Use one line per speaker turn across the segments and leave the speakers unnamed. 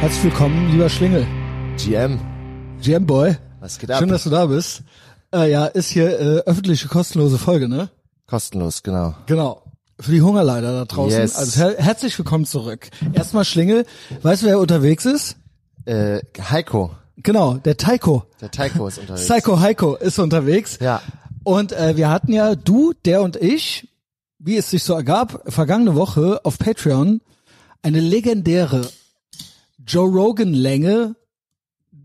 Herzlich willkommen, lieber Schlingel.
GM,
GM Boy.
was geht ab?
Schön, dass du da bist. Äh, ja, ist hier äh, öffentliche kostenlose Folge, ne?
Kostenlos, genau.
Genau. Für die Hungerleider da draußen.
Yes.
Also her herzlich willkommen zurück. Erstmal Schlingel. Weißt du, wer unterwegs ist?
Äh, Heiko,
Genau, der Taiko.
der Taiko ist unterwegs.
Psycho Heiko ist unterwegs.
Ja.
Und äh, wir hatten ja du, der und ich, wie es sich so ergab, vergangene Woche auf Patreon eine legendäre Joe Rogan Länge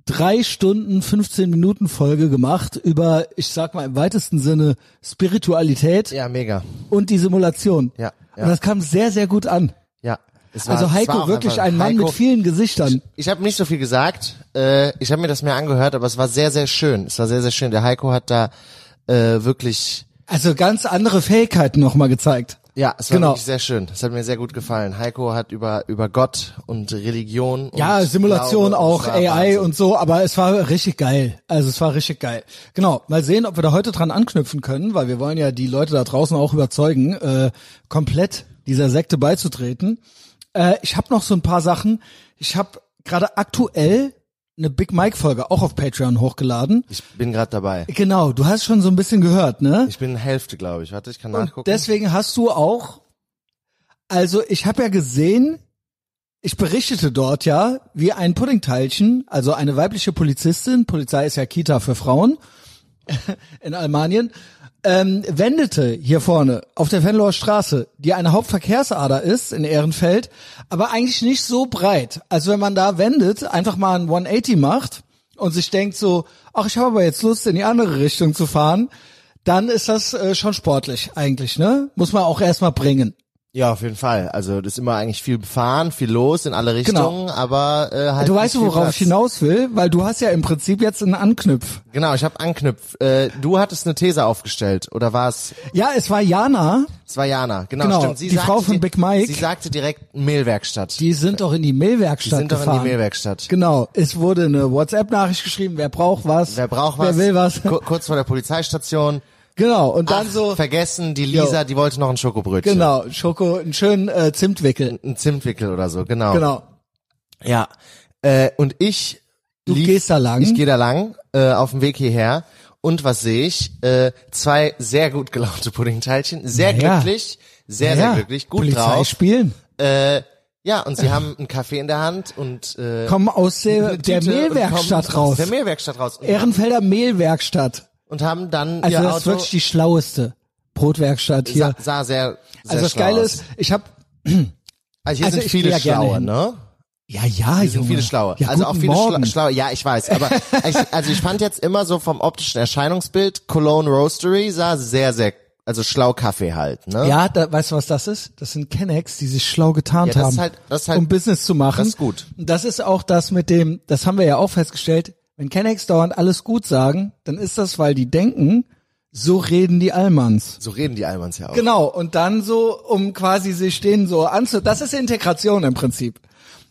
drei Stunden 15 Minuten Folge gemacht über, ich sag mal im weitesten Sinne Spiritualität
Ja, mega.
und die Simulation.
Ja, ja.
Und das kam sehr sehr gut an.
Ja. Es war-
Also
es war
Heiko
auch
wirklich
einfach-
ein Mann
Heiko,
mit vielen Gesichtern.
Ich habe nicht so viel gesagt. Äh, ich habe mir das mehr angehört, aber es war sehr, sehr schön. Es war sehr, sehr schön. Der Heiko hat da äh, wirklich,
Also ganz andere Fähigkeiten nochmal gezeigt.
ja, es war
Genau.
wirklich sehr schön. Es hat mir sehr gut gefallen. Heiko hat über über Gott und Religion.
Ja,
und
Simulation
Glaube,
auch,
es war
AI
Wahnsinn.
und so, aber es war richtig geil. Also es war richtig geil. Genau, mal sehen, ob wir da heute dran anknüpfen können, weil wir wollen ja die Leute da draußen auch überzeugen, äh, komplett dieser Sekte beizutreten. Äh, ich habe noch so ein paar Sachen. Ich habe gerade aktuell eine Big Mike-Folge auch auf Patreon hochgeladen.
Ich bin gerade dabei.
Genau, du hast schon so ein bisschen gehört, ne?
Ich bin Hälfte, glaube ich. Warte, ich kann
Und
nachgucken.
deswegen hast du auch, also ich habe ja gesehen, ich berichtete dort ja, wie ein Puddingteilchen, also eine weibliche Polizistin, Polizei ist ja Kita für Frauen in Almanien, ähm, wendete hier vorne auf der Venloer Straße, die eine Hauptverkehrsader ist in Ehrenfeld, aber eigentlich nicht so breit. Also wenn man da wendet, einfach mal ein 180 macht und sich denkt so, ach, ich habe aber jetzt Lust, in die andere Richtung zu fahren, dann ist das äh, schon sportlich eigentlich, ne? Muss man auch erstmal bringen.
Ja, auf jeden Fall. Also das ist immer eigentlich viel fahren, viel los in alle Richtungen, aber äh, halt
Genau. Du
nicht
weißt,
viel
worauf
Platz.
ich hinaus will, weil du hast ja im Prinzip jetzt einen Anknüpf.
Genau, ich habe anknüpf. Äh, du hattest eine These aufgestellt oder war es?
Ja, es war Jana,
Es war Jana. Genau,
Genau,
stimmt. Sie
die
sagte,
Frau von
di-
Big Mike.
Sie sagte direkt Mehlwerkstatt.
die sind doch in die
Die
Mehlwerkstatt
sind doch
gefahren.
in die Mehlwerkstatt.
Genau, es wurde eine WhatsApp-Nachricht geschrieben, wer braucht was,
Wer braucht was?
wer will was.
Ku- kurz vor der Polizeistation.
Genau, und dann
Ach,
so,
vergessen, die Lisa, die wollte noch ein Schokobrötchen.
genau, Schoko, einen schönen äh, Zimtwickel,
Ein Zimtwickel oder so, genau.
genau.
Ja. Äh, und ich
Du
lief,
gehst da lang.
Ich gehe da lang äh, auf dem Weg hierher und was sehe ich? Äh, zwei sehr gut gelaunte Puddingteilchen, sehr
Naja.
glücklich,
Ja,
sehr sehr glücklich, gut
Polizei
drauf.
spielen,
Äh, ja, und sie haben einen Kaffee in der Hand und äh,
kommen aus der,
eine
der
Tüte und
Mehlwerkstatt
kommen
raus.
Der Mehlwerkstatt raus. Und,
Ehrenfelder Mehlwerkstatt.
und haben dann
Also
ihr
das
Auto
ist wirklich die schlaueste Brotwerkstatt hier.
sah, sah sehr, sehr
also das
schlau
Geile
aus.
ist, ich habe
also hier
also
sind
ich geh
viele
ja gerne
schlaue,
hin.
ne?
ja ja,
sind
Junge.
viele schlaue.
Ja,
also
guten
auch viele
Morgen.
schla schlaue. Ja, ich weiß. Aber ich, also ich fand jetzt immer so vom optischen Erscheinungsbild Cologne Roastery sah sehr, sehr, also schlau Kaffee halt. Ne?
Ja, da, weißt du, was das ist? Das sind Kennex, die sich schlau getarnt
Ja, das
haben,
ist halt- das ist halt-
um Business zu machen.
das ist gut.
Und das ist auch das mit dem, das haben wir ja auch festgestellt, wenn Kennex dauernd alles gut sagen, dann ist das, weil die denken, so reden die Allmanns.
So reden die Almans ja auch.
Genau, und dann so, um quasi sich denen so anzu... Das ist Integration im Prinzip.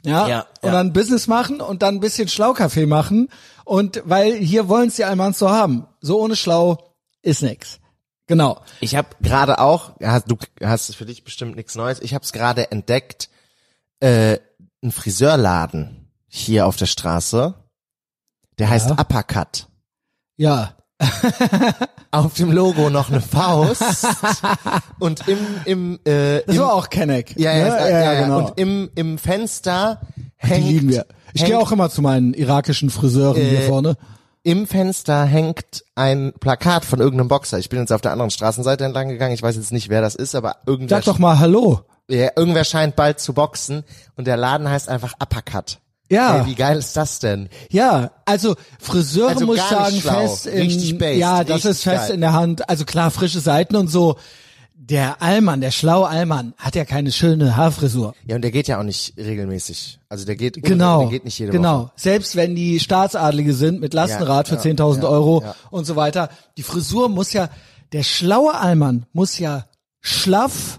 Ja,
Ja,
und
ja.
dann Business machen und dann ein bisschen Schlaukaffee machen. Und weil hier wollen es die Allmanns so haben. So ohne Schlau ist nix. Genau.
Ich habe gerade auch, ja, du hast für dich bestimmt nichts Neues. Ich habe es gerade entdeckt, äh, ein Friseurladen hier auf der Straße. Der heißt Uppercut.
Ja,
Auf dem Logo noch eine Faust und im im äh,
Das
im,
war auch Kenneck.
Ja,
ne?
ja, ja, ja, ja,
genau.
Und im, im Fenster
die
hängt,
lieben wir. Ich
hängt
gehe auch immer zu meinen irakischen Friseuren hier
Äh,
vorne.
im Fenster hängt ein Plakat von irgendeinem Boxer. Ich bin jetzt auf der anderen Straßenseite entlang gegangen. Ich weiß jetzt nicht, wer das ist, aber irgendwer,
Sag doch mal Hallo.
ja, irgendwer scheint bald zu boxen und der Laden heißt einfach Uppercut.
Ja.
Ey, wie geil ist das denn?
Ja, also Friseure
Also
muss ich
gar
sagen,
nicht schlau.
fest in,
Richtig based.
ja, das
Richtig
ist fest
geil.
in der Hand. Also klar, frische Seiten und so. Der Allmann, der schlaue Allmann, hat ja keine schöne Haarfrisur.
Ja, und der geht ja auch nicht regelmäßig. Also der geht,
Genau.
der geht nicht jede
genau.
Woche.
Selbst wenn die Staatsadlige sind mit Lastenrad
Ja,
für
ja,
10.000
ja,
Euro
ja.
und so weiter. Die Frisur muss ja, der schlaue Allmann muss ja schlaff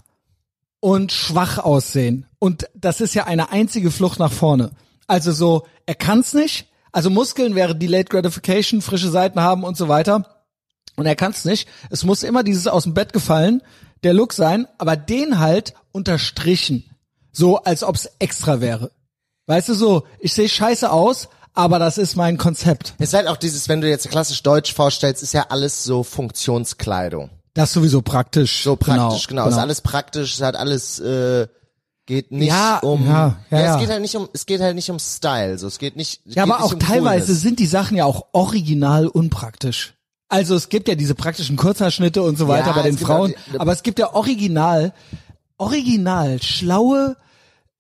und schwach aussehen. Und das ist ja eine einzige Flucht nach vorne. Also so, er kann's nicht. Also Muskeln wäre Delayed Gratification, frische Seiten haben und so weiter. Und er kann's nicht. Es muss immer dieses aus dem Bett gefallen, der Look sein, aber den halt unterstrichen. So, als ob's extra wäre. Weißt du so, ich sehe scheiße aus, aber das ist mein Konzept.
Es ist halt auch dieses, wenn du jetzt klassisch Deutsch vorstellst, ist ja alles so Funktionskleidung.
Das ist sowieso praktisch.
So praktisch, genau. Ist alles praktisch, es hat alles, äh, geht nicht
Ja,
um.
ja, ja, ja.
es geht halt nicht um, es geht halt nicht um Style, so es geht nicht. es
Ja,
geht
aber
nicht
auch
um
teilweise
Coolness.
sind die Sachen ja auch original unpraktisch. Also es gibt ja diese praktischen Kurzhaarschnitte und so weiter bei
es
den
gibt auch
Frauen,
die-
aber es gibt ja original, original schlaue,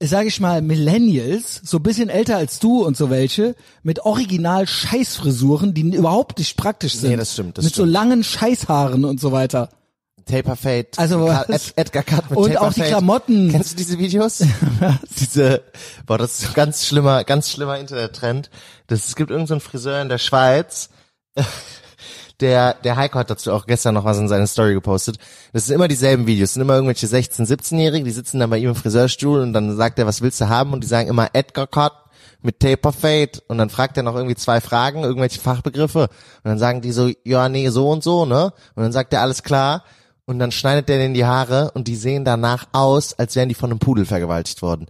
sage ich mal, Millennials, so ein bisschen älter als du und so welche, mit original Scheißfrisuren, die überhaupt nicht praktisch sind.
das stimmt, das
Mit so
stimmt.
langen Scheißhaaren und so weiter.
Taper Fade.
Also
Ka-
was?
Ed- Edgar Cut mit
Und
Taper
auch die
Fade.
Klamotten.
Kennst du diese Videos? diese, boah, das ist so ein ganz schlimmer, ganz schlimmer Internettrend. Das, es gibt irgendeinen Friseur in der Schweiz, der, der Heiko hat dazu auch gestern noch was in seine Story gepostet. Das sind immer dieselben Videos, sind immer irgendwelche 16-, 17-Jährigen, die sitzen dann bei ihm im Friseurstuhl und dann sagt er, was willst du haben? Und die sagen immer Edgar Cut mit Taper Fade. Und dann fragt er noch irgendwie zwei Fragen, irgendwelche Fachbegriffe. Und dann sagen die so, ja, nee, so und so, ne? Und dann sagt er, alles klar. Und dann schneidet er denen die Haare und die sehen danach aus, als wären die von einem Pudel vergewaltigt worden.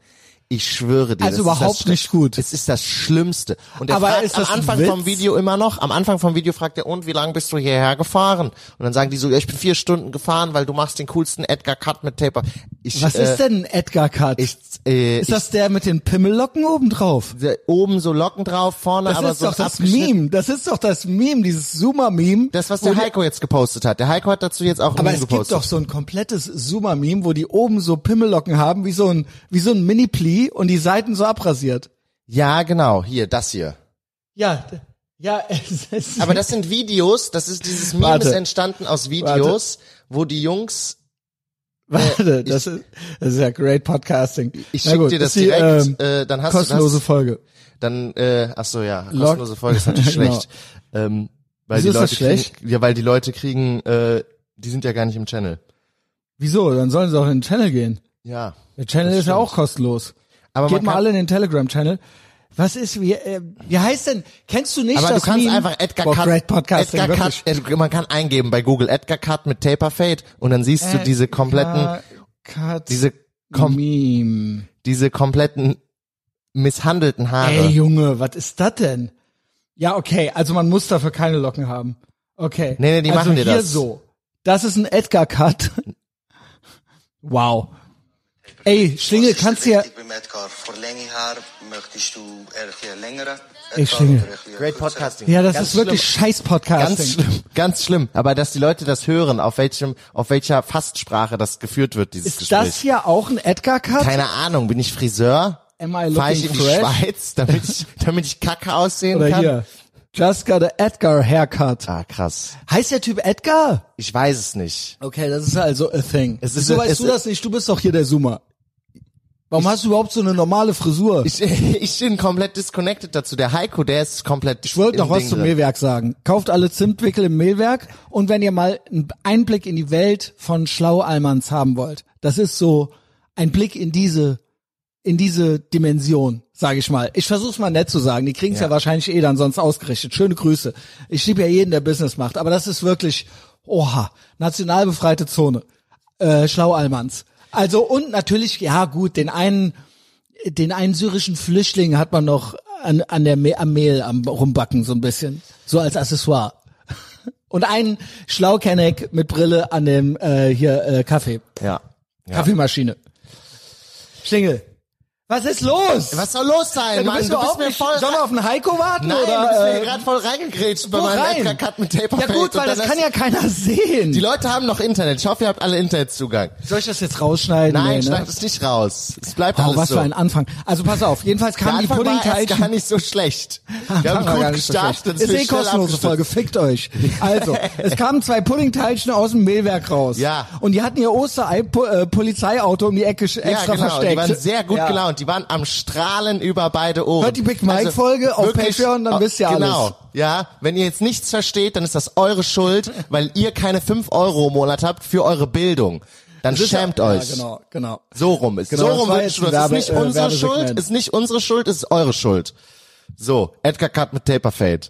Ich schwöre dir.
Also
das ist das
überhaupt
Schli-
nicht gut.
Es ist das Schlimmste. Und er
Aber
fragt
ist das
am
ein
Anfang vom
Witz?
Video immer noch, am Anfang vom Video fragt er, und wie lange bist du hierher gefahren? Und dann sagen die so, ja, ich bin vier Stunden gefahren, weil du machst den coolsten Edgar Cut mit Taper. Ich,
Was
äh,
ist denn ein Edgar Cut?
Ich, äh,
ist das der mit den Pimmellocken obendrauf?
ich, äh, oben so Locken drauf, vorne
Das
aber
ist
so
doch das
abgeschnitten-
Meme. Das ist doch das Meme, dieses Zoomer-Meme.
Das, was der
wo die-
Heiko jetzt gepostet hat. Der Heiko hat dazu jetzt auch ein
Aber
Meme
es gibt
gepostet.
doch so ein komplettes Zoomer-Meme, wo die oben so Pimmellocken haben, wie so ein, wie so ein Mini-Pli und die Seiten so abrasiert.
ja, genau, hier, das hier.
Ja, d- ja, es ist,
Aber äh, das sind Videos, das ist dieses Meme
Warte.
ist entstanden aus Videos, wo die Jungs,
warte, das ist, das ist ja great podcasting.
ich
Na
schicke
gut,
dir das
ist die,
direkt,
ähm,
äh, dann hast du
kostenlose
das.
Folge.
dann äh, ach so ja kostenlose Folge ist natürlich
Genau.
schlecht ähm, weil
Wieso
die
ist das
Leute
schlecht?
kriegen, ja weil die Leute kriegen äh, die sind ja gar nicht im Channel
Wieso? Dann sollen sie auch in den Channel gehen.
ja
Der Channel ist ja auch kostenlos.
aber
Geht
man
mal
kann,
alle in den Telegram-Channel. Was ist, wie, äh, wie heißt denn, kennst du nicht
aber
das
du kannst
Meme?
einfach Edgar
Boah,
Cut,
great podcasting,
Edgar
wirklich.
Cut Ed, man kann eingeben bei Google Edgar Cut mit Taper Fade und dann siehst
Äh,
du diese kompletten
Edgar Cut
diese kom
Meme.
diese kompletten misshandelten Haare
Ey, Junge, was ist das denn? Ja, okay, also man muss dafür keine Locken haben. Okay.
Nee, nee, die
also
machen dir
hier
das.
so. Das ist ein Edgar-Cut. Wow. Ey, Schlingel,
Was ist
kannst du
dir
ja...
wichtig beim Edgar? Vor länger her möchtest du eher einen längeren Edgar
Ich schlinge.
oder ein bisschen
Great
kürzeren?
Podcasting
Ja, das
Ganz
ist wirklich scheiß Podcasting.
Ganz schlimm, ganz schlimm. Aber dass die Leute das hören, auf welchem, auf welcher Fastsprache das geführt wird, dieses
ist
Gespräch.
das hier auch ein Edgar-Cut?
Keine Ahnung, bin ich Friseur?
Am I
Fahre ich
looking
in die
fresh?
Schweiz, damit ich, damit ich kacke aussehen
Oder
kann?
hier. Just got a Edgar-Haircut.
Ah, krass.
Heißt der Typ Edgar?
Ich weiß es nicht.
Okay, das ist also a thing.
Es ist-
Wieso weißt
es
du
ist-
das nicht? Du bist doch hier der Zoomer. Warum hast du überhaupt so eine normale Frisur?
Ich, ich bin komplett disconnected dazu. Der Heiko, der ist komplett
Ich wollte noch was zum Mehlwerk sagen. Kauft alle Zimtwickel im Mehlwerk und wenn ihr mal einen Einblick in die Welt von Schlau Almans haben wollt, das ist so ein Blick in diese in diese Dimension, sage ich mal. Ich versuch's mal nett zu sagen. Die kriegen's ja.
Ja.
wahrscheinlich eh dann sonst ausgerichtet. Schöne Grüße. Ich liebe ja jeden, der Business macht, aber das ist wirklich oha, national befreite Zone. Äh, Schlau Almans. Also und natürlich ja gut, den einen den einen syrischen Flüchtling hat man noch an, an der Me am Mehl am rumbacken so ein bisschen, so als Accessoire. Und einen Schlaukenneck mit Brille an dem äh, hier äh, Kaffee
Ja. ja.
Kaffeemaschine. Schlingel, was ist los?
Was soll los sein,
Ja, du
Mann?
bist, überhaupt
mir
nicht,
voll...
Sollen wir auf den Heiko warten
Nein,
oder?
du bist
äh,
mir gerade voll reingegrätscht bei
wo
meinem
rein?
Edgar-Cut mit Taper
ja gut, weil das kann ja keiner sehen.
Die Leute haben noch Internet. Ich hoffe, ihr habt alle Internetzugang.
Soll ich das jetzt rausschneiden?
Nein,
nee, ne?
schneid es nicht raus. Es bleibt
Oh,
alles
was
so.
für ein Anfang. Also pass auf, jedenfalls
Der
kamen die
Anfang war erst
Puddingteilchen
gar nicht so schlecht. Wir
Haben
haben
wir gar
gut
nicht so schlecht.
gestartet.
Ist eh kostenlose Folge, fickt euch. Also, es kamen zwei Puddingteilchen aus dem Mehlwerk raus.
Ja.
Und die hatten ihr Osterei-Polizeiauto um die Ecke sch-
Ja,
extra
genau.
versteckt.
Die waren sehr gut
Ja.
gelaunt. Die waren am Strahlen über beide Ohren. Also
Hört die Big Mike-Folge auf
wirklich-
Patreon, dann wisst ihr
genau.
alles.
Ja, wenn ihr jetzt nichts versteht, dann ist das eure Schuld, weil ihr keine 5 Euro im Monat habt für eure Bildung. Dann schämt euch.
Ja, genau, genau.
So rum ist.
Genau,
so
das
rum
war
wünschen wir
jetzt ein
uns. Es Ist nicht
Werbe- äh,
unsere
Werbesegment.
Schuld, ist nicht unsere Schuld, ist eure Schuld. So, Edgar Cut mit Taper Fade.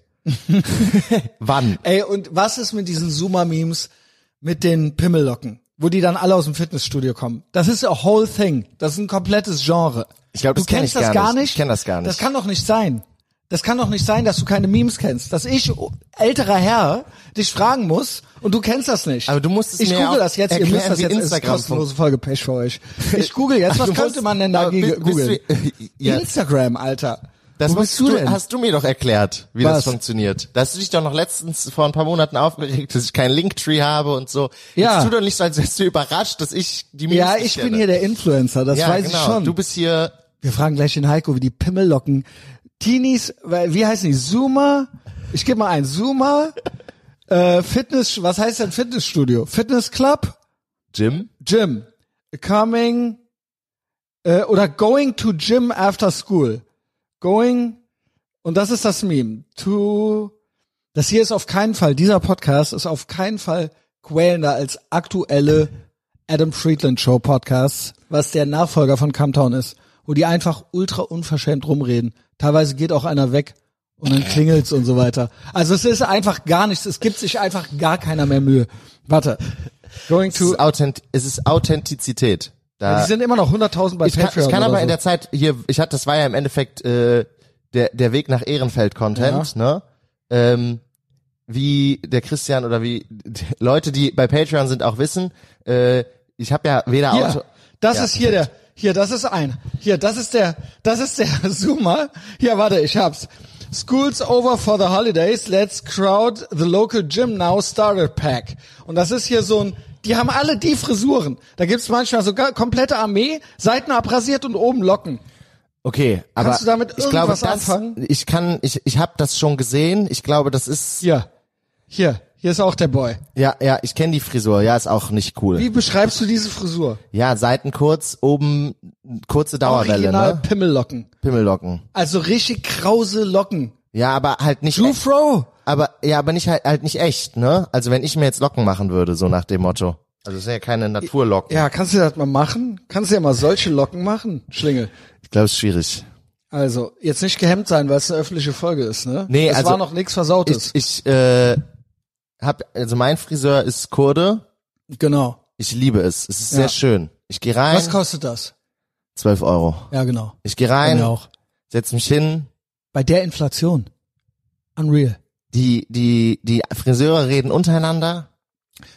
Wann?
Ey, und was ist mit diesen Zoomer-Memes mit den Pimmellocken? wo die dann alle aus dem Fitnessstudio kommen. Das ist a whole thing. Das ist ein komplettes Genre.
Ich glaub, das
du
kenn
kennst
ich
das
gar
gar
nicht.
nicht.
Ich kenn das gar nicht.
Das kann doch nicht sein. Das kann doch nicht sein, dass du keine Memes kennst. Dass ich, o- älterer Herr, dich fragen muss und du kennst das nicht.
Aber du musst es
Ich
mir
google
auch
das jetzt, ihr
erklären,
müsst das
wie
jetzt, ist
Instagram Also
kostenlose Folge Pech für euch. Ich google jetzt, was
Du
könnte
musst-
man denn da
aber bist-
ge- googeln?
bist du- äh, Ja.
Instagram, Alter.
Das
Wo
musst
bist du denn?
Hast du mir doch erklärt, wie das
Was?
funktioniert. Da hast du dich doch noch letztens vor ein paar Monaten aufgeregt, dass ich keinen Linktree habe und so.
Ja.
Jetzt tu doch nicht so, als wärst du überrascht, dass ich die Memes
ja,
nicht
ich
kenne.
bin hier der Influencer, das
Ja,
weiß
genau.
ich schon.
Du bist hier
Wir fragen gleich den Heiko, wie die Pimmellocken. Teenies, weil- wie heißen die? Zoomer? Ich gebe mal ein. Zoomer, äh, Fitness, was heißt denn Fitnessstudio? Fitness Club,
Jim.
Gym, coming, äh, oder going to gym after school. Going, und das ist das Meme. To, das hier ist auf keinen Fall, dieser Podcast ist auf keinen Fall quälender als aktuelle Adam Friedland Show Podcasts, was der Nachfolger von Camtown ist, wo die einfach ultra unverschämt rumreden. Teilweise geht auch einer weg und dann klingelt's und so weiter. Also es ist einfach gar nichts, es gibt sich einfach gar keiner mehr Mühe. Warte. Going
Es
to
ist, Authent es ist Authentizität. Da
ja, die sind immer noch 100.000 bei
ich kann,
Patreon.
ich kann aber
oder
in
so.
der Zeit hier, ich hatte, das war ja im Endeffekt äh, der der Weg nach Ehrenfeld-Content, ne? Ähm, wie der Christian oder wie d- Leute, die bei Patreon sind, auch wissen, äh, ich habe ja weder
hier,
Auto.
das
Ja,
ist hier der, hier, das ist ein, hier, das ist der, das ist der Zoomer. Hier, warte, ich hab's. School's over for the holidays. Let's crowd the local gym now starter pack. Und das ist hier so ein, die haben alle die Frisuren. Da gibt's manchmal sogar komplette Armee, Seiten abrasiert und oben Locken.
Okay, aber
du damit
ich glaube,
irgendwas
das,
anfangen?
ich kann, ich ich habe das schon gesehen. Ich glaube, das ist
Hier, hier, hier ist auch der Boy.
ja ja, ich kenne die Frisur. Ja, ist auch nicht cool.
Wie beschreibst du diese Frisur?
Ja, Seiten kurz, oben kurze Dauerwelle,
Original
ne?
Pimmellocken.
Pimmellocken.
Also richtig krause Locken.
Ja, aber halt nicht
Du,
echt.
Fro?
Aber ja, aber nicht halt, halt nicht echt, ne? Also wenn ich mir jetzt Locken machen würde, so nach dem Motto. Also es sind ja keine Naturlocken.
Ja, kannst du das mal machen? Kannst du ja mal solche Locken machen, Schlingel.
Ich glaube, es ist schwierig.
Also, jetzt nicht gehemmt sein, weil es eine öffentliche Folge ist, ne?
Nee,
es
also-
war noch nichts Versautes.
Ich, ich äh, hab, also mein Friseur ist Kurde.
genau.
Ich liebe es. Es ist
Ja.
sehr schön. Ich gehe rein,
Was kostet das?
12 Euro.
Ja, genau.
Ich gehe
Bei
rein,
mir auch.
setz mich hin.
Bei der Inflation. Unreal.
Die, die, die Friseure reden untereinander.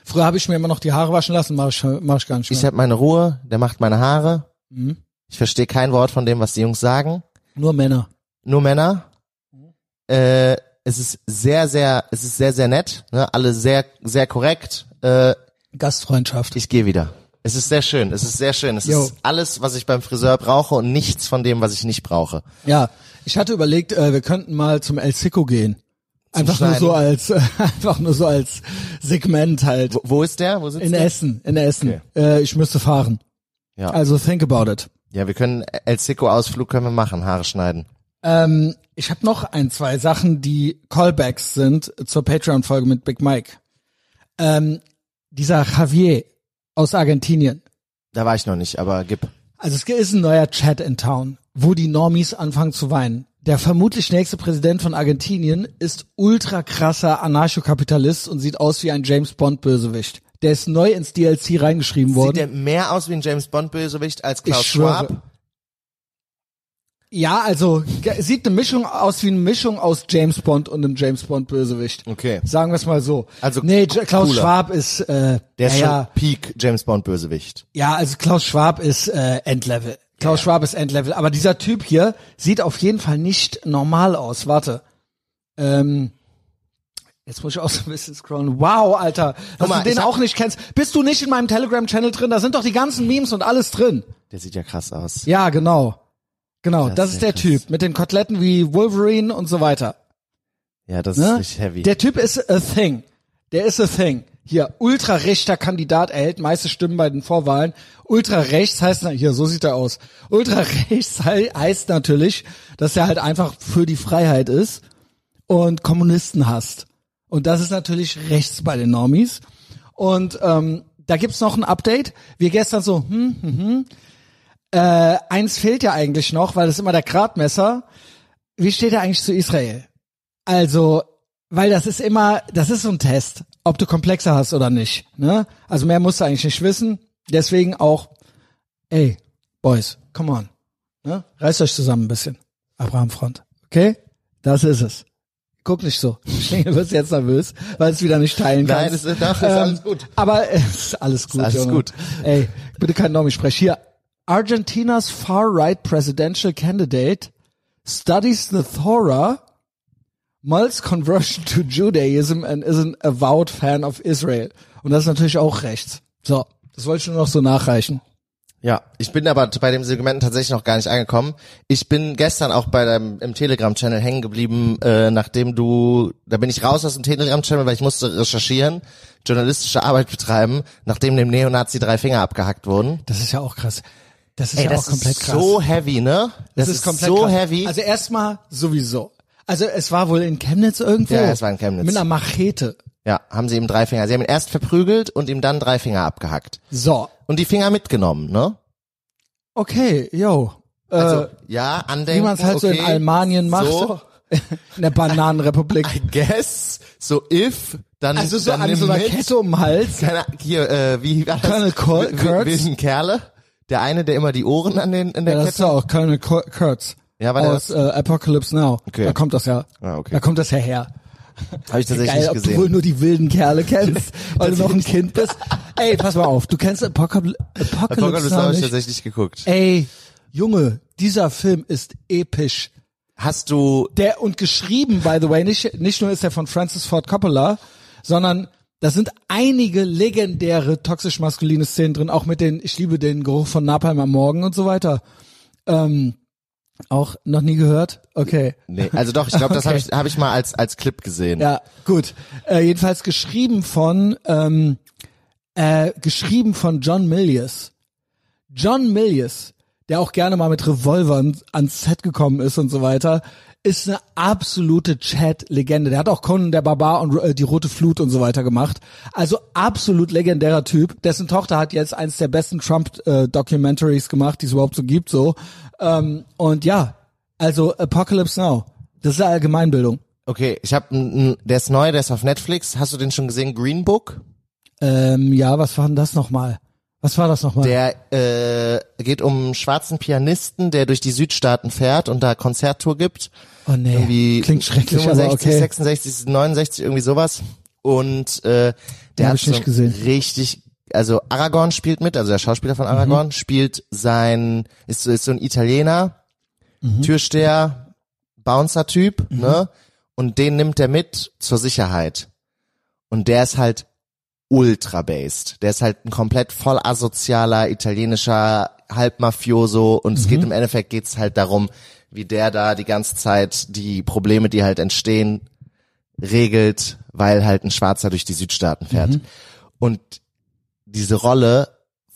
Früher habe ich mir immer noch die Haare waschen lassen, mache ich, mach ich gar nicht mehr.
Ich habe meine Ruhe, der macht meine Haare.
mhm.
Ich verstehe kein Wort von dem, was die Jungs sagen.
Nur Männer.
nur Männer. Äh, es ist sehr, sehr, es ist sehr, sehr nett. Ne? Alle sehr, sehr korrekt. Äh,
Gastfreundschaft.
ich gehe wieder. Es ist sehr schön. Es ist sehr schön. Es
Jo.
ist alles, was ich beim Friseur brauche und nichts von dem, was ich nicht brauche.
ja, ich hatte überlegt, äh, wir könnten mal zum El Sico gehen. Einfach nur
Schneiden.
so als, äh, einfach nur so als Segment halt.
Wo, wo ist der? Wo sitzt
In
der?
Essen, in Essen. Äh, ich müsste fahren.
Ja.
Also think about it.
ja, wir können El Sico Ausflug können wir machen, Haare schneiden.
Ähm, ich habe noch ein, zwei Sachen, die Callbacks sind zur Patreon-Folge mit Big Mike. Ähm, dieser Javier aus Argentinien.
Da war ich noch nicht, aber gib.
Also es ist ein neuer Chat in Town, wo die Normies anfangen zu weinen. Der vermutlich nächste Präsident von Argentinien ist ultra krasser Anarchokapitalist und sieht aus wie ein James Bond Bösewicht. Der ist neu ins DLC reingeschrieben
Sieht
worden.
der mehr aus wie ein James Bond Bösewicht als
Ich
Klaus
schwöre.
Schwab?
Ja, also ge- sieht eine Mischung aus wie eine Mischung aus James Bond und einem James Bond Bösewicht.
Okay.
Sagen wir es mal so.
Also
nee, J- Klaus
cooler.
Schwab ist äh,
Der
ja,
ist
ja,
schon Peak James Bond Bösewicht.
ja, also Klaus Schwab ist äh, Endlevel. Klaus Schwab ist Endlevel, aber dieser Typ hier sieht auf jeden Fall nicht normal aus. Warte. Ähm Jetzt muss ich auch so ein bisschen scrollen. Wow, Alter, dass
mal,
du den
ich hab-
auch nicht kennst. Bist du nicht in meinem Telegram-Channel drin? Da sind doch die ganzen Memes und alles drin.
Der sieht ja krass aus.
Ja, genau. Genau, das,
ist
ist
ja
der
krass.
Typ mit den Koteletten wie Wolverine und so weiter.
Ja, das ist
Ne?
richtig heavy.
Der Typ ist a thing. Der ist a thing. Hier, ultrarechter Kandidat erhält meiste Stimmen bei den Vorwahlen. Ultrarechts heißt, na- hier, so sieht er aus. Ultrarechts hei- heißt natürlich, dass er halt einfach für die Freiheit ist und Kommunisten hasst. Und das ist natürlich rechts bei den Normis. Und ähm, da gibt's noch ein Update. Wir gestern so, hm, hm, hm. Äh, eins fehlt ja eigentlich noch, weil das ist immer der Gradmesser. Wie steht er eigentlich zu Israel? Also, weil das ist immer, das ist so ein Test, ob du Komplexe hast oder nicht. Ne? Also mehr musst du eigentlich nicht wissen. Deswegen auch, ey, Boys, come on. Ne? Reißt euch zusammen ein bisschen. Abraham Front. Okay? Das ist es. Guck nicht so. Schlingel wird jetzt nervös, weil es wieder nicht teilen
Nein,
kannst. Ähm,
es ist- doch, es ist alles gut.
Aber es ist alles gut.
alles
Junge.
gut.
Ey, bitte kein Nomi sprech. Hier, Argentina's far-right presidential candidate studies the Torah, Mulls conversion to Judaism and is an avowed fan of Israel. Und das ist natürlich auch rechts. So, das wollte ich nur noch so nachreichen.
Ja, ich bin aber bei dem Segment tatsächlich noch gar nicht angekommen. Ich bin gestern auch bei deinem im Telegram-Channel hängen geblieben, äh, nachdem du, da bin ich raus aus dem Telegram-Channel, weil ich musste recherchieren, journalistische Arbeit betreiben, nachdem dem Neonazi drei Finger abgekackt wurden.
Das ist ja auch krass. Das ist
Ey,
ja
das
auch komplett
ist
krass.
so heavy, ne? Das, ist, so
krass.
heavy.
Also erstmal sowieso. Also es war wohl in Chemnitz irgendwo.
Ja, es war in Chemnitz.
Mit einer Machete.
ja, haben sie ihm drei Finger. Sie haben ihn erst verprügelt und ihm dann drei Finger abgehackt.
So,
Und die Finger mitgenommen, ne?
okay, yo.
Also,
äh,
ja, andenken.
wie man es halt so
okay,
in Almanien macht.
So,
In der Bananenrepublik.
I guess, so if, dann
Also so
dann
an
nimm
so einer
mit.
Kette um den Hals.
keine Ahnung, hier, äh, wie war das?
Colonel Col-
Wi- wi-
Kurtz?
Wilden Kerle. Der eine, der immer die Ohren an den, in der
Ja, das ist
Kette.
ja auch Colonel Cur- Kurtz.
Ja, war der
aus äh, Apocalypse Now.
Okay.
Da kommt das ja.
Ah, okay.
Da kommt das ja her.
Habe ich tatsächlich
Geil,
nicht
ob du wohl
gesehen.
nur die wilden Kerle kennst, weil du noch ein Kind bist. Ey, pass mal auf, du kennst Apocalypse, Apocalypse
Apocalypse
Now
habe ich
nicht. Äh.
tatsächlich nicht geguckt.
Ey, Junge, dieser Film ist episch.
Hast du,
Der und geschrieben, by the way, nicht, nicht nur ist er von Francis Ford Coppola, sondern da sind einige legendäre toxisch maskuline Szenen drin, auch mit den, ich liebe den Geruch von Napalm am Morgen und so weiter. Ähm, auch noch nie gehört? Okay.
nee, also doch, ich glaube, das
Okay.
habe ich, hab ich mal als, als Clip gesehen.
Ja, gut. Äh, jedenfalls geschrieben von ähm, äh, geschrieben von John Milius. John Milius, der auch gerne mal mit Revolvern ans Set gekommen ist und so weiter, ist eine absolute Chat-Legende. Der hat auch Conan der Barbar und äh, die Rote Flut und so weiter gemacht. Also absolut legendärer Typ. Dessen Tochter hat jetzt eins der besten Trump-Documentaries gemacht, die es überhaupt so gibt. So ähm, und ja, also Apocalypse Now. Das ist Allgemeinbildung.
Okay, ich habe, der ist neu, der ist auf Netflix. Hast du den schon gesehen? Green Book?
Ähm, ja, was war denn das nochmal? Was war das nochmal?
Der äh, geht um einen schwarzen Pianisten, der durch die Südstaaten fährt und da Konzerttour gibt.
Oh nee,
irgendwie
klingt schrecklich,
65,
aber okay.
66, 69, irgendwie sowas. Und äh, der
hab
hat
ich nicht
so
gesehen.
richtig, also Aragorn spielt mit, also der Schauspieler von Aragorn
Mhm.
spielt sein, ist, so- ist so ein Italiener,
Mhm.
Türsteher, Bouncer-Typ, ne? Und den nimmt er mit zur Sicherheit. Und der ist halt ultra-based. Der ist halt ein komplett voll asozialer italienischer Halbmafioso und es
Mhm.
geht im Endeffekt geht's halt darum, wie der da die ganze Zeit die Probleme, die halt entstehen, regelt, weil halt ein Schwarzer durch die Südstaaten fährt.
Mhm.
Und diese Rolle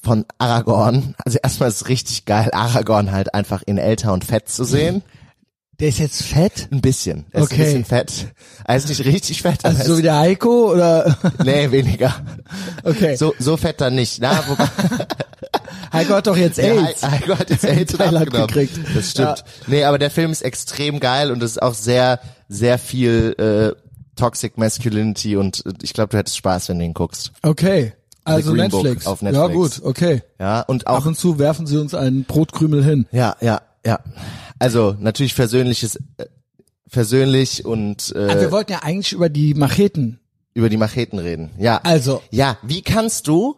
von Aragorn, also erstmal ist es richtig geil, Aragorn halt einfach in älter und fett zu sehen.
Der ist jetzt fett?
Ein bisschen. Er ist
Mhm. Okay.
ein bisschen fett. Er ist nicht richtig fett, aber
Also so wie
er
der Heiko oder
ist, nee, weniger.
okay.
So, so fett dann nicht. Na, wobei,
Heiko hat doch jetzt AIDS.
Ja, Heiko hat jetzt AIDS und
Thailand
abgenommen.
gekriegt.
Das stimmt. Nee, aber der Film ist extrem geil und es ist auch sehr, sehr viel äh, Toxic Masculinity und äh, ich glaube, du hättest Spaß, wenn du ihn guckst.
Okay. Also
Green Book
Netflix.
auf
Ja
Netflix.
gut, okay.
Ja, und
Ab
auch,
und zu werfen sie uns einen Brotkrümel hin.
ja, ja, ja. Also natürlich versöhnliches, äh, versöhnlich und äh,
Aber Ah, wir wollten ja eigentlich über die Macheten.
über die Macheten reden. Ja.
Also.
Ja, wie kannst du,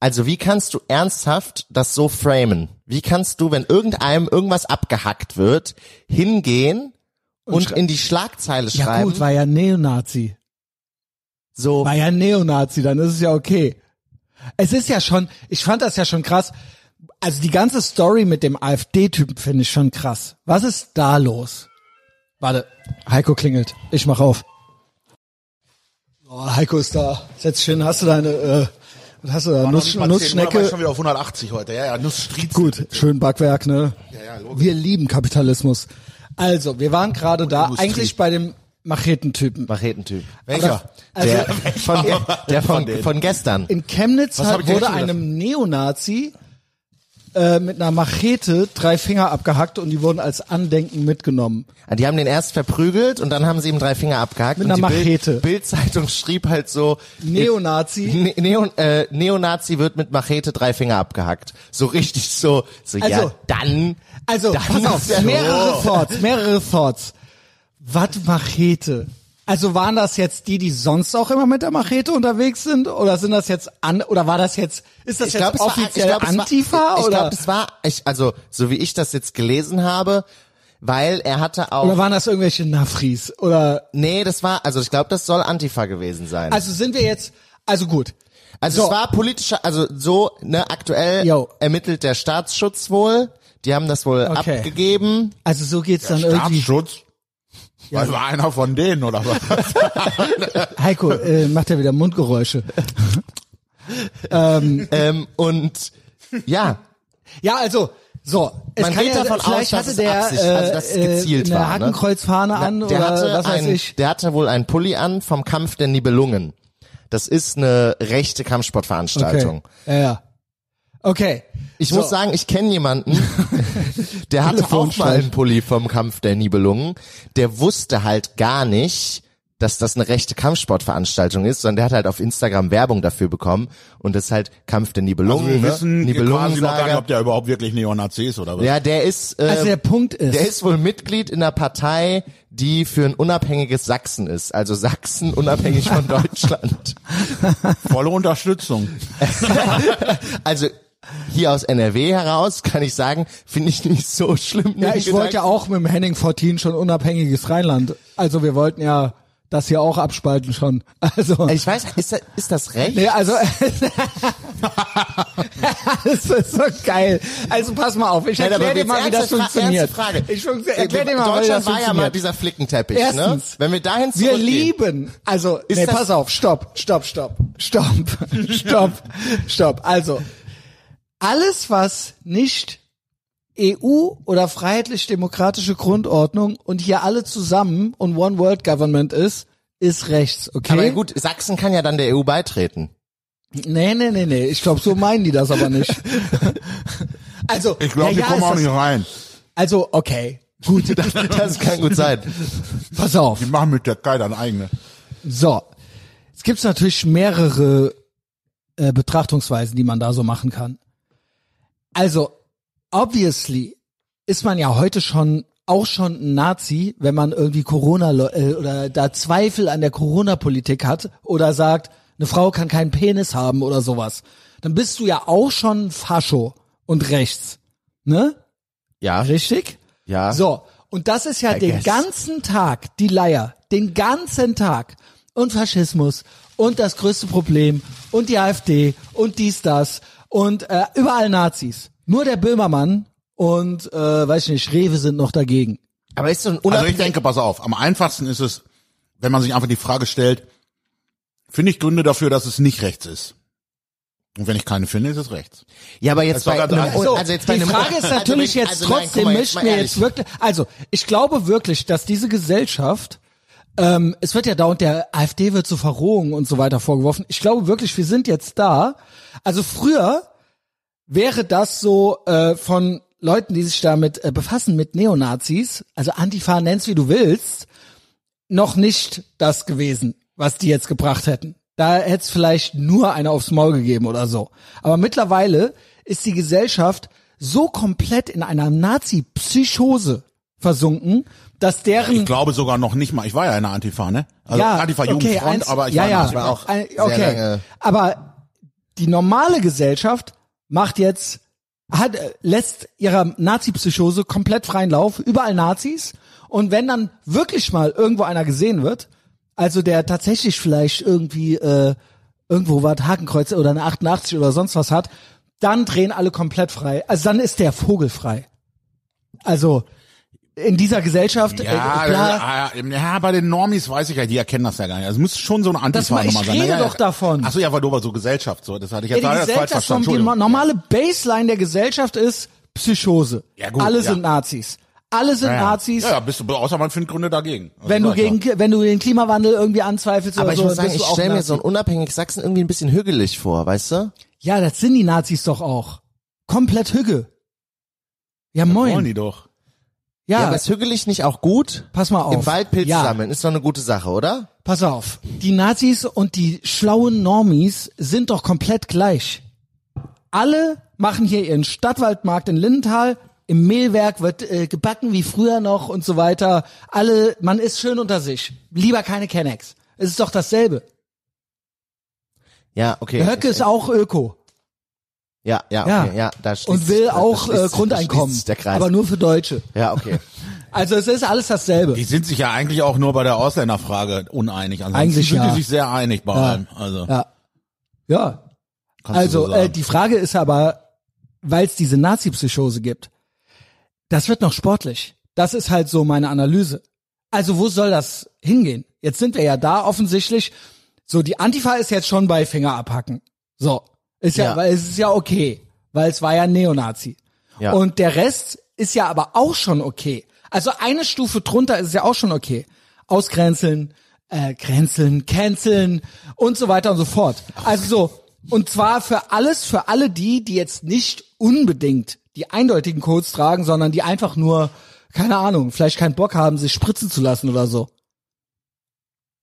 also wie kannst du ernsthaft das so framen? Wie kannst du, wenn irgendeinem irgendwas abgehackt wird, hingehen und, in die Schlagzeile
Ja
schreiben?
gut, war ja Neonazi.
so,
War ja Neonazi, dann ist es ja okay. Es ist ja schon, ich fand das ja schon krass. Also die ganze Story mit dem AfD-Typen finde ich schon krass. Was ist da los? Warte, Heiko klingelt. Ich mach auf. Oh, Heiko ist da. Setz dich hin. Hast du deine, äh, was hast du da? Nuss,
Nussschnecke. Ich schon
Nussschnecke.
wieder auf 180 heute. Ja, ja, Nussstriezel.
Gut, schön Backwerk, ne?
Ja, ja, logisch.
Wir lieben Kapitalismus. Also, wir waren gerade da,
Industrie.
eigentlich bei dem Machetentypen.
Machetentyp.
Welcher? Also-
Der, von, der von,
denen?
von gestern.
In Chemnitz
Was
hat,
hab ich dir
wurde
jetzt schon
einem Neonazi äh, mit einer Machete drei Finger abgehackt und die wurden als Andenken mitgenommen.
Ah, Die haben den erst verprügelt und dann haben sie ihm drei Finger abgehackt.
Mit
und
einer
die Bild-
Machete.
Bild-Zeitung schrieb halt so,
Neonazi.
Ne Neon, äh, Neonazi wird mit Machete drei Finger abgehackt. So richtig so, so
Also-
ja, dann,
Also,
dann
pass
ist ja-
auf, mehrere Thoughts, mehrere Thoughts. Was Machete? Also waren das jetzt die, die sonst auch immer mit der Machete unterwegs sind? Oder sind das jetzt an, oder war das jetzt, ist das
ich
jetzt
glaube, es war, ich
offiziell
glaub, es war,
Antifa?
ich
oder?
glaube, es war, ich, also, so wie ich das jetzt gelesen habe, weil er hatte auch,
Oder waren das irgendwelche Nafris? Oder
nee, das war, also ich glaube, das soll Antifa gewesen sein.
also sind wir jetzt also gut.
Also
So.
es war politischer, also so, ne, aktuell
Jo.
ermittelt der Staatsschutz wohl. Die haben das wohl
Okay.
abgegeben.
Also so geht's dann irgendwie.
Staatsschutz? Das war einer von denen, oder was?
Heiko äh, macht ja wieder Mundgeräusche.
Ähm, und ja,
Ja, also so. Es
Man
kann
geht
ja,
davon
vielleicht
aus, dass
hatte
es
der
Absicht- also, dass es
äh,
gezielt
eine
war, ne?
Hakenkreuzfahne an
Na,
oder was weiß
ein,
ich.
Der hatte wohl einen Pulli an vom Kampf der Nibelungen. Das ist eine rechte Kampfsportveranstaltung.
Okay. Ja, ja. Okay.
Ich
So.
muss sagen, ich kenne jemanden, der hatte auch mal
Telefonstreich.
einen Pulli vom Kampf der Nibelungen. Der wusste halt gar nicht, dass das eine rechte Kampfsportveranstaltung ist, sondern der hat halt auf Instagram Werbung dafür bekommen und das ist halt Kampf der Nibelungen.
Also Wir wissen
ne?
quasi noch gar nicht, ob
Nibelungen
der überhaupt wirklich Neonazi ist, oder was?
ja, der ist, äh,
Also der Punkt ist,
der ist wohl Mitglied in einer Partei, die für ein unabhängiges Sachsen ist. Also Sachsen unabhängig von Deutschland.
Volle Unterstützung.
Also hier aus NRW heraus kann ich sagen, finde ich nicht so schlimm.
ja,
den
ich wollte ja
Gedanken.
auch mit dem Henning 14 schon unabhängiges Rheinland. Also wir wollten ja das hier auch abspalten schon. Also
Ich weiß, ist das, ist das recht?
Nee, also das ist so geil. Also pass mal auf, ich
Nein, aber
erkläre dir
jetzt
mal, wie das
ernste Fra-
funktioniert.
ernste Frage. Äh,
Ich erkläre dir mal, wie das
Deutschland war ja mal
funktioniert.
dieser Flickenteppich,
Erstens.
ne? Wenn wir
wir
dahin zurückgehen-
lieben, also
Ist
nee,
das-
pass auf, stopp, stopp, stopp, stopp, stopp, stopp. Also alles, was nicht EU oder freiheitlich-demokratische Grundordnung und hier alle zusammen und One World Government ist, ist rechts, okay?
Aber gut, Sachsen kann ja dann der EU beitreten.
Nee, nee, nee, nee. Ich glaube, so meinen die das aber nicht. Also,
Ich glaube,
ja,
die
ja,
kommen
ist
auch
das-
nicht rein.
Also, okay. Gut,
Das kann gut sein.
pass auf.
Die machen mit der Kai dann eigene.
So. Jetzt gibt's natürlich mehrere äh, Betrachtungsweisen, die man da so machen kann. Also, obviously ist man ja heute schon auch schon ein Nazi, wenn man irgendwie Corona lo- äh, oder da Zweifel an der Corona-Politik hat oder sagt, eine Frau kann keinen Penis haben oder sowas. Dann bist du ja auch schon ein Fascho und rechts. Ne?
Ja,
Richtig?
ja.
So, und das ist ja
I
den
guess.
ganzen Tag die Leier, den ganzen Tag. Und Faschismus und das größte Problem und die AfD und dies, das und äh, überall Nazis. Nur der Böhmermann und, äh, weiß ich nicht, Rewe sind noch dagegen.
Aber ist so ein
Also ich
unabhängig.
denke, pass auf, am einfachsten ist es, wenn man sich einfach die Frage stellt, finde ich Gründe dafür, dass es nicht rechts ist. Und wenn ich keine finde, ist es rechts.
ja, aber jetzt
war
bei
ganz
einem,
einfach.
So,
also jetzt bei
die
einem,
Frage ist
also
natürlich
wenn-
jetzt
also nein,
trotzdem,
guck mal,
mischen
mal
wir
ehrlich.
jetzt wirklich, also ich glaube wirklich, dass diese Gesellschaft, ähm, es wird ja dauernd der AfD wird zu Verrohung und so weiter vorgeworfen. Ich glaube wirklich, wir sind jetzt da. Also früher wäre das so äh, von Leuten, die sich damit äh, befassen, mit Neonazis, also Antifa, nenn's wie du willst, noch nicht das gewesen, was die jetzt gebracht hätten. Da hätte es vielleicht nur eine aufs Maul gegeben oder so. Aber mittlerweile ist die Gesellschaft so komplett in einer Nazi-Psychose versunken, dass
Ich
deren
glaube sogar noch nicht mal. Ich war ja in der Antifa, ne? Also
Mhm. ja, okay,
Antifa-Jugendfront,
eins,
aber ich
ja,
war
ja,
nicht.
war auch
ein,
sehr
okay.
lange-
Aber die normale Gesellschaft macht jetzt hat äh, lässt ihrer Nazi-Psychose komplett freien Lauf, überall Nazis und wenn dann wirklich mal irgendwo einer gesehen wird, also der tatsächlich vielleicht irgendwie äh, irgendwo was Hakenkreuz oder eine 88 oder sonst was hat, dann drehen alle komplett frei. Also dann ist der Vogel frei. Also in dieser Gesellschaft
Ja, ah,
äh, klar,
ja, ja, bei den Normis weiß ich ja, die erkennen das ja gar nicht. Also es muss schon so eine
Das- ich
Antifa-Nummer sein. ne?
rede
ja, ja.
doch davon.
Ach so, ja, weil du aber so Gesellschaft, so. Das hatte ich
Ja,
jetzt
die
leider falsch
Gesellschaft,
verstanden.
vom, die
Entschuldigung.
normale Baseline der Gesellschaft ist Psychose.
Ja, gut,
Alle
ja.
sind Nazis. Alle sind
ja.
Nazis.
Ja, ja, bist du, außer man findet Gründe dagegen. Also
Wenn du
sag ich ja.
gegen, wenn du den Klimawandel irgendwie anzweifelst
Aber
oder
ich
so,
muss sagen,
bist
ich
du auch
stelle mir
Nazi.
so ein unabhängig Sachsen irgendwie ein bisschen hügelig vor, weißt du?
Ja, das sind die Nazis doch auch. komplett Hügge. Ja, moin.
Wollen die doch.
Ja,
Ja,
aber ist hügelig nicht auch gut?
pass mal auf.
Im Wald Pilz
ja,
sammeln ist doch eine gute Sache, oder?
Pass auf. Die Nazis und die schlauen Normies sind doch komplett gleich. Alle machen hier ihren Stadtwaldmarkt in Lindenthal. Im Mehlwerk wird äh, gebacken wie früher noch und so weiter. Alle, man ist schön unter sich. Lieber keine Kennex. Es ist doch dasselbe.
Ja, okay.
Der Höcke ist auch Öko
Ja, ja,
Ja.
okay, ja, da schließt
und will
da- da
auch äh,
schließt sich- schließt
Grundeinkommen,
sich Der Kreis.
aber nur für Deutsche.
ja, okay.
Also es ist alles dasselbe.
Die sind sich ja eigentlich auch nur bei der Ausländerfrage uneinig. Ansonsten
Eigentlich
sind
ja.
die sich sehr einig bei allem. Also,
Ja, ja.
kannst du
Also
so
äh,
sagen.
die Frage ist aber, weil es diese Nazi-Psychose gibt, das wird noch sportlich. Das ist halt so meine Analyse. Also wo soll das hingehen? Jetzt sind wir ja da offensichtlich. So die Antifa ist jetzt schon bei Finger abhacken. So ist ja,
Ja.
weil es ist ja okay, weil es war ja Neonazi.
Ja.
Und der Rest ist ja aber auch schon okay. Also eine Stufe drunter ist ja auch schon okay. Ausgrenzeln, äh, grenzeln, canceln und so weiter und so fort. Also so. Und zwar für alles, für alle die, die jetzt nicht unbedingt die eindeutigen Codes tragen, sondern die einfach nur, keine Ahnung, vielleicht keinen Bock haben, sich spritzen zu lassen oder so.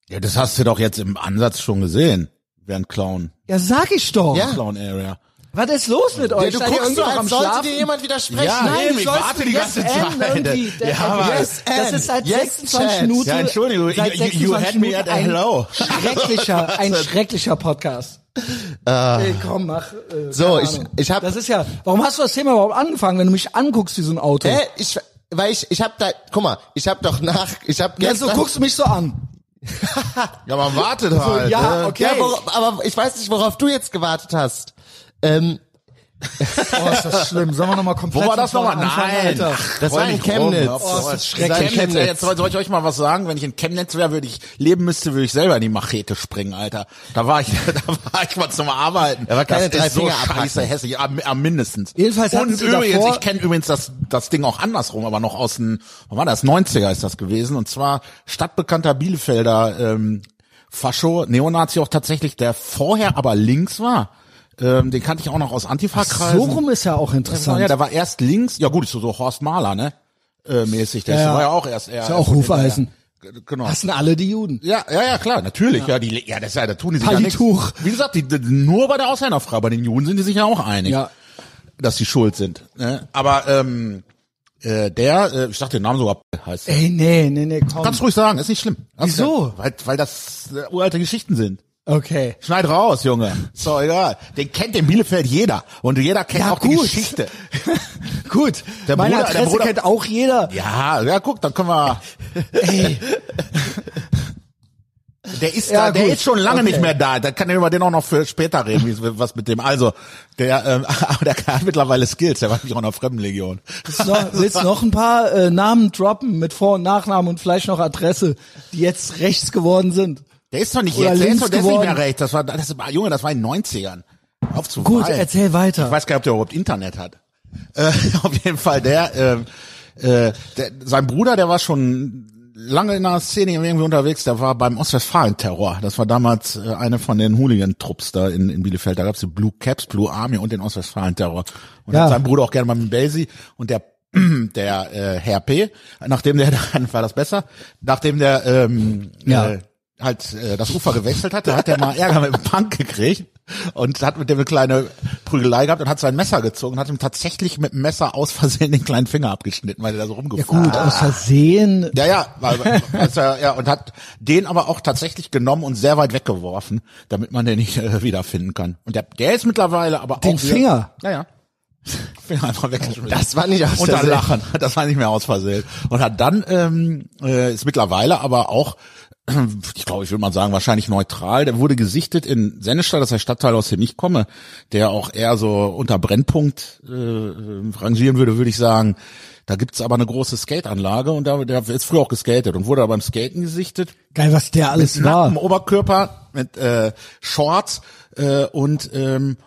ja, das hast du doch jetzt im Ansatz schon gesehen. Während Clown.
Ja, sag ich doch.
Ja.
Clown Area.
Was ist los mit euch?
ja, du
Seid ihr
guckst
irgendwie
so,
noch
als
am
sollte
Schlafen?
dir jemand widersprechen.
Ja,
Nein,
eben,
du
ich
sollst
Ah, warte
mit
die
yes
ganze
and
Zeit.
Irgendwie. Der,
Ja, aber-
yes das
and.
ist seit
Yes
26
chance.
Minuten.
Ja, Entschuldigung,
seit
you-
26
you had me at
Minuten
hello.
Ein schrecklicher, ein schrecklicher Podcast.
Ah.
Äh, komm, mach. Äh,
So,
keine
ich-
Ahnung.
ich hab-
Das ist ja. Warum hast du das Thema überhaupt angefangen, wenn du mich anguckst wie so ein Auto?
Äh,
Hä? Ich, weil ich, ich hab da, guck mal, ich hab doch nach, ich hab
Ja, so
gestern-
guckst du mich so an.
Ja, man wartet halt.
ja,
ne?
okay.
Ja, wor- aber ich weiß nicht, worauf du jetzt gewartet hast. Ähm,
Oh, ist das schlimm. Sollen wir nochmal komplett
Wo war das
von vorne
nochmal? Nein.
anfangen, Alter?
Das
Freu
war in
mich rum,
Chemnitz.
hör auf zu
Oh, ist das
heulen.
schrecklich.
Chemnitz,
Chemnitz.
ey, Jetzt soll, soll ich euch mal was sagen. Wenn ich in Chemnitz wäre, würde ich leben müsste, würde ich selber in die Machete springen, Alter. Da war ich, da war ich mal zum Arbeiten.
Da war keine
das
drei
ist so
Finger abhacken.
scheiße hässlich, am, am mindestens.
Jedenfalls hatten
Und
sie
übrigens,
davor-
ich kenne übrigens das, das Ding auch andersrum, aber noch aus den, wann war das? 90er ist das gewesen. Und zwar stadtbekannter Bielefelder, ähm, Fascho, Neonazi auch tatsächlich, der vorher aber links war. Ähm, den kannte ich auch noch aus Antifa-Kreisen.
So rum ist ja auch interessant.
Ja, da war erst links, ja gut, ist so, so Horst Mahler, ne? Äh, mäßig. Der
Ja, ja.
war ja auch erst eher.
Ist ja auch Hufeisen.
Ja, ja. Genau.
Hassen alle die Juden.
Ja, ja, ja, klar, natürlich, ja, die, ja, das ist ja, da tun die sich ja nichts.
Palituch.
Wie gesagt, die, die, nur bei der Ausländerfrage, bei den Juden sind die sich ja auch einig,
Ja.
dass sie schuld sind, ne? Aber, ähm, äh, der, äh, ich dachte den Namen sogar heißt.
Ey, nee, nee, nee, komm.
Kannst ruhig sagen, ist nicht schlimm. Hast
Wieso?
du- Weil, weil das äh, uralte Geschichten sind.
Okay.
Schneid raus, Junge. Ist doch egal. Den kennt in Bielefeld jeder. Und jeder kennt
Ja,
auch die
gut.
Geschichte.
Gut.
Der
Meine
Bruder- der
Adresse
Bruder-
kennt auch jeder.
Ja, ja, guck, dann können wir.
Ey.
Der ist
Ja,
da, der
gut.
ist schon lange
Okay.
nicht mehr da. Da kann ich über den auch noch für später reden, wie, was mit dem. Also, der, ähm, aber der hat mittlerweile Skills, der war nämlich auch in der Fremdenlegion.
Willst noch, willst noch ein paar äh, Namen droppen mit Vor- und Nachnamen und vielleicht noch Adresse, die jetzt rechts geworden sind?
Der ist doch nicht
Oder
jetzt, der
links
ist doch der ist nicht
geworden.
mehr rechts. Das war, das war, Junge, das war in den 90ern. Auf zu
Gut,
weit.
erzähl weiter.
Ich weiß gar nicht, ob der überhaupt Internet hat. Äh, auf jeden Fall, der, ähm, äh, der, sein Bruder, der war schon lange in einer Szene irgendwie unterwegs, der war beim Ostwestfalen-Terror. Das war damals äh, eine von den Hooligan-Trupps da in, in Bielefeld. Da gab's die Blue Caps, Blue Army und den Ostwestfalen-Terror. Und
Ja.
hat sein Bruder auch gerne mal mit Basie und der der äh, Herr P, nachdem der dann war das besser, nachdem der ähm,
Ja.
äh, halt äh, das Ufer gewechselt hat, da hat er mal Ärger mit dem Punk gekriegt und hat mit dem eine kleine Prügelei gehabt und hat sein Messer gezogen und hat ihm tatsächlich mit dem Messer aus Versehen den kleinen Finger abgeschnitten, weil er da so
Ja
rumgefahren
gut,
ist.
aus Versehen.
Ja, ja, weil, als er, ja, und hat den aber auch tatsächlich genommen und sehr weit weggeworfen, damit man den nicht äh, wiederfinden kann. Und der, der ist mittlerweile aber
Den
auch wieder-
Finger?
Ja, ja. Finger einfach weggeschmissen.
Das war nicht aus
Unter
Versehen.
Lachen, das war nicht mehr aus Versehen. Und hat dann, ähm, äh, ist mittlerweile aber auch, ich glaube, ich würde mal sagen, wahrscheinlich neutral. Der wurde gesichtet in Sennestadt, das ist der Stadtteil, aus dem ich komme, der auch eher so unter Brennpunkt äh, äh, rangieren würde, würde ich sagen. Da gibt's aber eine große Skateanlage und da der ist früher auch geskatet und wurde da beim Skaten gesichtet
Geil, was der alles
nacktem
war.
Oberkörper mit äh, Shorts äh, und ähm,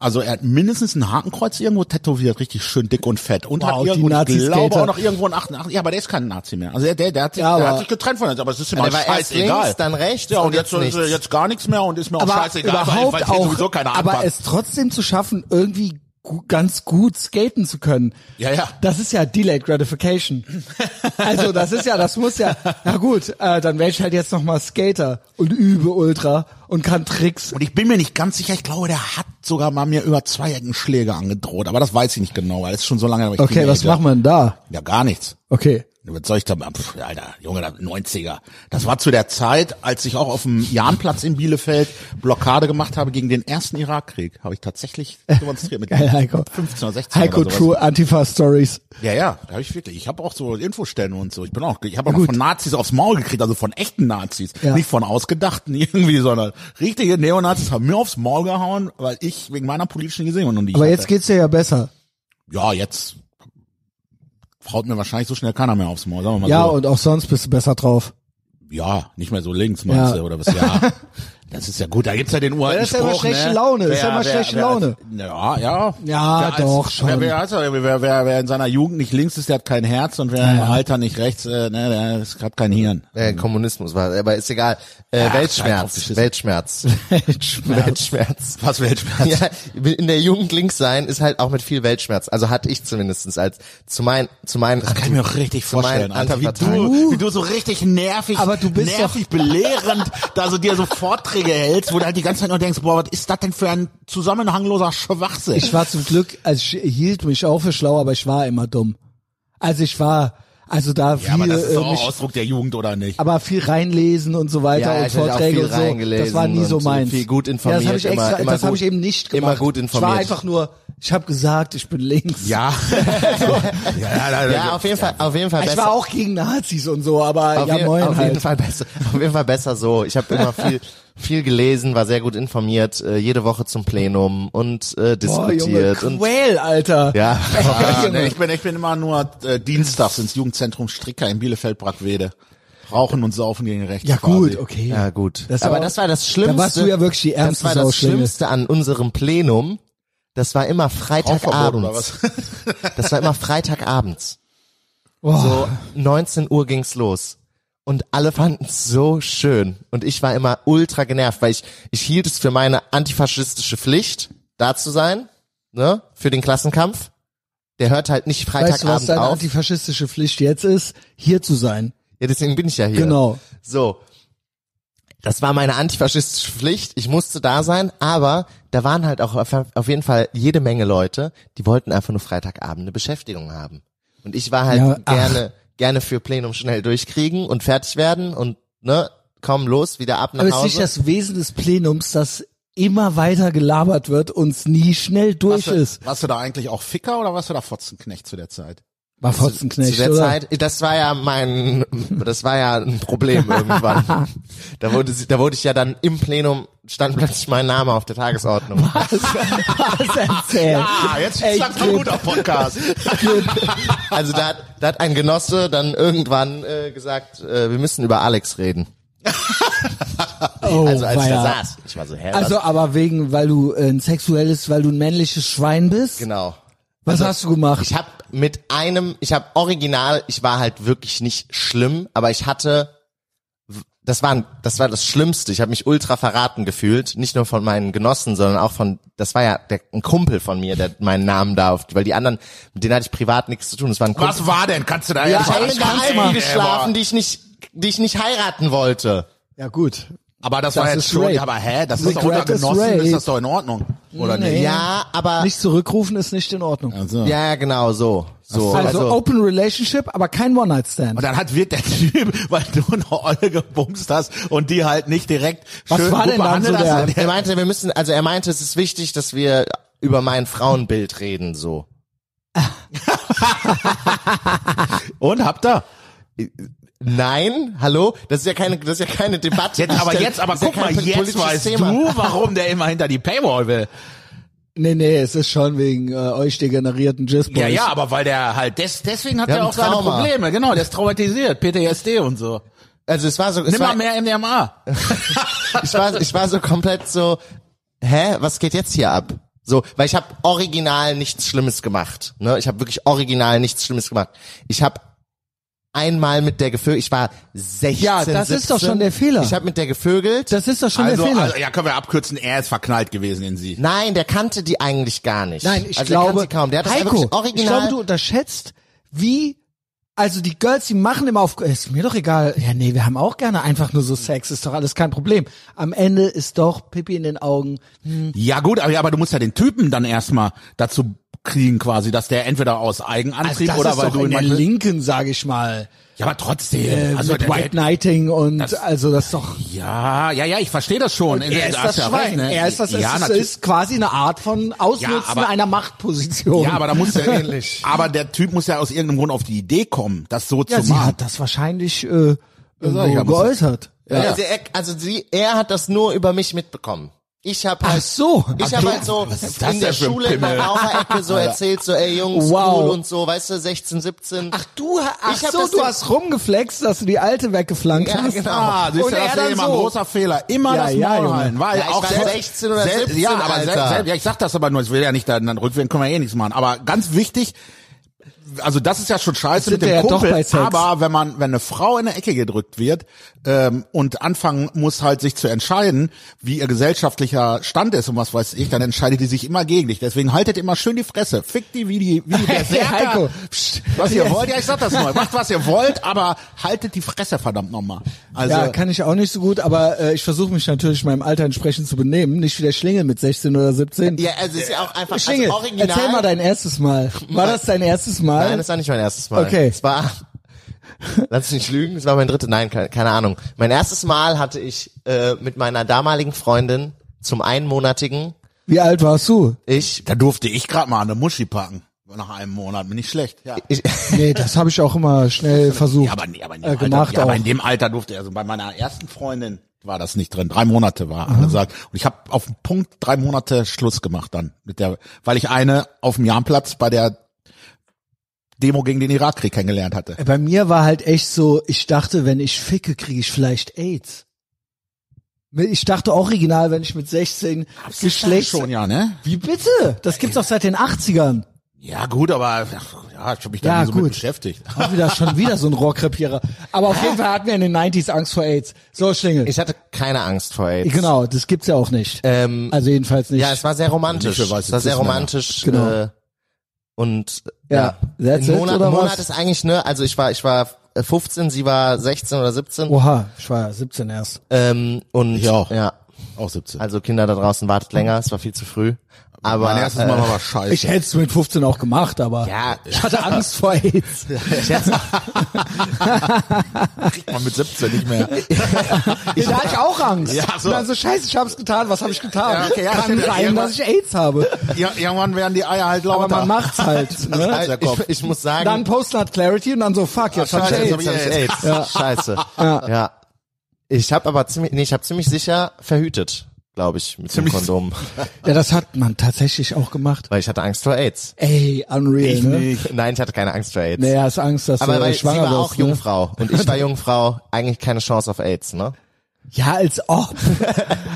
also er hat mindestens ein Hakenkreuz irgendwo tätowiert, richtig schön dick und fett und
Wow,
hat
die
irgendwo, ich
Nazis,
glaube
Skater.
auch noch irgendwo ein 88. Ja, aber der ist kein Nazi mehr. Also der, der, der hat sich,
Ja,
der
aber-
hat sich getrennt von uns, aber es ist ihm
Ja,
halt
der war erst
scheißegal.
links, dann rechts
ja und,
und
jetzt,
jetzt
ist er
nichts.
jetzt gar nichts mehr und ist mir auch
Aber
scheißegal, weil- weil
überhaupt
ich sowieso
auch,
keine
aber
Ahnung
es trotzdem zu schaffen, irgendwie gu ganz gut skaten zu können.
Ja, ja.
Das ist ja Delayed Gratification. also das ist ja, das muss ja, na gut, äh, dann wäre ich halt jetzt nochmal Skater und übe Ultra und kann Tricks.
Und ich bin mir nicht ganz sicher, ich glaube, der hat sogar mal mir über zwei Ecken Schläge angedroht, aber das weiß ich nicht genau, weil es ist schon so lange. aber ich bin
Okay,
mir
was
egal.
machen wir denn da?
Ja, gar nichts.
Okay.
Was soll ich da, pf, ah, Alter, Junge, da- 90er. Das war zu der Zeit, als ich auch auf dem Jahnplatz in Bielefeld Blockade gemacht habe gegen den ersten Irakkrieg. Habe ich tatsächlich demonstriert mit
Geil, Heiko.
15 oder 16
Heiko
oder sowas.
True Antifa Stories.
Ja, ja, da hab ich wirklich. Ich habe auch so Infostellen und so. Ich bin auch, ich habe auch noch von Nazis aufs Maul gekriegt, also von echten Nazis,
Ja.
nicht von ausgedachten irgendwie, sondern richtige Neonazis haben mir aufs Maul gehauen, weil ich wegen meiner politischen Gesinnung und die. ich
Aber
hatte.
jetzt geht's dir ja besser.
ja jetzt haut mir wahrscheinlich so schnell keiner mehr aufs Maul. Sagen
Also
wir mal
Ja,
so.
und auch sonst bist du besser drauf.
ja, nicht mehr so links meinst
Ja.
du oder was? Ja, das ist ja gut. Da gibt's ja den uralten
das ist ja immer
Spruch,
schlechte
ne?
Laune, das ist
Wer-
ja immer
wer-
schlechte
wer-
Laune.
Ja, ja.
Ja,
Wer als-
doch, schon.
Wer, wer, heißt er? wer, wer, wer in seiner Jugend nicht links ist, der hat kein Herz und wer im Alter nicht rechts, äh, ne, der ist- hat kein Hirn.
Äh, Kommunismus war, aber ist egal. Äh,
Ach, scheiß drauf,
Weltschmerz,
beschissen.
Weltschmerz,
Ähm,
Weltschmerz.
Was Weltschmerz.
Ja, in der Jugend links sein ist halt auch mit viel Weltschmerz. Also hatte ich zumindestens als zu mein zu meinen das
Kann ich mir auch richtig vorstellen, Alter, wie du, wie du so richtig nervig,
Uh. Aber du bist
nervig belehrend da so dir so Vorträge hältst, wo du halt die ganze Zeit nur denkst, boah, was ist das denn für ein zusammenhangloser Schwachsinn?
Ich war zum Glück, also ich hielt mich auch für schlau, aber ich war immer dumm. Also ich war, also da viel,
ja, aber das ist
äh,
doch
mich,
auch Ausdruck der Jugend, oder nicht?
aber viel reinlesen und so weiter
Ja,
und
ich hab auch
Vorträge
viel
und so.
reingelesen
Das war nie so
und
meins.
viel gut informiert,
Ja, das habe ich
immer-
extra,
immer
das habe
gut-
ich eben nicht
immer
gemacht.
gut
Ich war
informiert.
einfach nur, ich habe gesagt, ich bin links.
Ja. ja, ja,
Ja, auf jeden Fall, auf jeden Fall
ich
besser.
war auch gegen Nazis und so, aber
auf
ja
je-
moin
auf
halt.
jeden Fall besser. Auf jeden Fall besser so. Ich habe immer viel viel gelesen, war sehr gut informiert, äh, jede Woche zum Plenum und äh,
Boah, Junge,
diskutiert und
Quäl, Alter.
ja.
Ja, nee, ich, bin, ich bin immer nur äh, dienstags ins Jugendzentrum Stricker in Bielefeld-Brackwede. Rauchen und saufen gegen rechts.
Ja gut,
quasi.
okay.
Ja, gut.
Das
aber
war-
das war das Schlimmste.
Da warst du ja wirklich die
Das
ärmste
war das
Sauschlinge.
Schlimmste an unserem Plenum. Das war immer
Rauchverbot oder
Freitagabends.
was?
Das war immer Freitagabends.
Boah.
So 19 Uhr ging's los. Und alle fanden es so schön. Und ich war immer ultra genervt, weil ich, ich hielt es für meine antifaschistische Pflicht, da zu sein, ne, für den Klassenkampf. Der hört halt nicht
Weißt du, was
Freitagabend
deine
auf.
antifaschistische Pflicht jetzt ist? Hier zu sein.
Ja, deswegen bin ich ja hier.
Genau.
So. Das war meine antifaschistische Pflicht. Ich musste da sein, aber da waren halt auch auf, auf jeden Fall jede Menge Leute, die wollten einfach nur Freitagabend eine Beschäftigung haben. Und ich war halt
Ja, ach.
gerne, gerne für Plenum schnell durchkriegen und fertig werden und, ne, komm los, wieder ab nach
Aber es ist
Hause.
nicht das Wesen des Plenums, dass immer weiter gelabert wird und es nie schnell durch
Warst du,
ist.
warst du da eigentlich auch Ficker oder warst du da Fotzenknecht zu der Zeit?
War
zu
Fotzenknecht,
der
oder?
Zeit, das war ja mein, das war ja ein Problem irgendwann. da wurde, sie- da wurde ich ja dann im Plenum, stand plötzlich mein Name auf der Tagesordnung.
Was erzählt?
Ah, jetzt
Ey,
ist das ein
Clip.
guter Podcast.
Also da, hat- da hat ein Genosse dann irgendwann äh, gesagt, äh, wir müssen über Alex reden.
Oh,
also als ich da
weia.
saß, ich war so, hä, was?
Also aber wegen, weil du äh, ein sexuelles, weil du ein männliches Schwein bist?
genau.
Was hast du gemacht?
Ich habe mit einem, ich habe original, ich war halt wirklich nicht schlimm, aber ich hatte, das war, das war das Schlimmste. Ich habe mich ultra verraten gefühlt, nicht nur von meinen Genossen, sondern auch von, das war ja der, ein Kumpel von mir, der meinen Namen da, auf, weil die anderen, mit denen hatte ich privat nichts zu tun. Das war ein Kumpel.
Was war denn? Kannst du da
Ich habe
was
mit einer
erzählen,
Alten
aber-
geschlafen, die ich nicht, die ich nicht heiraten wollte.
ja gut.
Aber das,
Das
war jetzt
ist
schon,
Rape.
aber hä, das ist doch
Regret
unter
is
Genossen, ist
Rape.
das doch in Ordnung, oder
Nee.
nicht?
Ja, aber
Nicht zurückrufen ist nicht in Ordnung.
Also.
Ja, ja, genau, so.
also,
So.
oh.
Also,
Open Relationship, aber kein One-Night-Stand.
Und dann hat wird der Typ, weil du eine Olle gebumst hast und die halt nicht direkt
Was
schön
war
gut
denn dann so
behandelt
der-
hast.
er meinte, wir müssen, also er meinte, es ist wichtig, dass wir über mein Frauenbild reden, so.
Und habt ihr?
Nein, hallo, das ist ja keine, das ist ja keine Debatte.
Jetzt, aber
Das ist ja-
jetzt, aber
das ist ja
guck mal,
kein
jetzt
politisches
weißt
Thema.
du, warum der immer hinter die Paywall will.
nee, nee, es ist schon wegen äh, euch degenerierten jizz
Ja, ja, aber weil der halt, des, deswegen hat
Wir
er
haben
auch seine
Trauma.
Probleme, genau, der ist traumatisiert, PTSD und so.
Also es war so, es
Nimm mal
war,
mehr MDMA.
ich war, ich war so komplett so, hä, was geht jetzt hier ab? So, weil ich habe original nichts Schlimmes gemacht. Ne, ich habe wirklich original nichts Schlimmes gemacht. Ich habe einmal mit der gevögelt. Ich war 16,
Ja, das ist doch
17.
schon der Fehler.
Ich habe mit der gevögelt.
Das ist doch schon
also,
der Fehler.
also, ja, können wir abkürzen, er ist verknallt gewesen in sie.
Nein, der kannte die eigentlich gar nicht.
Nein, ich
also Der
glaube,
kannte sie kaum. Der hat das
Heiko,
einfach original.
ich glaube, du unterschätzt, wie also die Girls, die machen immer auf, ist mir doch egal. Ja, nee, wir haben auch gerne einfach nur so Sex, ist doch alles kein Problem. Am Ende ist doch Pippi in den Augen.
Ja gut, aber, aber du musst ja den Typen dann erstmal dazu kriegen quasi, dass der entweder aus
Also
Eigenantrieb
das
oder
ist
weil
doch
du
in
ihn
der
mal-
Linken, sage ich mal,
Ja, aber trotzdem.
äh,
also
mit
der,
White
der,
Knighting und also das ist doch.
ja, ja, ja, ich verstehe das schon.
Er ist
Da hast
das
du ja recht,
Schwein.
ne?
Er ist das.
ja,
Ja, es ist,
natürlich.
ist quasi eine Art von Ausnutzen
aber-
einer Machtposition.
Ja, aber da muss der,
Ähnlich.
aber der Typ muss ja aus irgendeinem Grund auf die Idee kommen, das so
ja,
zu
sie
machen.
hat das wahrscheinlich äh,
sag ich ja,
irgendwo
muss-
geäußert.
Ja. Also, er, also sie, er hat das nur über mich mitbekommen. Ich habe
Ach
halt,
so.
ich
Ach
habe
du-
halt so
was ist das
in der
denn für ein
Schule in der
Pimmel?
Raucherecke so erzählt, so ey Jungs,
Wow.
cool und so, weißt du, 16, 17.
Ach du, ach
Ich hab
so,
das
du
Ding-
hast rumgeflext, dass du die alte weggeflankt
Ja,
hast.
genau.
Ah, siehst
Und
du,
er
das ist
dann
immer
so.
ein großer Fehler. Immer
Ja,
das
ja,
Maul
Junge.
halten. Weil
Ja, ich
auch
war
selbst,
16 oder
selbst,
17,
Ja, aber
Alter.
Selbst, selbst, ja, ich sag das aber nur, ich will ja nicht dann, dann rückwärts können wir eh nichts machen. Aber ganz wichtig, also das ist ja schon scheiße
Sind
mit dem
wir ja doch
Kumpel.
bei Sex.
aber wenn man, wenn eine Frau in der Ecke gedrückt wird ähm, und anfangen muss halt sich zu entscheiden, wie ihr gesellschaftlicher Stand ist und was weiß ich, dann entscheidet die sich immer gegen dich. Deswegen haltet immer schön die Fresse. Fickt die wie die, wie die Berserker.
Heiko.
Psst, Was ihr wollt, ja, ich sag das mal. Macht, was ihr wollt, aber haltet die Fresse verdammt nochmal. Also,
ja, kann ich auch nicht so gut, aber äh, ich versuche mich natürlich meinem Alter entsprechend zu benehmen, nicht wie der Schlingel mit 16 oder 17.
Ja, also es ist ja auch einfach also
Schlingel,
original.
erzähl mal dein erstes Mal. War das dein erstes Mal?
Nein, das war nicht mein erstes Mal.
Okay.
Es war, lass mich nicht lügen, es war mein drittes, nein, keine, keine Ahnung. Mein erstes Mal hatte ich äh, mit meiner damaligen Freundin zum einmonatigen,
Wie alt warst du?
ich,
Da durfte ich gerade mal eine Muschi packen. Nach einem Monat bin ich schlecht. Ja,
ich
Nee, das habe ich auch immer schnell versucht.
ja, aber, nee, aber, in
Äh,
dem Alter,
gemacht
ja, aber
auch.
in dem Alter durfte er. Also bei meiner ersten Freundin war das nicht drin. Drei Monate
Mhm.
war angesagt. Und ich habe auf den Punkt drei Monate Schluss gemacht dann. mit der, Weil ich eine auf dem Jahnplatz bei der Demo gegen den Irakkrieg kennengelernt hatte.
Bei mir war halt echt so, ich dachte, wenn ich ficke, kriege ich vielleicht AIDS. Ich dachte original, wenn ich mit 16 Geschlecht...
schon, ja, ne?
Wie bitte? Das gibt's doch seit den 80ern.
Ja, gut, aber ach, ja, ich habe mich da
Ja,
nie so
gut.
mit beschäftigt.
Auch wieder schon wieder so ein Rohrkrepierer. Aber auf jeden Fall hatten wir in den 90s Angst vor AIDS. So, Schlingel.
ich hatte keine Angst vor AIDS. Ähm,
genau, das gibt's ja auch nicht.
Ähm,
also jedenfalls nicht.
Ja, es war sehr romantisch.
Nicht für
Es
weiße
war sehr
Cis-Männer.
romantisch.
Genau.
Äh, und äh,
Ja,
ja,
that's
ein
it,
Monat,
oder
ein Monat
was?
ist eigentlich, ne, also ich war, ich war äh, 15, sie war 16 oder 17.
Oha, ich war 17 erst.
Äh,
Ähm, und
Ich auch.
ja,
Auch 17.
also Kinder da draußen wartet länger, es war viel zu früh. Aber
mein erstes Mal
äh,
war aber scheiße.
Ich hätte es mit 15 auch gemacht, aber
Ja.
ich hatte Angst vor AIDS.
kriegt man mit 17 nicht mehr.
Ich da hatte ich auch Angst.
Ja, so.
Und dann so, scheiße, ich hab's getan, was habe ich getan?
Ja, okay, ja,
Kann
stimmt.
sein, dass ich AIDS habe.
Ja, irgendwann werden die Eier halt lauter.
Aber man macht's halt.
heißt,
Ne?
der Kopf.
ich, ich muss sagen,
Dann Posten hat Clarity und dann so, fuck, jetzt hab ich
Scheiße,
AIDS.
jetzt hab ich AIDS. Scheiße.
Ja.
Ja. Ich habe aber ziemlich, nee, ich habe ziemlich sicher verhütet, glaube ich, mit
Ziemlich-
dem Kondom,
Ja, das hat man tatsächlich auch gemacht.
weil ich hatte Angst vor AIDS.
Ey, unreal,
Ich
ne?
nicht.
Nein, ich hatte keine Angst vor AIDS.
Naja, hast Angst, dass
Aber
du
weil
äh,
sie war
schwanger
auch
wirst. Ne?
Jungfrau und ich war Jungfrau, eigentlich keine Chance auf AIDS, ne?
Ja, als ob.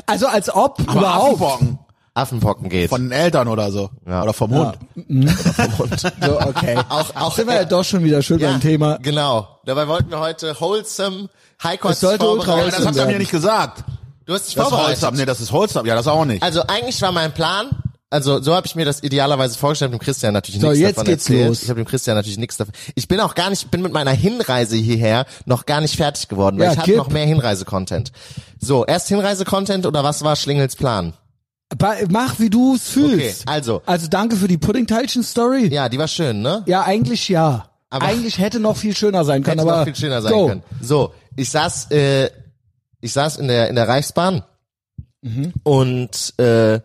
also als ob überhaupt.
Affenpocken
Affenpocken geht.
Von den Eltern oder so.
Ja.
Oder vom Hund.
So, okay.
Auch- äh, auch-
sind wir ja doch schon wieder schön beim Thema.
Genau. Dabei wollten wir heute wholesome High
Es sollte ultra
Ja, das
wholesome
hast du
werden.
mir nicht gesagt.
Du hast dich
Das ist Holzab.
vorbereitet.
Nee, das ist Holzab. Ja, das auch nicht.
Also eigentlich war mein Plan, also so habe ich mir das idealerweise vorgestellt, dem Christian natürlich
So,
nichts
jetzt
davon
geht's
erzählt.
los.
Ich habe dem Christian natürlich nichts davon. Ich bin auch gar nicht, bin mit meiner Hinreise hierher noch gar nicht fertig geworden, weil
Ja,
ich hatte
gib.
noch mehr Hinreise-Content. So, erst Hinreise-Content oder was war Schlingels Plan?
Ba- Mach, wie du es
Okay,
fühlst.
also,
Also danke für die Puddingteilchen-Story.
ja, die war schön, ne?
Ja, eigentlich ja.
Aber-
eigentlich hätte noch viel schöner sein können,
Hätte
aber
noch viel schöner sein
go.
können. So, ich saß, äh, ich saß in der in der Reichsbahn
Mhm.
und äh,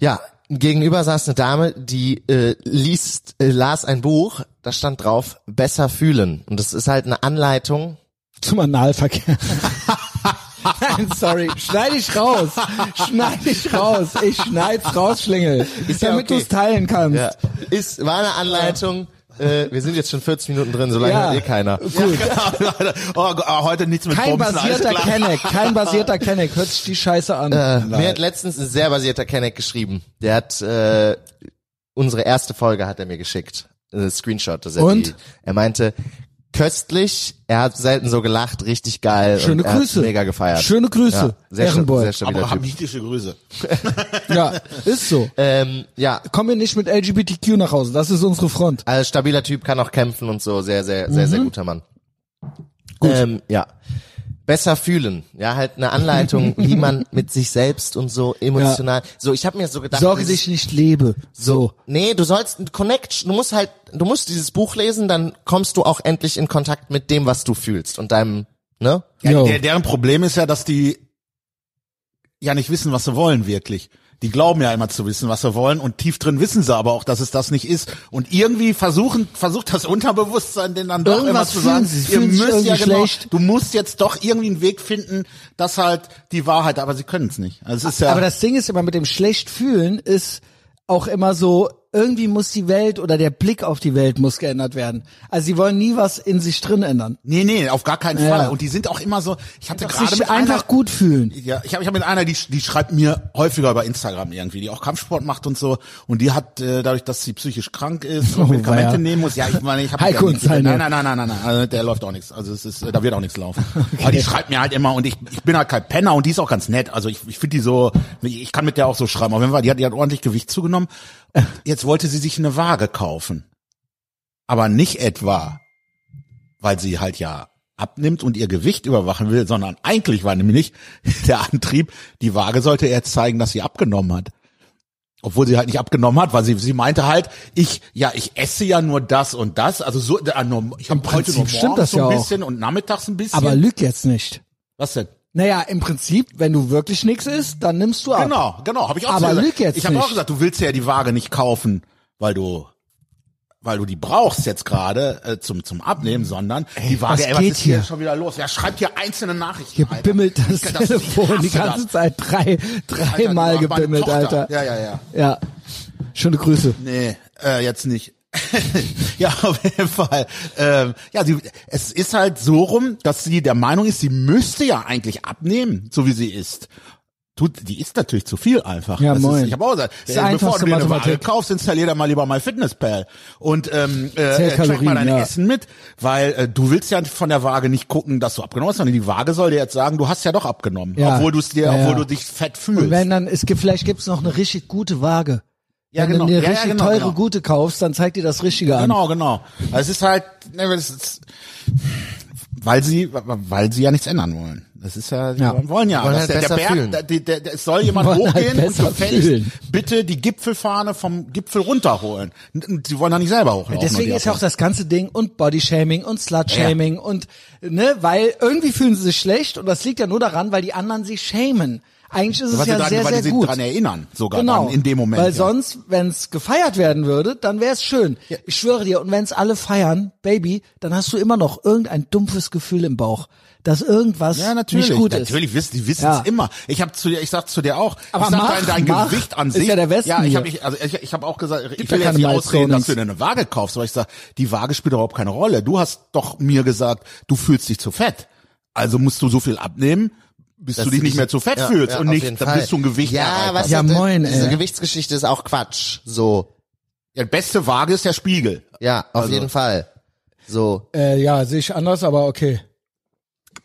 ja gegenüber saß eine Dame, die äh, liest äh, las ein Buch, da stand drauf besser fühlen und das ist halt eine Anleitung.
Zum Analverkehr. Nein, sorry. Schneid ich raus. Schneid ich raus. Ich schneid's raus, Schlingel. Ist
ja
damit
okay.
du's teilen kannst.
Ja, ist war eine Anleitung. Äh, wir sind jetzt schon 40 Minuten drin, so lange
Ja.
hat eh keiner.
Gut.
oh, Gott, ah, heute nichts mit
Also, Kein
Bumsen, alles
basierter
klar.
Kenneck. Kein basierter Kenneck. Hört sich die Scheiße an.
Mir hat letztens ein sehr basierter Kenneck geschrieben. Der hat äh, unsere erste Folge hat er mir geschickt. Äh, Screenshot, dass er
Und?
Die, er meinte, köstlich. Er hat selten so gelacht, richtig geil.
Schöne
und er hat's
Grüße.
Mega gefeiert.
Schöne Grüße,
Ja, sehr, sta-
Ehrenboy.
sehr stabiler
Aber
Typ.
hamitische Grüße.
Ja, ist so.
Ähm, ja,
Kommen wir nicht mit LGBTQ nach Hause, das ist unsere Front.
also stabiler Typ, kann auch kämpfen und so. Sehr, sehr, sehr,
Mhm.
sehr guter Mann. Gut. Ähm, ja. Besser fühlen. Ja, halt eine Anleitung, wie man mit sich selbst und so emotional. So, ich habe mir so gedacht,
Sorge
dieses-
dich nicht lebe. So.
Nee, du sollst ein Connect, du musst halt, du musst dieses Buch lesen, dann kommst du auch endlich in Kontakt mit dem, was du fühlst und deinem, ne?
Jo.
Der, deren Problem ist ja, dass die ja nicht wissen, was sie wollen wirklich. Die glauben ja immer zu wissen, was sie wollen und tief drin wissen sie aber auch, dass es das nicht ist. Und irgendwie versuchen, versucht das Unterbewusstsein denen dann doch immer
Irgendwas
zu sagen,
fühlen sie,
ihr
fühlen sich
müsst ja
irgendwie
genau,
schlecht.
du musst jetzt doch irgendwie einen Weg finden, dass halt die Wahrheit, aber sie können es nicht. Also es ist ja,
Aber das Ding ist immer mit dem schlecht fühlen ist auch immer so, irgendwie muss die Welt oder der Blick auf die Welt muss geändert werden. Also sie wollen nie was in sich drin ändern.
nee, nee, auf gar keinen
Ja.
Fall. Und die sind auch immer so, ich hatte gerade
Sich
mit einer-
einfach gut fühlen.
ja, ich habe ich hab mit einer, die, sch- die schreibt mir häufiger über Instagram irgendwie, die auch Kampfsport macht und so. Und die hat, äh, dadurch, dass sie psychisch krank ist und
Oh,
Medikamente
weia.
nehmen muss, ja, ich meine, ich habe...
Heiko und seine-
Nein, nein, nein, nein, nein, nein, also der läuft auch nichts. Also es ist, äh, da wird auch nichts laufen. Aber die schreibt mir halt immer und ich, ich bin halt kein Penner und die ist auch ganz nett. Also ich, ich finde die so, ich kann mit der auch so schreiben. Auf jeden Fall, die hat, die hat ordentlich Gewicht zugenommen. Und jetzt wollte sie sich eine Waage kaufen. Aber nicht etwa, weil sie halt ja abnimmt und ihr Gewicht überwachen will, sondern eigentlich war nämlich der Antrieb, die Waage sollte ihr jetzt zeigen, dass sie abgenommen hat. Obwohl sie halt nicht abgenommen hat, weil sie, sie meinte halt, ich, ja, ich esse ja nur das und das, also so, äh, nur- ich habe heute
Prinzip
nur
stimmt
morgens
das
so ein
ja auch.
bisschen und nachmittags ein bisschen.
Aber lüg jetzt nicht.
was denn?
Naja, im Prinzip, wenn du wirklich nichts isst, dann nimmst du ab.
Genau, genau, habe ich auch
Ah. Aber
so gesagt.
lüg jetzt
ich habe auch
nicht.
gesagt, du willst ja die Waage nicht kaufen, weil du weil du die brauchst jetzt gerade äh, zum zum Abnehmen, sondern die Waage,
was
ey, was
geht
ist hier
hier?
schon wieder los? Wer schreibt hier einzelne Nachrichten?
Hier
Alter?
bimmelt das
Ich- ich
Telefon die
hasse
ganze
das.
Zeit drei,
Alter, die
dreimal
macht meine
gebimmelt,
Tochter.
Alter.
Ja, ja, ja.
Ja. Schöne Grüße.
Nee, äh, jetzt nicht. ja, auf jeden Fall. Ähm, ja, sie, es ist halt so rum, dass sie der Meinung ist, sie müsste ja eigentlich abnehmen, so wie sie ist. Tut, die ist natürlich zu viel einfach.
Ja,
das
moin.
Ist, ich habe auch gesagt,
Ist die
ey, bevor
einfachste
du dir eine Waage
Mathematik.
kaufst, installier da mal lieber mal Fitnesspal und ähm, äh,
Zählt
äh, track mal
Kalorien,
dein
ja.
Essen mit, weil äh, du willst ja von der Waage nicht gucken, dass du abgenommen hast, sondern die Waage soll dir jetzt sagen, du hast ja doch abgenommen,
Ja.
obwohl du es dir,
Ja, ja.
obwohl du dich fett fühlst.
Und wenn dann, es gibt, vielleicht gibt's noch eine richtig gute Waage.
Ja,
wenn
genau.
du eine
Ja, ja,
richtig
genau,
teure,
genau.
gute kaufst, dann zeigt dir das Richtige an.
Genau, genau. Also es ist halt, ne, es ist, weil sie, weil sie ja nichts ändern wollen. Das ist ja, die
Ja.
wollen ja,
Wollen
dass
halt besser
der, der
fühlen.
Berg, der, der, der, es soll jemand
Wollen halt
hochgehen und
besser
gefälligst
fühlen.
bitte die Gipfelfahne vom Gipfel runterholen. N- n- Sie wollen da nicht selber hochlaufen.
Deswegen
und die
ist ja auch
abholen.
das ganze Ding und Bodyshaming und Slutshaming und ne, weil irgendwie fühlen sie sich schlecht und das liegt ja nur daran, weil die anderen sie shamen. Eigentlich ist es
weil sie
ja
dran-
sehr,
weil
sehr
sie
gut.
dran erinnern, sogar
genau.
dann in dem Moment.
Weil
ja.
sonst, wenn es gefeiert werden würde, dann wäre es schön. Ich schwöre dir, und wenn es alle feiern, Baby, dann hast du immer noch irgendein dumpfes Gefühl im Bauch, dass irgendwas
Ja, natürlich.
nicht gut ist.
natürlich wissen die wissen
Ja.
es immer. Ich habe zu dir, ich sag zu dir auch,
Aber
ich sag
mach,
dein, dein
mach.
Gewicht an
Ist
sich.
ja der Westen
ja, ich habe
hier.
ich, also ich, ich hab auch gesagt,
ja
ich will jetzt
keine
nicht ausreden, dass
Milestones.
du dir eine Waage kaufst, weil ich sag, die Waage spielt überhaupt keine Rolle. Du hast doch mir gesagt, du fühlst dich zu fett. Also musst du so viel abnehmen, bis
Dass
du dich nicht mehr zu fett
ja,
fühlst
ja,
und
auf
nicht,
jeden
dann
Fall.
bist du ein Gewicht
Ja,
erreicht
was
hast.
Ja,
denn-
moin,
Diese
ey.
Gewichtsgeschichte ist auch Quatsch. So.
Die beste Waage ist der Spiegel.
Ja, auf
Also.
jeden Fall. So.
Äh, ja, sehe ich anders, aber okay.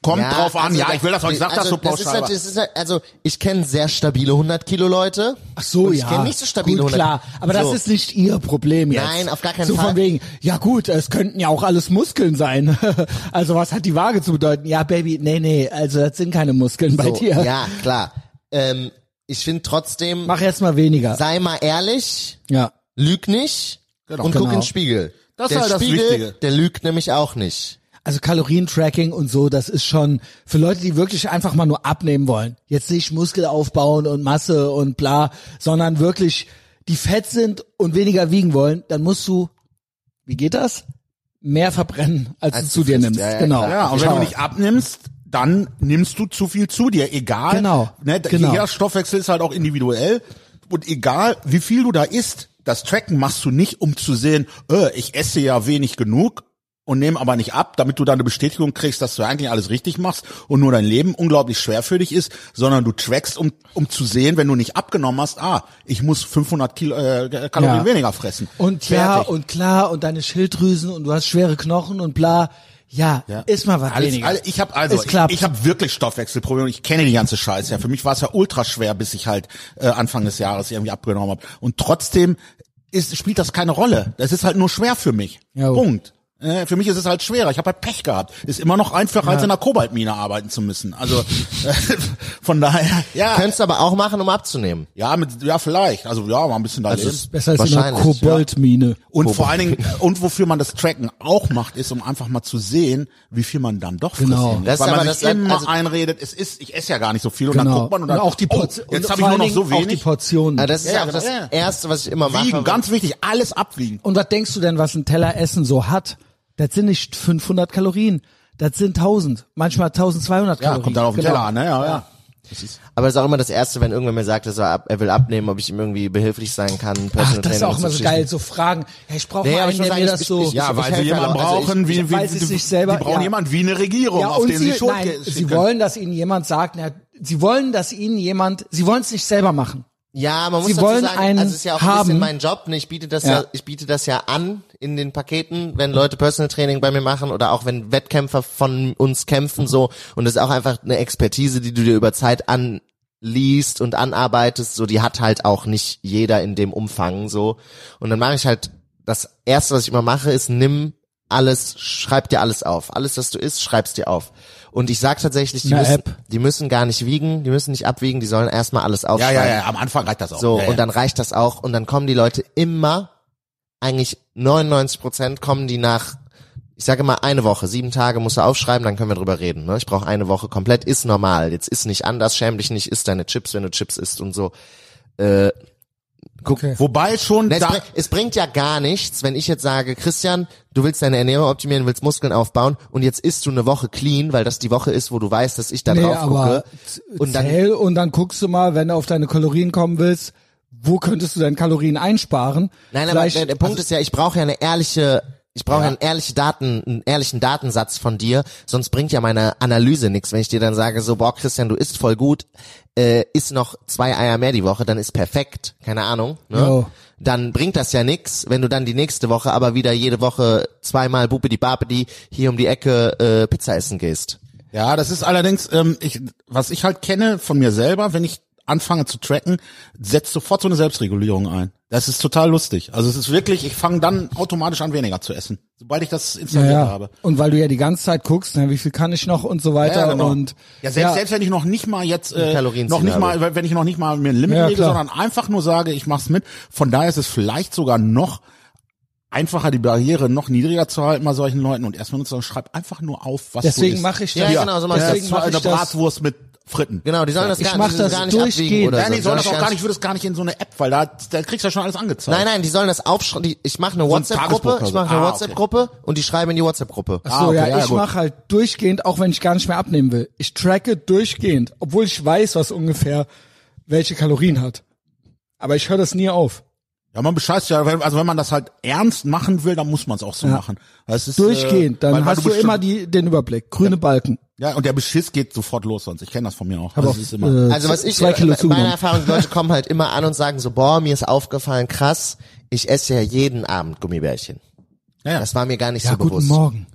Kommt
ja,
drauf an,
also
ja,
da-
ich will das auch, ich sag
also
das so
ist
pauschal.
halt- das ist halt, also, ich kenne sehr stabile 100 Kilo Leute.
Ach so,
Und ich
ja.
kenn nicht so stabile
gut,
100.
klar. Aber das
So.
ist nicht ihr Problem jetzt.
Nein, auf gar keinen
so So
Fall.
von wegen, ja gut, es könnten ja auch alles Muskeln sein. also was hat die Waage zu bedeuten? Ja, Baby, nee, nee, also das sind keine Muskeln bei
so.
dir.
Ja, klar. Ähm, ich finde trotzdem,
Mach jetzt mal weniger.
sei mal ehrlich,
ja.
lüg nicht
Genau.
und guck
Genau.
in den Spiegel.
Das ist
der
halt das
Spiegel,
Wichtige.
der lügt nämlich auch nicht.
Also Kalorientracking und so, das ist schon für Leute, die wirklich einfach mal nur abnehmen wollen. Jetzt nicht Muskel aufbauen und Masse und bla, sondern wirklich die fett sind und weniger wiegen wollen, dann musst du, wie geht das? Mehr verbrennen, als,
Als
du zu
du
dir
frisst.
nimmst.
Ja, ja,
genau.
klar.
Ja, und wenn
Genau.
du nicht abnimmst, dann nimmst du zu viel zu dir, egal.
Genau,
Ne,
genau.
Jeder Stoffwechsel ist halt auch individuell und egal, wie viel du da isst, das Tracken machst du nicht, um zu sehen, äh, ich esse ja wenig genug und nehme aber nicht ab, damit du da eine Bestätigung kriegst, dass du eigentlich alles richtig machst und nur dein Leben unglaublich schwer für dich ist, sondern du trackst, um, um zu sehen, wenn du nicht abgenommen hast, ah, ich muss 500 Kilo, äh, Kalorien
Ja.
weniger fressen.
Und ja,
Fertig.
und klar, und deine Schilddrüsen und du hast schwere Knochen und bla. Ja, ist mal was
Alles,
weniger.
alle- ich habe also,
Es klappt.
ich, ich habe wirklich Stoffwechselprobleme und ich kenne die ganze Scheiße. Ja, für mich war es ja ultra schwer, bis ich halt äh, Anfang des Jahres irgendwie abgenommen habe. Und trotzdem ist, spielt das keine Rolle. Das ist halt nur schwer für mich.
Ja.
Punkt. Äh, Für mich ist es halt schwerer. Ich habe halt Pech gehabt. Ist immer noch einfacher, als in einer Kobaltmine arbeiten zu müssen. Also äh, von daher, ja,
Könntest aber auch machen, um abzunehmen.
ja, mit, ja, vielleicht. Also ja, mal ein bisschen da
Also
leben.
es-
Besser als in einer
Wahrscheinlich, ja.
Koboldmine.
Und vor allen Dingen, äh, und wofür man das Tracken auch macht, ist, um einfach mal zu sehen, wie viel man dann doch
Genau.
frisst.
Das ist
Weil man
aber
sich
das-
immer
also-
einredet, es ist, ich esse ja gar nicht so viel und dann
Genau.
guckt man und dann,
auch die
oh,
Portion.
jetzt habe ich nur noch so
Auch die
wenig.
Portionen.
Ja, das ist
Ja,
aber das
ja, ja.
Erste, was ich immer mache.
Wiegen, ganz wichtig, alles abwiegen.
Und was denkst du denn, was ein Teller Essen so hat? Das sind nicht 500 Kalorien. Das sind 1000. Manchmal 1200
Ja,
Kalorien.
kommt dann auf den
Genau.
Teller an, ne? Ja, ja.
aber das ist auch immer das Erste, wenn irgendwer mir sagt, dass er, ab, er will abnehmen, ob ich ihm irgendwie behilflich sein kann.
Ach,
Personal
das ist
Training
auch immer
und
so
so
geil,
Geschichten.
so Fragen. Hey, ich brauche
Nee,
mal
aber ich
einen,
muss
der mir
sagen,
das
ich-
so...
ich-
Ja,
ich
weil sie
helfe ja
jemanden
auch. Also ich-
brauchen, wie, wie,
weiß es
die-
nicht selber,
die brauchen
ja.
jemanden wie eine Regierung,
ja,
auf
und
den
sie,
sie Schuld
nein,
schicken
sie
können.
wollen, dass ihnen jemand sagt, na, sie wollen, dass ihnen jemand, sie wollen es nicht selber machen.
Ja, man muss
Sie
dazu
wollen
sagen,
einen
also es ist ja auch ein
haben.
bisschen mein Job. Ne? Ich biete das
Ja.
ja. ich biete das ja an in den Paketen, wenn Leute Personal Training bei mir machen oder auch wenn Wettkämpfer von uns kämpfen so. Und das ist auch einfach eine Expertise, die du dir über Zeit anliest und anarbeitest. So, die hat halt auch nicht jeder in dem Umfang so. Und dann mache ich halt das erste, was ich immer mache, ist nimm alles, schreib dir alles auf. Alles, was du isst, schreibst dir auf. Und ich sag tatsächlich, die,
Eine
müssen,
App.
die müssen gar nicht wiegen, die müssen nicht abwiegen, die sollen erstmal alles
Ja,
aufschreiben.
ja, ja, am Anfang reicht das auch.
So,
ja,
und
ja.
dann reicht das auch. Und dann kommen die Leute immer, eigentlich 99 Prozent kommen die nach, ich sage immer eine Woche, sieben Tage musst du aufschreiben, dann können wir drüber reden. Ne? Ich brauche eine Woche komplett, ist normal. Jetzt ist nicht anders, schäm dich nicht, isst deine Chips, wenn du Chips isst und so.
Wobei schon,
Ne, es,
da,
bring, es bringt ja gar nichts, wenn ich jetzt sage, Christian, du willst deine Ernährung optimieren, willst Muskeln aufbauen und jetzt isst du eine Woche clean, weil das die Woche ist, wo du weißt, dass ich da drauf gucke.
und
Und dann-
zähl und dann guckst du mal, wenn du auf deine Kalorien kommen willst, wo könntest du deine Kalorien einsparen?
Nein, aber
Vielleicht-
der, der
also
Punkt ist ja, ich brauche ja eine ehrliche, ich brauche ja. einen ehrlichen Daten, einen ehrlichen Datensatz von dir, sonst bringt ja meine Analyse nichts, wenn ich dir dann sage, so boah Christian, du isst voll gut, äh, isst noch zwei Eier mehr die Woche, dann ist perfekt, keine Ahnung, ne?
Jo.
Dann bringt das ja nix, wenn du dann die nächste Woche aber wieder jede Woche zweimal bubidi babidi hier um die Ecke äh, Pizza essen gehst.
Ja, das ist allerdings, ähm, ich, was ich halt kenne von mir selber, wenn ich anfange zu tracken, setzt sofort so eine Selbstregulierung ein. Das ist total lustig. Also es ist wirklich, ich fange dann automatisch an, weniger zu essen, sobald ich das
ja,
installiert
ja.
habe.
Und weil du ja die ganze Zeit guckst, ne, wie viel kann ich noch und so weiter
genau.
und
ja, selbst, selbst wenn ich noch nicht mal jetzt äh,
Kalorien
noch
ziehen
nicht mal, wenn ich noch nicht mal mir ein Limit
Ja,
lege,
klar.
sondern einfach nur sage, ich mach's mit. Von daher ist es vielleicht sogar noch einfacher, die Barriere noch niedriger zu halten bei solchen Leuten und erstmal nur zu sagen, schreib einfach nur auf, was du
deswegen
isst.
mache ich
Ja,
das.
genau, so mach ich
Das
deswegen
ist
mache
eine
ich das.
Bratwurst mit Fritten.
Genau, die sollen das
Ich
gar,
mach
die sollen
das
gar nicht abwiegen
durchgehend.
oder
Ja,
Nein,
so. ne?
die
Sollen
sollen das auch
nicht
gar nicht, ich würde das gar nicht in so eine App, weil da, da kriegst du ja schon alles angezeigt.
Nein, nein, die sollen das aufschreiben. Die- Ich mache eine
ein
WhatsApp-Gruppe,
Tagesprognose.
ich mache eine
Ah, okay.
WhatsApp-Gruppe und die schreiben in die WhatsApp-Gruppe.
Ach so,
Ah, okay,
ja,
ja,
ich
gut.
mache halt durchgehend, auch wenn ich gar nicht mehr abnehmen will. Ich tracke durchgehend, obwohl ich weiß, was ungefähr welche Kalorien hat. Aber ich höre das nie auf.
Ja, man bescheißt ja, wenn- also wenn man das halt ernst machen will, dann muss man es auch so machen. Das ist, äh,
Durchgehend, dann
weil- weil
hast du
bestimmt-
immer die, den Überblick. Grüne Balken.
Ja, und der Beschiss geht sofort los sonst. Ich kenne das von mir auch.
Hab
Also
auch,
es ist immer.
äh,
Also was ich,
zwei Kilo
äh, meine
zugenommen.
Erfahrung, die Leute kommen halt immer an und sagen so, boah, mir ist aufgefallen, krass, ich esse ja jeden Abend Gummibärchen.
ja, ja.
Das war mir gar nicht
Ja,
so
guten
bewusst.
Morgen.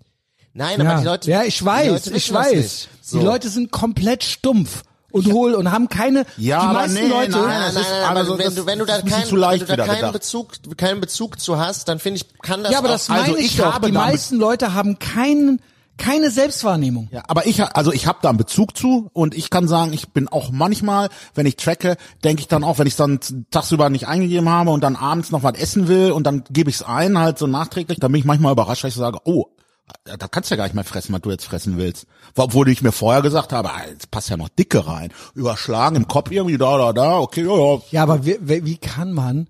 Nein, aber
Ja.
die Leute,
ja, ich
die
weiß,
Leute
ich
wissen das
weiß.
nicht. So.
Die Leute sind komplett stumpf und hohl und haben keine,
Ja,
die
aber
meisten
nee,
Leute,
Nein,
nein, Das
nein,
ist-
nein,
aber
aber
so-
wenn,
das
du, wenn du
ist
da,
ein bisschen
kein,
zu leicht
wenn du da
wieder
keinen
gedacht.
Bezug, keinen Bezug zu hast, dann finde ich, kann das
ja, aber
auch,
das meine
also
ich,
ich
doch.
habe
Die
damit-
meisten Leute haben keinen, keine Selbstwahrnehmung.
Ja, aber ich, ha- also ich habe da einen Bezug zu und ich kann sagen, ich bin auch manchmal, wenn ich tracke, denke ich dann auch, wenn ich dann tagsüber nicht eingegeben habe und dann abends noch was essen will und dann gebe ich es ein, halt so nachträglich, dann bin ich manchmal überrascht, weil ich so sage, oh, da kannst du ja gar nicht mehr fressen, was du jetzt fressen willst. Obwohl ich mir vorher gesagt habe, ah, jetzt passt ja noch Dicke rein. Überschlagen im Kopf irgendwie, da, da, da, okay, ja, ja.
Ja, aber wie, wie wie kann man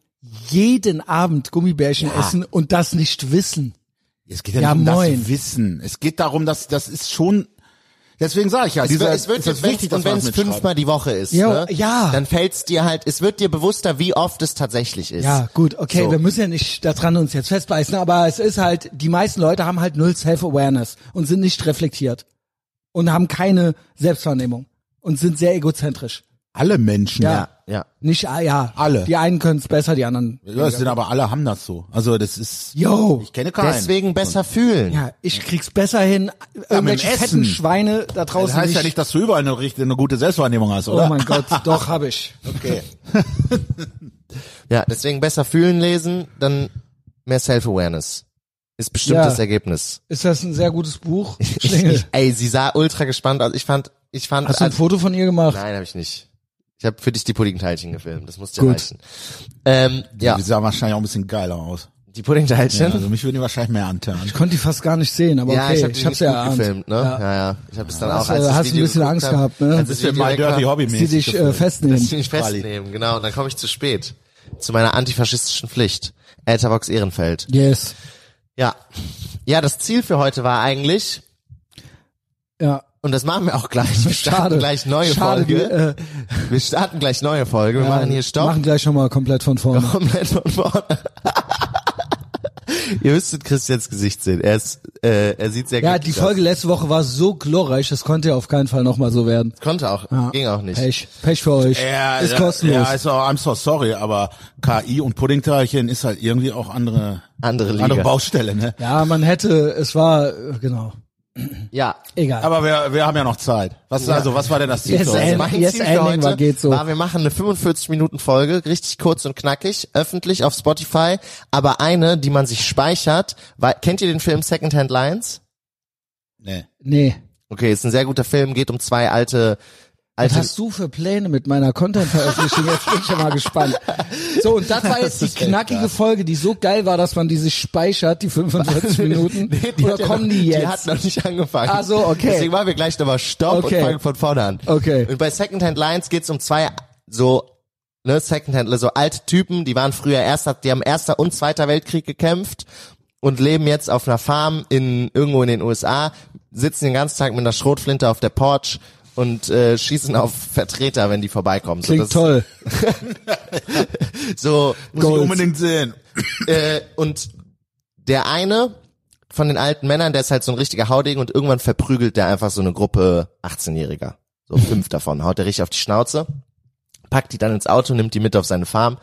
jeden Abend Gummibärchen essen und das nicht wissen?
Es geht ja,
Ja,
nicht um
moin.
das Wissen. Es geht darum, dass das ist schon. Deswegen sage ich ja,
Es,
dieser,
wird- es wird
ist das
wenn's-
wichtig, dass
und wenn
man
es
das mitschreibt.
fünfmal die Woche ist,
Ja,
ne,
ja.
dann fällt's dir halt, es wird dir bewusster, wie oft es tatsächlich ist.
Ja, gut, okay,
So.
wir müssen ja nicht daran uns jetzt festbeißen, aber es ist halt, die meisten Leute haben halt null Self-Awareness und sind nicht reflektiert und haben keine Selbstwahrnehmung und sind sehr egozentrisch.
Alle Menschen.
Ja.
Ja.
Nicht, ah, ja.
Alle.
Die einen können es besser, die anderen.
Ja, es sind aber alle haben das so. Also das ist.
Yo.
Ich kenne keinen.
Deswegen besser fühlen.
Ja, ich krieg's besser hin. Irgendwelche
mit dem
fetten
Essen.
Schweine da
Das
draußen
heißt
nicht.
ja nicht, dass du überall eine, richt- eine gute Selbstwahrnehmung hast,
oh
oder?
mein Gott, doch, habe ich.
okay.
Ja, deswegen besser fühlen lesen, dann mehr Self-Awareness. Ist bestimmt
Ja.
das Ergebnis.
Ist das ein sehr gutes Buch?
Ich,
Schlingel.
ich, ey, sie sah ultra gespannt aus. Ich fand, ich fand,
Hast du ein
als-
Foto von ihr gemacht?
nein, habe ich nicht. Ich habe für dich die Puddingteilchen gefilmt. Das muss dir
Gut.
reichen. Ähm, ja,
Die sahen wahrscheinlich auch ein bisschen geiler aus.
die Puddingteilchen.
Also mich würden die wahrscheinlich mehr antören.
Ich konnte die fast gar nicht sehen, aber
Ja,
okay,
ich habe
ich
dich
hab's
nicht
ja erahnt.
gut gefilmt, ne? Ja,
Ja.
ja. Ich habe es dann auch
Hast,
als
äh,
das
hast
Video
ein bisschen
geguckt
Angst
hab,
gehabt, ne?
als das
Dass
Bisschen
Video
My
direkt
Dirty
kam,
Hobby
Sie
mäßig.
dich äh,
gefilmt.
Dass sie
festnehmen.
mich festnehmen, genau. Und dann komme ich zu spät. Zu meiner antifaschistischen Pflicht. Elterbox Ehrenfeld.
Yes.
Ja. Ja, das Ziel für heute war eigentlich,
Ja.
und das machen wir auch gleich, wir starten
Schade.
gleich neue
Schade,
Folge.
Wir, äh,
Wir starten gleich neue Folge. Wir machen hier Stopp.
Machen gleich nochmal komplett von vorne.
komplett von vorne. Ihr müsstet Christians Gesicht sehen. Er ist, äh, er sieht sehr
Ja,
glücklich
die Folge letzte Woche war so glorreich, das konnte ja auf keinen Fall nochmal so werden.
aus. Konnte auch, ging auch nicht.
Pech. Pech für euch.
Ja,
ist
ja,
kostenlos.
Ja, ist auch, I'm so sorry, aber KI und Puddingteilchen ist halt irgendwie auch andere,
Andere Liga.
andere Baustelle, ne?
Ja, man hätte, es war, äh, genau.
Ja.
Egal.
Aber wir, wir haben ja noch Zeit. Was, also, was war denn das Ziel?
Yes,
für heute?
ey.
mein
Yes,
Ziel für
Ending
heute
war- geht so.
war, wir machen eine 45-Minuten-Folge, richtig kurz und knackig, öffentlich auf Spotify, aber eine, die man sich speichert. Weil, kennt ihr den Film Secondhand Lions?
Nee.
nee.
Okay, ist ein sehr guter Film, geht um zwei alte,
Was
alte,
hast du für Pläne mit meiner Content-Veröffentlichung? Jetzt bin ich ja mal gespannt. So, und das war jetzt die knackige Folge, die so geil war, dass man die sich speichert, die 45 Minuten.
Nee,
Oder
hat ja
kommen
noch,
die jetzt?
Die hat noch nicht angefangen.
Ach so, okay.
Deswegen machen wir gleich nochmal Stopp
Okay.
und fangen von vorne an.
Okay.
Und bei Secondhand Lions geht's um zwei so ne Secondhand, so alte Typen, die waren früher erster, die haben erster und zweiter Weltkrieg gekämpft und leben jetzt auf einer Farm in irgendwo in den USA, sitzen den ganzen Tag mit einer Schrotflinte auf der Porch und äh, schießen auf Vertreter, wenn die vorbeikommen.
Klingt
so,
toll.
ist so
Muss ich
Goals.
unbedingt sehen.
äh, und der eine von den alten Männern, der ist halt so ein richtiger Haudegen und irgendwann verprügelt der einfach so eine Gruppe 18-Jähriger. So fünf davon. Haut der richtig auf die Schnauze, packt die dann ins Auto, nimmt die mit auf seine Farm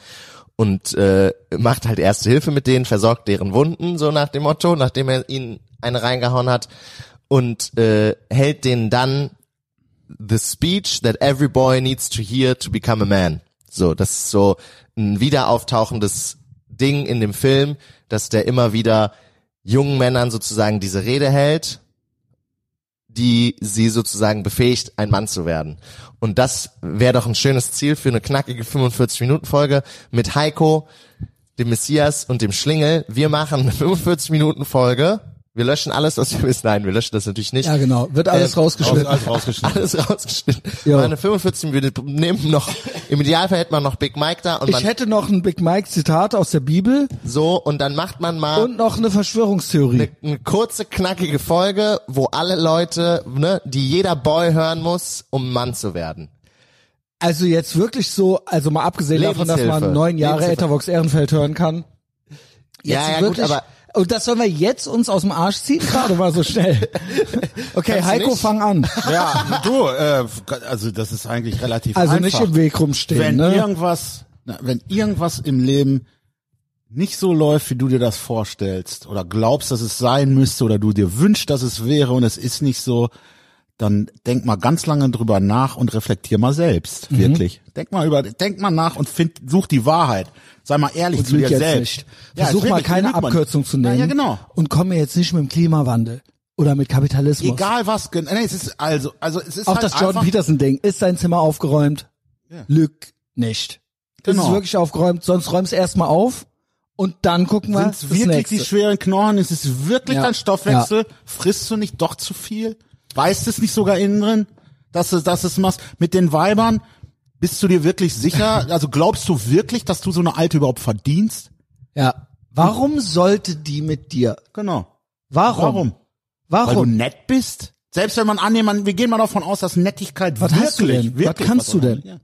und äh, macht halt erste Hilfe mit denen, versorgt deren Wunden, so nach dem Motto, nachdem er ihnen eine reingehauen hat und äh, hält denen dann the speech that every boy needs to hear to become a man. So, das ist so ein wiederauftauchendes Ding in dem Film, dass der immer wieder jungen Männern sozusagen diese Rede hält, die sie sozusagen befähigt, ein Mann zu werden. Und das wäre doch ein schönes Ziel für eine knackige 45-Minuten-Folge mit Heiko, dem Messias und dem Schlingel. Wir machen eine 45-Minuten-Folge. Wir löschen alles, was wir wissen. Nein, wir löschen das natürlich nicht
Ja, genau. Wird alles
Äh,
rausgeschnitten.
Alles rausgeschnitten.
alles rausgeschnitten.
Jo.
Meine 45 Minuten nehmen noch. Im Idealfall hätte man noch Big Mike da und
Ich
man
hätte noch ein Big Mike Zitat aus der Bibel
so und dann macht man mal
und noch eine Verschwörungstheorie.
eine kurze knackige Folge, wo alle Leute, ne, die jeder Boy hören muss, um Mann zu werden.
Also jetzt wirklich so, also mal abgesehen davon, dass man
Lebenshilfe.
neun Jahre
Lebenshilfe.
Etavox Ehrenfeld hören kann.
Ja, ja, gut, aber-
und das sollen wir jetzt uns aus dem Arsch ziehen, gerade mal so schnell. Okay,
Kannst du
Heiko,
nicht?
fang an.
Ja, du, äh, also das ist eigentlich relativ
Also
einfach.
nicht im Weg rumstehen,
wenn
ne?
irgendwas, na, wenn irgendwas im Leben nicht so läuft, wie du dir das vorstellst oder glaubst, dass es sein müsste oder du dir wünschst, dass es wäre und es ist nicht so, dann denk mal ganz lange drüber nach und reflektier mal selbst,
Mhm.
wirklich. Denk mal über, denk mal nach und find, such die Wahrheit. Sei mal ehrlich
Und
zu dir
lüg jetzt
selbst.
nicht. Versuch
ist
mal
wirklich,
keine
lügt man.
Abkürzung zu
Ja,
nehmen.
ja, genau.
Und komm mir jetzt nicht mit dem Klimawandel oder mit Kapitalismus.
Egal was, gen- nee, es ist also, also es ist
Auch
halt
das Jordan
einfach,
Peterson-Ding. Ist sein Zimmer aufgeräumt? Lüg nicht. Ist
Genau.
es wirklich aufgeräumt? Sonst räum's erstmal auf und dann gucken wir
Sind
das
wirklich
nächste.
die schweren Knochen? Ist es wirklich
Ja.
dein Stoffwechsel? Frisst du nicht doch zu viel? Weißt es nicht sogar innen drin, dass du, dass du es machst? Mit den Weibern bist du dir wirklich sicher? Also glaubst du wirklich, dass du so eine alte überhaupt verdienst?
Ja. Warum sollte die mit dir?
Genau.
Warum?
Warum? Weil du
Warum?
nett bist? Selbst wenn man annehmen, man- wir gehen mal davon aus, dass Nettigkeit
Was
wirklich,
hast du denn? Was
wirklich
kannst du denn?
Ja.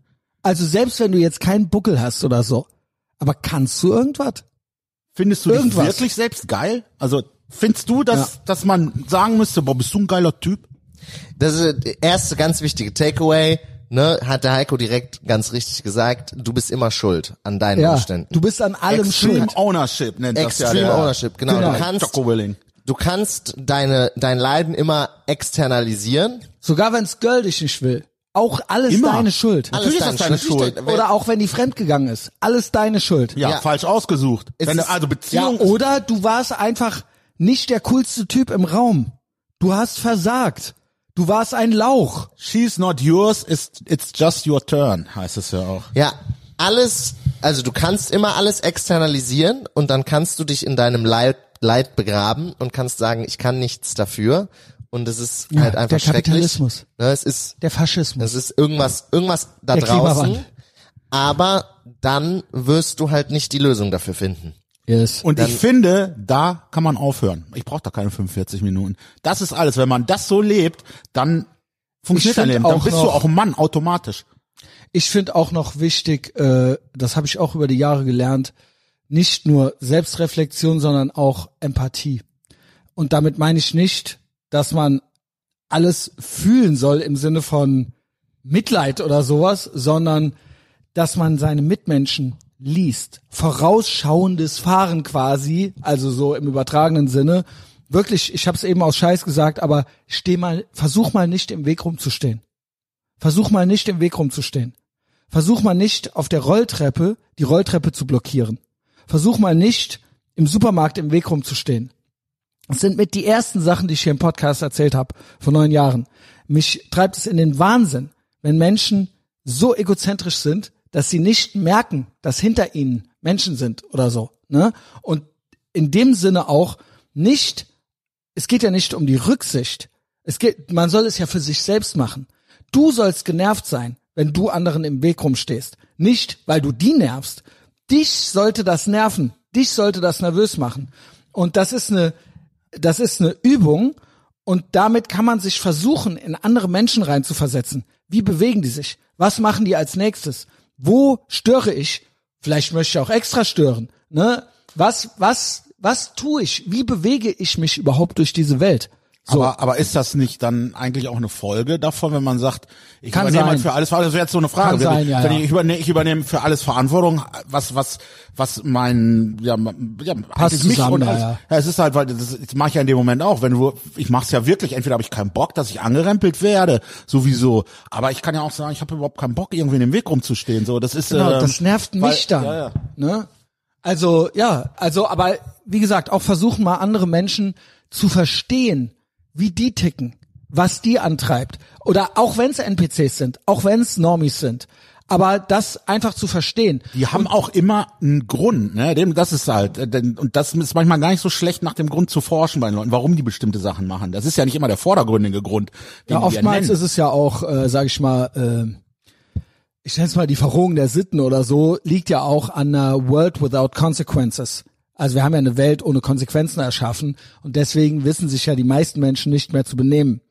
Also selbst wenn du jetzt keinen Buckel hast oder so, aber kannst du irgendwas?
Findest du
Irgendwas.
dich wirklich selbst geil? Also findest du, dass, dass man sagen müsste, boah, bist du ein geiler Typ?
Das ist der erste ganz äh, wichtige Takeaway. ne, hat der Heiko direkt ganz richtig gesagt, du bist immer schuld an deinen
Ja,
Umständen.
du bist an allem
Extreme
schuld.
Ownership nennt das
Extreme
ja der,
Ownership, genau.
Genau.
Du kannst,
Jocko Willing.
du kannst deine, dein Leiden immer externalisieren.
Sogar wenn's Girl dich nicht will. Auch alles
Immer.
deine Schuld.
Alles
Natürlich ist das deine Schuld.
Oder auch wenn die fremdgegangen ist. Alles deine Schuld.
Ja,
Ja.
falsch ausgesucht.
Es
Wenn, du-
ist- oh.
also
Ja,
Beziehung.
oder du warst einfach nicht der coolste Typ im Raum. Du hast versagt. Du warst ein Lauch.
She's not yours, it's, it's just your turn, heißt es ja auch.
Ja, alles, also du kannst immer alles externalisieren und dann kannst du dich in deinem Leid, Leid begraben und kannst sagen, ich kann nichts dafür. Und es ist halt einfach
der
schrecklich.
Kapitalismus.
Ne, es ist,
Der Faschismus.
es ist irgendwas, irgendwas da
Der
draußen.
Klimawandel.
Aber dann wirst du halt nicht die Lösung dafür finden.
Yes.
Und ich finde, da kann man aufhören. Ich brauche da keine 45 Minuten. Das ist alles. Wenn man das so lebt, dann funktioniert dein
find
Leben. Dann
auch
bist du
noch-
auch ein Mann automatisch.
Ich finde auch noch wichtig, äh, das habe ich auch über die Jahre gelernt, nicht nur Selbstreflexion, sondern auch Empathie. Und damit meine ich nicht, dass man alles fühlen soll im Sinne von Mitleid oder sowas, sondern dass man seine Mitmenschen liest. Vorausschauendes Fahren quasi, also so im übertragenen Sinne. Wirklich, ich habe es eben aus Scheiß gesagt, aber steh mal, versuch mal nicht im Weg rumzustehen. Versuch mal nicht im Weg rumzustehen. Versuch mal nicht auf der Rolltreppe die Rolltreppe zu blockieren. Versuch mal nicht im Supermarkt im Weg rumzustehen. Das sind mit die ersten Sachen, die ich hier im Podcast erzählt habe vor neun Jahren. Mich treibt es in den Wahnsinn, wenn Menschen so egozentrisch sind, dass sie nicht merken, dass hinter ihnen Menschen sind oder so. Ne? Und in dem Sinne auch nicht es geht ja nicht um die Rücksicht. Es geht, man soll es ja für sich selbst machen. Du sollst genervt sein, wenn du anderen im Weg rumstehst. Nicht, weil du die nervst. Dich sollte das nerven. Dich sollte das nervös machen. Und das ist eine, das ist eine Übung. Und damit kann man sich versuchen, in andere Menschen reinzuversetzen. Wie bewegen die sich? Was machen die als nächstes? Wo störe ich? Vielleicht möchte ich auch extra stören. Ne? Was, was, was tue ich? Wie bewege ich mich überhaupt durch diese Welt? So,
Aber, aber ist das nicht dann eigentlich auch eine Folge davon, wenn man sagt, ich
Kann
übernehme
sein.
halt für alles, Verantwortung? das wäre jetzt so eine Frage.
Kann
wenn
sein,
ich,
ja,
wenn
ja.
Ich, übernehme, ich übernehme für alles Verantwortung, was, was, was mein, ja, ja eigentlich
zusammen,
und
ja,
alles,
ja.
es ist halt, weil das, das mache ich ja in dem Moment auch. Wenn du, ich mache es ja wirklich, entweder habe ich keinen Bock, dass ich angerempelt werde, sowieso. Aber ich kann ja auch sagen, ich habe überhaupt keinen Bock, irgendwie in dem Weg rumzustehen. So, das ist
genau,
ähm,
das nervt mich
weil-
dann.
Ja, ja.
Ne? Also, ja, also, aber wie gesagt, auch versuchen mal andere Menschen zu verstehen, wie die ticken, was die antreibt. Oder auch wenn es NPCs sind, auch wenn es Normies sind. Aber das einfach zu verstehen.
Die haben auch immer einen Grund, ne? Dem, das ist halt, äh, denn, und das ist manchmal gar nicht so schlecht, nach dem Grund zu forschen bei den Leuten, warum die bestimmte Sachen machen. Das ist ja nicht immer der vordergründige Grund. Den
Ja,
die
oftmals
nennen.
ist es ja auch, äh, sage ich mal, äh, ich nenne es mal die Verrohung der Sitten oder so, liegt ja auch an einer World Without Consequences. Also wir haben ja eine Welt ohne Konsequenzen erschaffen und deswegen wissen sich ja die meisten Menschen nicht mehr zu benehmen.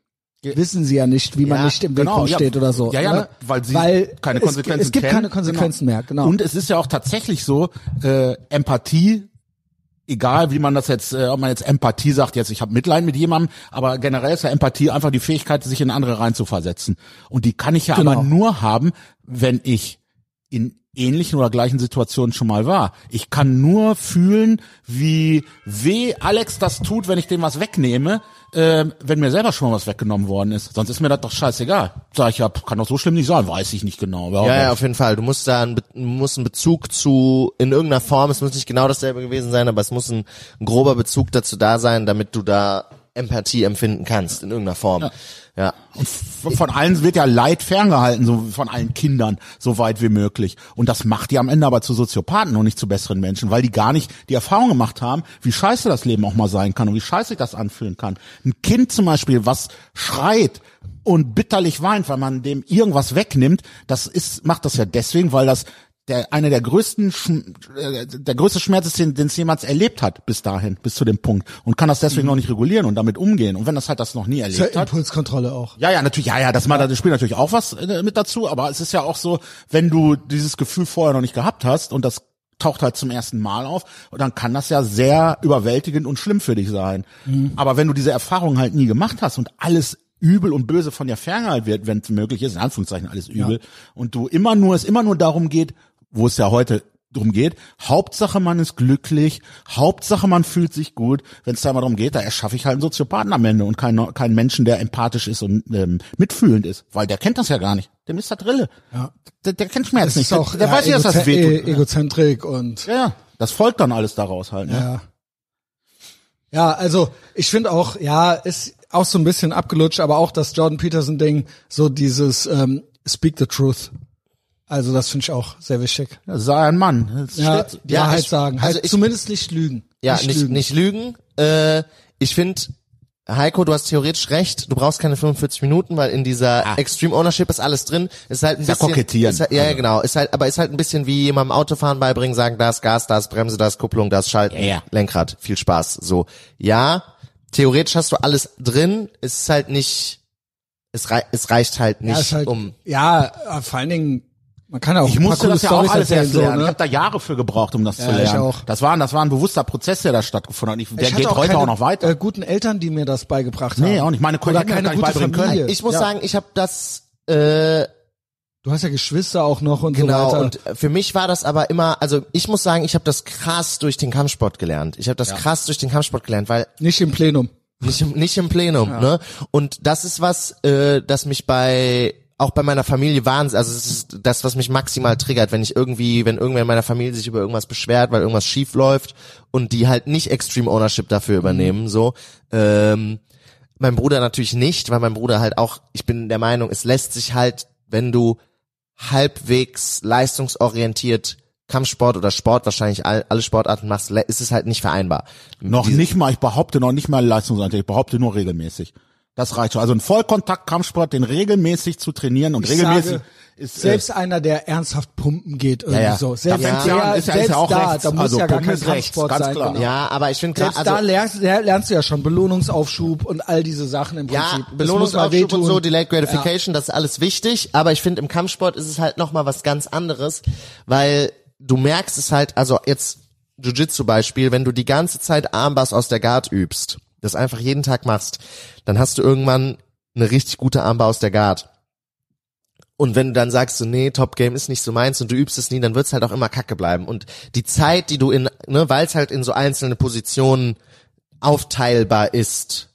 Wissen sie ja nicht, wie man
Ja,
nicht im Weg
genau,
rumsteht
ja.
oder so.
Ja, ja,
ne?
weil sie keine
es,
Konsequenzen
Es gibt
kennen.
keine Konsequenzen mehr, genau.
Und es ist ja auch tatsächlich so, äh, Empathie, egal wie man das jetzt, äh, ob man jetzt Empathie sagt, jetzt ich habe Mitleid mit jemandem, aber generell ist ja Empathie einfach die Fähigkeit, sich in andere reinzuversetzen. Und die kann ich ja
Genau.
aber nur haben, wenn ich in ähnlichen oder gleichen Situationen schon mal war. Ich kann nur fühlen, wie weh Alex das tut, wenn ich dem was wegnehme, ähm, wenn mir selber schon mal was weggenommen worden ist. Sonst ist mir das doch scheißegal. Sag ich ja, pff, kann doch so schlimm nicht sein, weiß ich nicht genau.
Ja, ja, auf jeden Fall. Du musst da einen, Be- musst einen Bezug zu, in irgendeiner Form, es muss nicht genau dasselbe gewesen sein, aber es muss ein, ein grober Bezug dazu da sein, damit du da Empathie empfinden kannst, in irgendeiner Form. Ja.
von, von allen wird ja Leid ferngehalten, so von allen Kindern, so weit wie möglich. Und das macht die am Ende aber zu Soziopathen und nicht zu besseren Menschen, weil die gar nicht die Erfahrung gemacht haben, wie scheiße das Leben auch mal sein kann und wie scheiße sich das anfühlen kann. Ein Kind zum Beispiel, was schreit und bitterlich weint, weil man dem irgendwas wegnimmt, das ist, macht das ja deswegen, weil das der, einer der größten, Schm- äh, der größte Schmerz ist, den den es jemals erlebt hat, bis dahin, bis zu dem Punkt. Und kann das deswegen noch nicht regulieren und damit umgehen. Und wenn das halt das noch nie erlebt
Zur
hat.
Impulskontrolle auch.
Ja, ja, natürlich, ja, ja, das, macht, das spielt natürlich auch was äh, mit dazu, aber es ist ja auch so, wenn du dieses Gefühl vorher noch nicht gehabt hast und das taucht halt zum ersten Mal auf, dann kann das ja sehr überwältigend und schlimm für dich sein. Aber wenn du diese Erfahrung halt nie gemacht hast und alles übel und böse von dir ferngehalten wird, wenn es möglich ist, in Anführungszeichen alles übel, und du immer nur, es immer nur darum geht, wo es ja heute drum geht, Hauptsache man ist glücklich, Hauptsache man fühlt sich gut, wenn es da mal darum geht, da erschaffe ich halt einen Soziopathen am Ende und keinen keinen Menschen, der empathisch ist und ähm, mitfühlend ist, weil der kennt das ja gar nicht. Dem ist da Drille. Ja. Der, der kennt Schmerz
Das
nicht.
ist auch
der der weiß nicht, dass das
Egozent-
wehtut. ne?
e- Egozentrik und
Ja, ja. Das folgt dann alles daraus halt. Ne?
Ja. Ja, also ich finde auch, ja, ist auch so ein bisschen abgelutscht, aber auch das Jordan Peterson Ding, so dieses ähm, Speak the Truth. Also das finde ich auch sehr wichtig.
Ja, Sei ein Mann. Das
Ja,
steht-
die Wahrheit
ich-
sagen.
also
halt,
ich-
zumindest nicht lügen.
Ja, nicht,
lügen.
nicht lügen. Äh, ich finde, Heiko, du hast theoretisch recht, du brauchst keine 45 Minuten, weil in dieser Extreme Ownership ist alles drin. Ist halt ein
Ah. ja
bisschen.
kokettieren. Also.
Ist halt, ja, ja, genau. Ist halt, aber ist halt ein bisschen wie jemandem Autofahren beibringen, sagen, das Gas, das Bremse, das Kupplung, das Schalten,
Ja, ja.
Lenkrad, viel Spaß. So. Ja, theoretisch hast du alles drin, es ist halt nicht, es, rei es reicht halt
ja,
nicht
ist halt,
um.
ja, äh, vor allen Dingen, man kann auch
Ich
ein paar
musste
coole
das ja
Storys
auch alles
erzählen,
erst lernen.
So,
Ich
ne?
habe da Jahre für gebraucht, um das zu
ich
lernen.
auch.
Das war, das war ein bewusster Prozess, der da stattgefunden hat. Ich, der
Ich hatte
geht heute
keine,
auch noch weiter.
Äh, guten Eltern, die mir das beigebracht haben.
nee, auch nicht. Meine
Oder
Kollegen haben
keine
gar nicht
gute
beibringen
Familie.
können.
Ich muss sagen, ich habe das äh,
du hast ja Geschwister auch noch und
Genau,
so weiter.
und äh, für mich war das aber immer, also ich muss sagen, ich habe das krass durch den Kampfsport gelernt. Ich habe das krass durch den Kampfsport gelernt, weil
nicht im Plenum.
nicht im, nicht im Plenum, ne? Und das ist was, äh, das mich bei auch bei meiner Familie wahnsinnig, also es ist das, was mich maximal triggert, wenn ich irgendwie, wenn irgendwer in meiner Familie sich über irgendwas beschwert, weil irgendwas schief läuft und die halt nicht Extreme Ownership dafür
Mhm.
übernehmen, so. Ähm, mein Bruder natürlich nicht, weil mein Bruder halt auch, ich bin der Meinung, es lässt sich halt, wenn du halbwegs leistungsorientiert Kampfsport oder Sport, wahrscheinlich all, alle Sportarten machst, le- ist es halt nicht vereinbar.
Noch nicht mal, ich behaupte noch nicht mal leistungsorientiert, ich behaupte nur regelmäßig. Das reicht schon. Also ein Vollkontakt-Kampfsport, den regelmäßig zu trainieren und
Ich
regelmäßig
sage,
ist äh,
Selbst einer, der ernsthaft pumpen geht, irgendwie
ja.
so.
Da
Selbst
fängt's
der,
ja an, ist ja- ist ja
selbst
auch
da,
rechts.
da muss
Also
ja gar
Pumpen
kein
ist rechts,
Kampfsport
ganz
sein.
klar.
Genau.
Ja, aber ich finde
Selbst
also,
da lernst, ler- lernst du ja schon Belohnungsaufschub und all diese Sachen im
Ja,
Prinzip. Das muss mal
Belohnungsaufschub
wehtun.
und so, Delayed Gratification, das ist alles wichtig, aber ich finde im Kampfsport ist es halt nochmal was ganz anderes, weil du merkst es halt, also jetzt Jiu-Jitsu Beispiel, wenn du die ganze Zeit Armbars aus der Guard übst, das einfach jeden Tag machst, dann hast du irgendwann eine richtig gute Armbar aus der Guard. Und wenn du dann sagst, so, nee, Top Game ist nicht so meins und du übst es nie, dann wird's halt auch immer kacke bleiben. Und die Zeit, die du in, ne, weil's halt in so einzelne Positionen aufteilbar ist,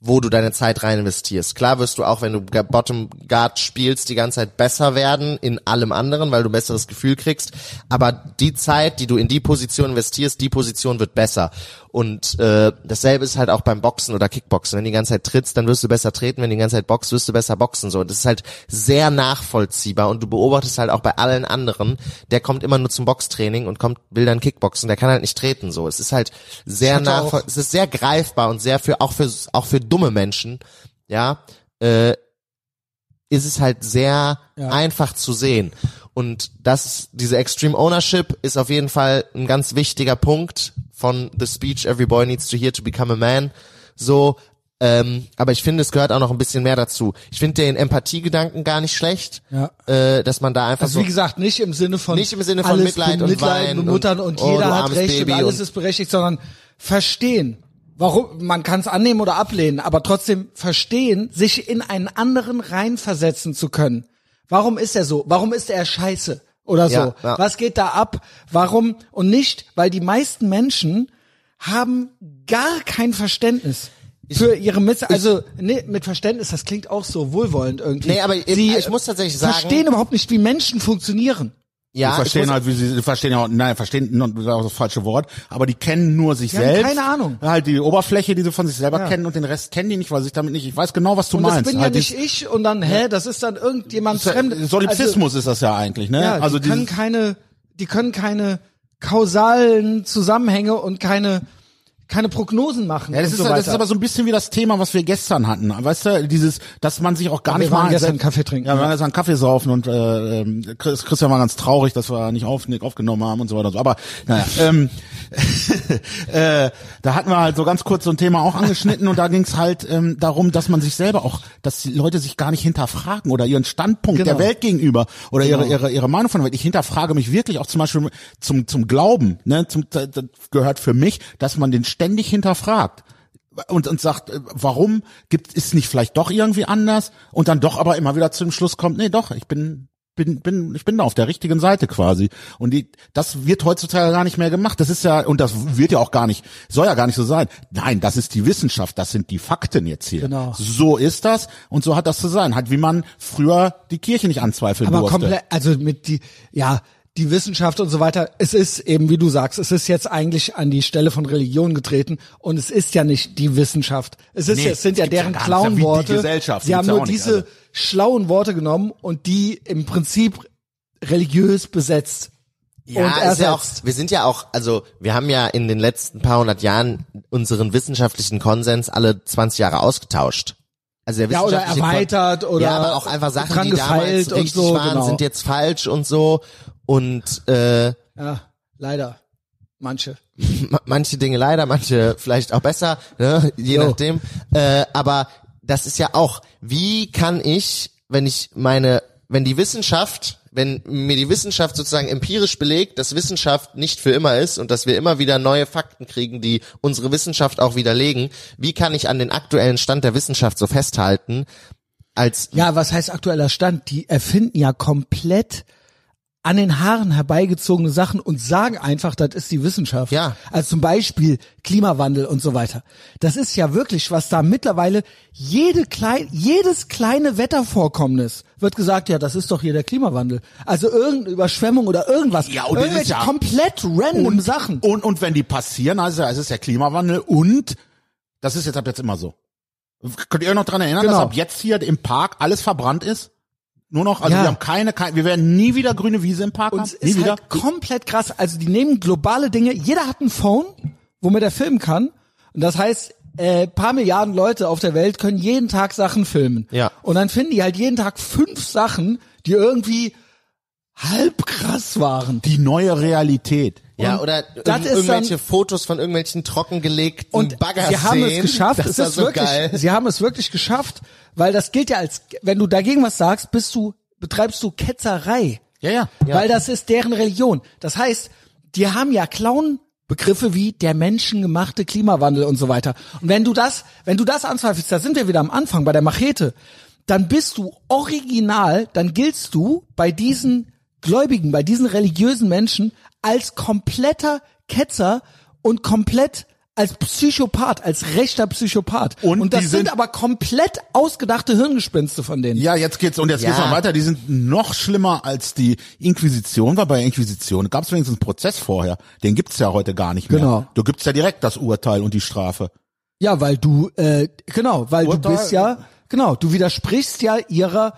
wo du deine Zeit rein investierst. Klar wirst du auch, wenn du Ga- Bottom Guard spielst, die ganze Zeit besser werden in allem anderen, weil du ein besseres Gefühl kriegst. Aber die Zeit, die du in die Position investierst, die Position wird besser. Und äh, dasselbe ist halt auch beim Boxen oder Kickboxen. Wenn du die ganze Zeit trittst, dann wirst du besser treten. Wenn du die ganze Zeit boxst, wirst du besser boxen. So, und das ist halt sehr nachvollziehbar. Und du beobachtest halt auch bei allen anderen, der kommt immer nur zum Boxtraining und kommt will dann Kickboxen. Der kann halt nicht treten. So, es ist halt sehr
hatte auch-
nachvoll es ist sehr greifbar und sehr für auch für auch für dumme Menschen, ja, äh, ist es halt sehr
Ja.
einfach zu sehen. Und das, diese Extreme Ownership ist auf jeden Fall ein ganz wichtiger Punkt von The Speech Every Boy Needs to Hear to Become a Man. So, ähm, aber ich finde, es gehört auch noch ein bisschen mehr dazu. Ich finde den Empathiegedanken gar nicht schlecht,
Ja.
äh, dass man da einfach
Also
so
wie gesagt, nicht im Sinne von
Nicht im Sinne von
alles
Mitleid und
bemitleiden,
Weinen und,
bemuttern und,
oh,
jeder
du
hat
armes
recht
Baby
und alles
und-
ist berechtigt, sondern verstehen. Warum man kann es annehmen oder ablehnen, aber trotzdem verstehen, sich in einen anderen reinversetzen zu können. Warum ist er so? Warum ist er scheiße oder so?
Ja, ja.
Was geht da ab? Warum und nicht, weil die meisten Menschen haben gar kein Verständnis für ihre Miss also nee, mit Verständnis, das klingt auch so wohlwollend irgendwie.
Nee, aber ich-
Sie
ich muss tatsächlich
verstehen
sagen-
überhaupt nicht, wie Menschen funktionieren.
ja,
die
ich
verstehen
muss-
halt, wie sie die verstehen ja, nein, verstehen das ist auch das falsche Wort, aber die kennen nur sich
Die haben
selbst.
keine Ahnung.
Halt die Oberfläche, die sie von sich selber
Ja.
kennen und den Rest kennen die nicht, weil sie sich damit nicht. Ich weiß genau, was du
Und das
meinst.
bin ja
halt
nicht
dieses-
Also, ich und dann, hä, das ist dann irgendjemand Fremdes.
Solipsismus ist das ja eigentlich, ne?
Also, ja,
also
die können
dieses-
keine, die können keine kausalen Zusammenhänge und keine, keine Prognosen machen.
Ja, das,
und
ist,
so
ja-
weiter.
das ist aber so ein bisschen wie das Thema, was wir gestern hatten. Weißt du, dieses, dass man sich auch gar
Wir
nicht
waren
mal
gestern Kaffee trinken, ne?
Ja, wir
ja.
waren gestern Kaffee saufen und äh, ähm, Chris, Christian war ganz traurig, dass wir nicht auf, nicht aufgenommen haben und so weiter. Und so. Aber naja, ähm, äh, da hatten wir halt so ganz kurz so ein Thema auch angeschnitten und da ging es halt ähm, darum, dass man sich selber auch, dass die Leute sich gar nicht hinterfragen oder ihren Standpunkt
Genau.
der Welt gegenüber oder ihre, ihre, ihre Meinung von der Welt. Ich hinterfrage mich wirklich auch zum Beispiel zum, zum Glauben, ne, zum, das gehört für mich, dass man den ständig hinterfragt. und, und sagt, äh, warum gibt ist nicht vielleicht doch irgendwie anders und dann doch aber immer wieder zum Schluss kommt, nee, doch, ich bin bin bin ich bin da auf der richtigen Seite quasi und die, das wird heutzutage gar nicht mehr gemacht. Das ist ja und das wird ja auch gar nicht soll ja gar nicht so sein. Nein, das ist die Wissenschaft, das sind die Fakten jetzt hier.
Genau.
So ist das und so hat das zu sein. Hat wie man früher die Kirche nicht anzweifeln
Aber
durfte.
komplett, also mit die, ja, die Wissenschaft und so weiter, es ist eben, wie du sagst, es ist jetzt eigentlich an die Stelle von Religion getreten und es ist ja nicht die Wissenschaft. Es ist
Nee,
ja, es sind
es
ja
gibt's ja
deren
gar nicht. Ja, wie die
Clown-Worte.
Gesellschaft
Sie haben
gibt's ja
nur
auch nicht,
diese
also.
schlauen Worte genommen und die im Prinzip religiös besetzt. und
Ja, ist
ersetzt.
ja auch, wir sind ja auch, also wir haben ja in den letzten paar hundert Jahren unseren wissenschaftlichen Konsens alle 20 Jahre ausgetauscht. Also der
Ja, oder
wissenschaftliche Kon-
erweitert oder
ja, aber auch einfach Sachen,
dran
die damals
gefeilt und
richtig
so,
waren,
genau.
sind jetzt falsch und so. Und äh,
Ja, leider. Manche.
ma- manche Dinge leider, manche vielleicht auch besser, ne? je
Jo.
nachdem. Äh, aber das ist ja auch, wie kann ich, wenn ich meine, wenn die Wissenschaft, wenn mir die Wissenschaft sozusagen empirisch belegt, dass Wissenschaft nicht für immer ist und dass wir immer wieder neue Fakten kriegen, die unsere Wissenschaft auch widerlegen, wie kann ich an den aktuellen Stand der Wissenschaft so festhalten, als
Ja, was heißt aktueller Stand? Die erfinden ja komplett an den Haaren herbeigezogene Sachen und sagen einfach, das ist die Wissenschaft.
Ja.
Also zum Beispiel Klimawandel und so weiter. Das ist ja wirklich, was da mittlerweile jede klein, jedes kleine Wettervorkommnis wird gesagt, ja, das ist doch hier der Klimawandel. Also irgendeine Überschwemmung oder irgendwas.
Ja, und das ist
Irgendwelche
ja-
komplett random
und,
Sachen.
Und, und wenn die passieren, also es ist der Klimawandel und das ist jetzt ab jetzt immer so. Könnt ihr euch noch dran erinnern,
Genau.
dass ab jetzt hier im Park alles verbrannt ist? Nur noch, also
Ja.
wir haben keine, kein, wir werden nie wieder grüne Wiese im Park
Und
haben.
es
Nie
ist
wieder.
halt komplett krass. Also die nehmen globale Dinge. Jeder hat ein Phone, womit er filmen kann. Und das heißt, äh, paar Milliarden Leute auf der Welt können jeden Tag Sachen filmen.
Ja.
Und dann finden die halt jeden Tag fünf Sachen, die irgendwie halb krass waren.
die neue Realität.
Ja,
Und
oder
das ist
irgendwelche
dann-
Fotos von irgendwelchen trockengelegten
Und
Bagger
sie haben es
sehen.
geschafft.
Das
es
war
ist
so
wirklich,
geil.
sie haben es wirklich geschafft, weil das gilt ja als, wenn du dagegen was sagst, bist du, betreibst du Ketzerei.
Ja, ja.
Weil das ist deren Religion. Das heißt, die haben ja Clown Begriffe wie der menschengemachte Klimawandel und so weiter. Und wenn du das, wenn du das anzweifelst, da sind wir wieder am Anfang bei der Machete, dann bist du original, dann giltst du bei diesen Gläubigen, bei diesen religiösen Menschen als kompletter Ketzer und komplett als Psychopath, als rechter Psychopath.
Und
das
die
sind,
sind-
aber komplett ausgedachte Hirngespinste von denen.
Ja, jetzt geht's und jetzt
Ja.
geht's noch weiter. Die sind noch schlimmer als die Inquisition, weil bei der Inquisition gab's wenigstens einen Prozess vorher. Den gibt's ja heute gar nicht mehr.
Genau.
Du gibt's ja direkt das Urteil und die Strafe.
Ja, weil du, äh, genau, weil
Urteil-
du bist ja, genau, du widersprichst ja ihrer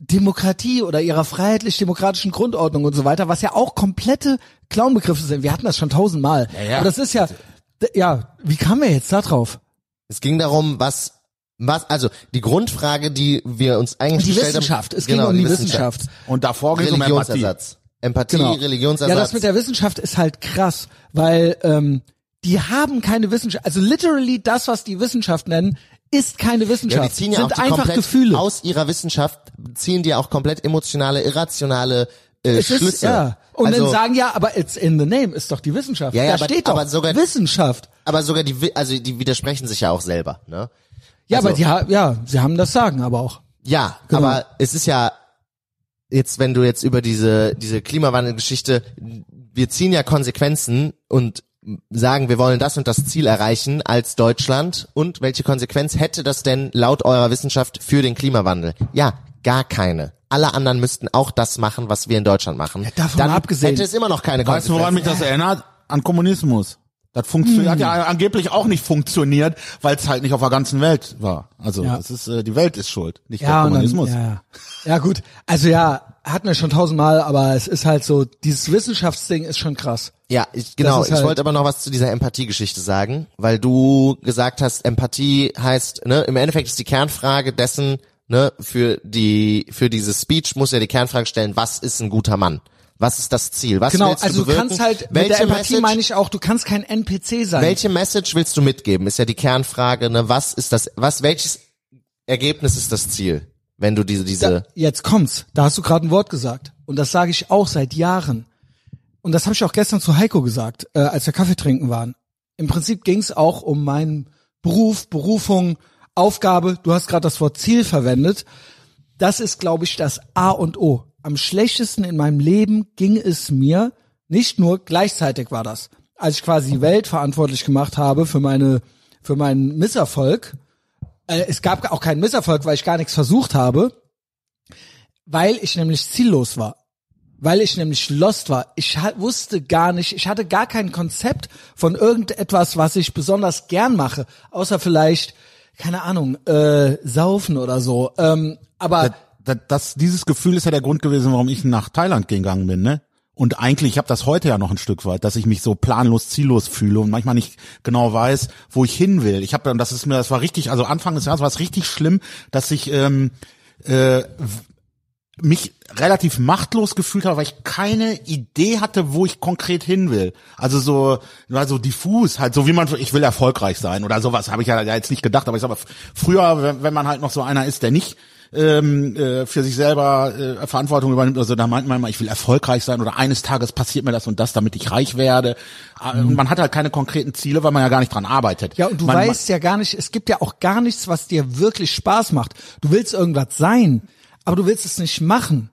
Demokratie oder ihrer freiheitlich-demokratischen Grundordnung und so weiter, was ja auch komplette Clownbegriffe sind. Wir hatten das schon tausendmal.
ja.
Aber das ist ja, d- ja, wie kamen wir jetzt da drauf?
Es ging darum, was, was, also die Grundfrage, die wir uns eigentlich
Die
gestellt
Wissenschaft,
haben. genau,
es ging um die Wissenschaft. Genau.
Und davor geht's um Empathie.
Religionsersatz. Empathie, Religionsersatz.
Ja, das mit der Wissenschaft ist halt krass, weil ähm, die haben keine Wissenschaft, also literally das, was die Wissenschaft nennen, ist keine
ja,
Wissenschaft.
die ziehen ja auch
sind
die
einfach
komplett
Gefühle.
aus ihrer Wissenschaft ziehen die auch komplett emotionale, irrationale äh,
Es
Schlüsse.
Ist, ja. Und
also,
dann sagen ja, aber it's in the name, ist doch die Wissenschaft.
Ja, ja,
da
aber-
steht doch
aber sogar-
Wissenschaft.
aber sogar die, wi- also die widersprechen sich ja auch selber, ne?
Ja,
Also-
aber die, ha- ja, sie haben das Sagen aber auch.
Ja,
Genau.
aber es ist ja jetzt, wenn du jetzt über diese diese Klimawandelgeschichte, wir ziehen ja Konsequenzen und sagen, wir wollen das und das Ziel erreichen als Deutschland und welche Konsequenz hätte das denn laut eurer Wissenschaft für den Klimawandel? Ja, gar keine. Alle anderen müssten auch das machen, was wir in Deutschland machen.
davon
Dann
mal abgesehen.
hätte es immer noch keine
Weißt du,
Konsequenzen.
woran mich das erinnert? An Kommunismus. Das funktioniert,
Hm.
hat ja angeblich auch nicht funktioniert, weil es halt nicht auf der ganzen Welt war. Also
Ja.
es ist, äh, die Welt ist schuld, nicht
Ja,
der
und dann,
Kommunismus.
ja, ja. ja, gut. Also ja, hatten wir schon tausendmal, aber es ist halt so, dieses Wissenschaftsding ist schon krass.
Ja, ich, genau.
Das ist halt-
ich wollte aber noch was zu dieser Empathiegeschichte sagen, weil du gesagt hast, Empathie heißt, ne, im Endeffekt ist die Kernfrage dessen, ne, für die, für dieses Speech muss ja die Kernfrage stellen, was ist ein guter Mann? Was ist das Ziel? Was
Genau,
willst du
also du
bewirken?
kannst halt,
welche
mit der Empathie
Message,
meine ich auch, du kannst kein NPC sein.
welche Message willst du mitgeben? Ist ja die Kernfrage, ne, was ist das, was, welches Ergebnis ist das Ziel? Wenn du diese, diese,
Jetzt kommt's. Da hast du gerade ein Wort gesagt. Und das sage ich auch seit Jahren. Und das habe ich auch gestern zu Heiko gesagt, äh, als wir Kaffee trinken waren. Im Prinzip ging's auch um meinen Beruf, Berufung, Aufgabe, du hast gerade das Wort Ziel verwendet. Das ist, glaube ich, das A und O. Am schlechtesten in meinem Leben ging es mir, nicht nur gleichzeitig war das, als ich quasi die Welt verantwortlich gemacht habe für meine, für meinen Misserfolg. Äh, es gab auch keinen Misserfolg, weil ich gar nichts versucht habe, weil ich nämlich ziellos war weil ich nämlich lost war. Ich ha- wusste gar nicht, ich hatte gar kein Konzept von irgendetwas, was ich besonders gern mache, außer vielleicht, keine Ahnung, äh, saufen oder so. Ähm, aber
das, das, dieses Gefühl ist ja der Grund gewesen, warum ich nach Thailand gegangen bin, ne? Und eigentlich, ich habe das heute ja noch ein Stück weit, dass ich mich so planlos, ziellos fühle und manchmal nicht genau weiß, wo ich hin will. Ich habe, das ist mir, das war richtig, also Anfang des Jahres war es richtig schlimm, dass ich ähm, äh, w- mich relativ machtlos gefühlt habe, weil ich keine Idee hatte, wo ich konkret hin will. Also so, also diffus, halt so wie man, ich will erfolgreich sein oder sowas, habe ich ja jetzt nicht gedacht, aber ich sag mal, f- früher, wenn- wenn man halt noch so einer ist, der nicht ähm, äh, für sich selber äh, Verantwortung übernimmt. Also da meint man immer, ich will erfolgreich sein oder eines Tages passiert mir das und das, damit ich reich werde. Äh, Und man hat halt keine konkreten Ziele, weil man ja gar nicht dran arbeitet.
Mhm. ja, und du
man,
weißt ja gar nicht, es gibt ja auch gar nichts, was dir wirklich Spaß macht. Du willst irgendwas sein, aber du willst es nicht machen.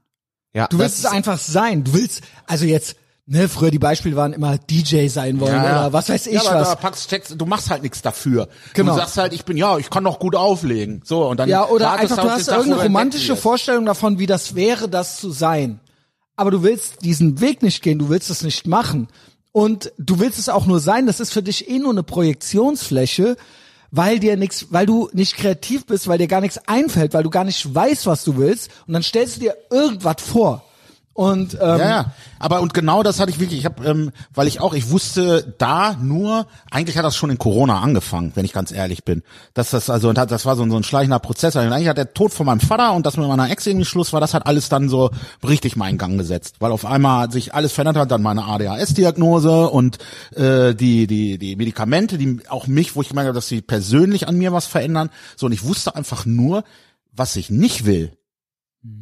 Ja,
Du willst es
das ist-
einfach sein. Du willst, also jetzt, ne, früher die Beispiele waren immer DJ sein wollen
Ja, ja.
oder was weiß ich
ja, aber
was.
Da packst, steckst, du machst halt nichts dafür.
Genau.
Du sagst halt, ich bin, ja, ich kann doch gut auflegen. So, und dann
Ja, oder
wartest halt,
einfach,
auf
du
den
hast
Tag, wo
irgendeine
du entdeckt
romantische
wirst.
Vorstellung davon, wie das wäre, das zu sein. Aber du willst diesen Weg nicht gehen, du willst es nicht machen. Und du willst es auch nur sein, das ist für dich eh nur eine Projektionsfläche, weil dir nichts, weil du nicht kreativ bist, weil dir gar nichts einfällt, weil du gar nicht weißt, was du willst. Und dann stellst du dir irgendwas vor. Und ähm,
Ja, ja. Aber und genau das hatte ich wirklich. Ich habe, ähm, weil ich auch, ich wusste da nur, eigentlich hat das schon in Corona angefangen, wenn ich ganz ehrlich bin. Dass das also und hat, das war so, ein- so ein schleichender Prozess. Und eigentlich hat der Tod von meinem Vater und das mit meiner Ex irgendwie Schluss war, das hat alles dann so richtig mal in Gang gesetzt, weil auf einmal sich alles verändert hat, dann meine ADHS-Diagnose und äh, die die die Medikamente, die auch mich, wo ich gemerkt habe, dass sie persönlich an mir was verändern. So und ich wusste einfach nur, was ich nicht will.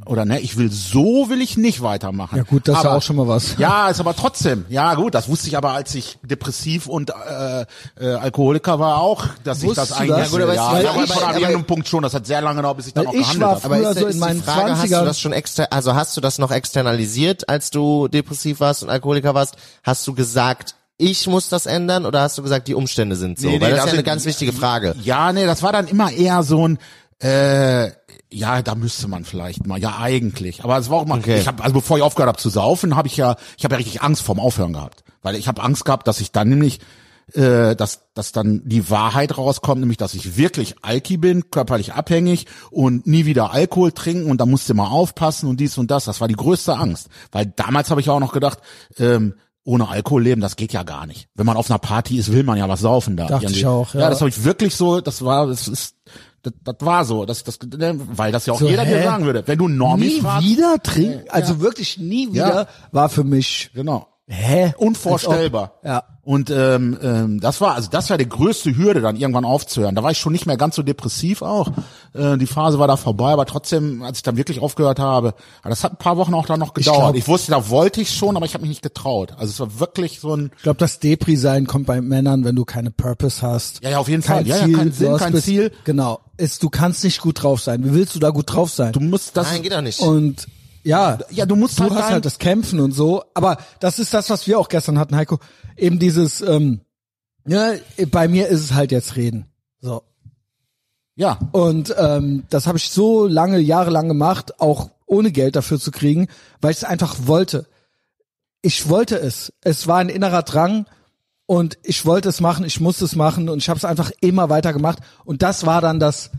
Oder ne, ich will so will ich nicht weitermachen.
Ja, gut, das ist ja
aber,
auch schon mal was.
Ja, ist aber trotzdem. Ja, gut, das wusste ich aber, als ich depressiv und äh, äh, Alkoholiker war auch, dass
Wusstest
ich das
du
eigentlich
das?
Ja,
Gut, aber
ja,
es-
aber
weil ich-
schon an
aber-
irgendeinem Punkt schon. Das hat sehr lange gedauert, bis ich dann
Weil
auch
ich
gehandelt
war
habe.
Aber
früher
ist,
so
ist
in
die
meinen
Frage, hast du
20ern
das schon exter, also hast du das noch externalisiert, als du depressiv warst und Alkoholiker warst? Hast du gesagt, ich muss das ändern oder hast du gesagt, die Umstände sind so?
Nee, nee,
Weil das
das
ist ja eine
sind-
ganz wichtige Frage.
Ja, nee, das war dann immer eher so ein äh, ja, da müsste man vielleicht mal. Ja, eigentlich. Aber es war auch mal.
Okay.
Ich hab, also bevor ich aufgehört habe zu saufen, habe ich ja, ich habe ja richtig Angst vorm Aufhören gehabt, weil ich habe Angst gehabt, dass ich dann nämlich, äh, dass dass dann die Wahrheit rauskommt, nämlich dass ich wirklich Alki bin, körperlich abhängig und nie wieder Alkohol trinken und da musste mal aufpassen und dies und das. Das war die größte Angst, weil damals habe ich auch noch gedacht. Ähm, ohne Alkohol leben, das geht ja gar nicht. Wenn man auf einer Party ist, will man ja was saufen da.
Dachte ich
irgendwie.
auch, ja.
ja das habe ich wirklich so, das war, das ist, das, das war so, das, das, ne, weil das ja auch
So,
jeder dir
hä?
sagen würde. Wenn du Normis
nie
fragst,
wieder trinken, also wirklich nie wieder, war für mich
genau,
hä?
unvorstellbar.
Als ob. Ja.
Und ähm, ähm, das war, also das war die größte Hürde, dann irgendwann aufzuhören. Da war ich schon nicht mehr ganz so depressiv auch. Äh, die Phase war da vorbei, aber trotzdem, als ich dann wirklich aufgehört habe, aber das hat ein paar Wochen auch dann noch gedauert. Ich,
glaub-
wusste, da wollte ich schon, aber ich habe mich nicht getraut. Also es war wirklich so ein
Ich glaube, das Depri-Sein kommt bei Männern, wenn du keine Purpose hast.
Ja, ja, auf jeden
kein
Fall. Ja, ja,
Ziel,
keinen Sinn,
du hast
kein
bis-
Ziel.
Genau. Ist, du kannst nicht gut drauf sein. Wie willst du da gut drauf sein?
Du musst das
Nein, geht doch nicht.
und ja,
Ja, du musst
du
halt
hast
dein-
halt das Kämpfen und so. Aber das ist das, was wir auch gestern hatten, Heiko. Eben dieses, ähm, ja, bei mir ist es halt jetzt reden. So.
ja,
Und ähm, das habe ich so lange, jahrelang gemacht, auch ohne Geld dafür zu kriegen, weil ich es einfach wollte. Ich wollte es. Es war ein innerer Drang und ich wollte es machen, ich musste es machen und ich habe es einfach immer weiter gemacht. Und das war dann das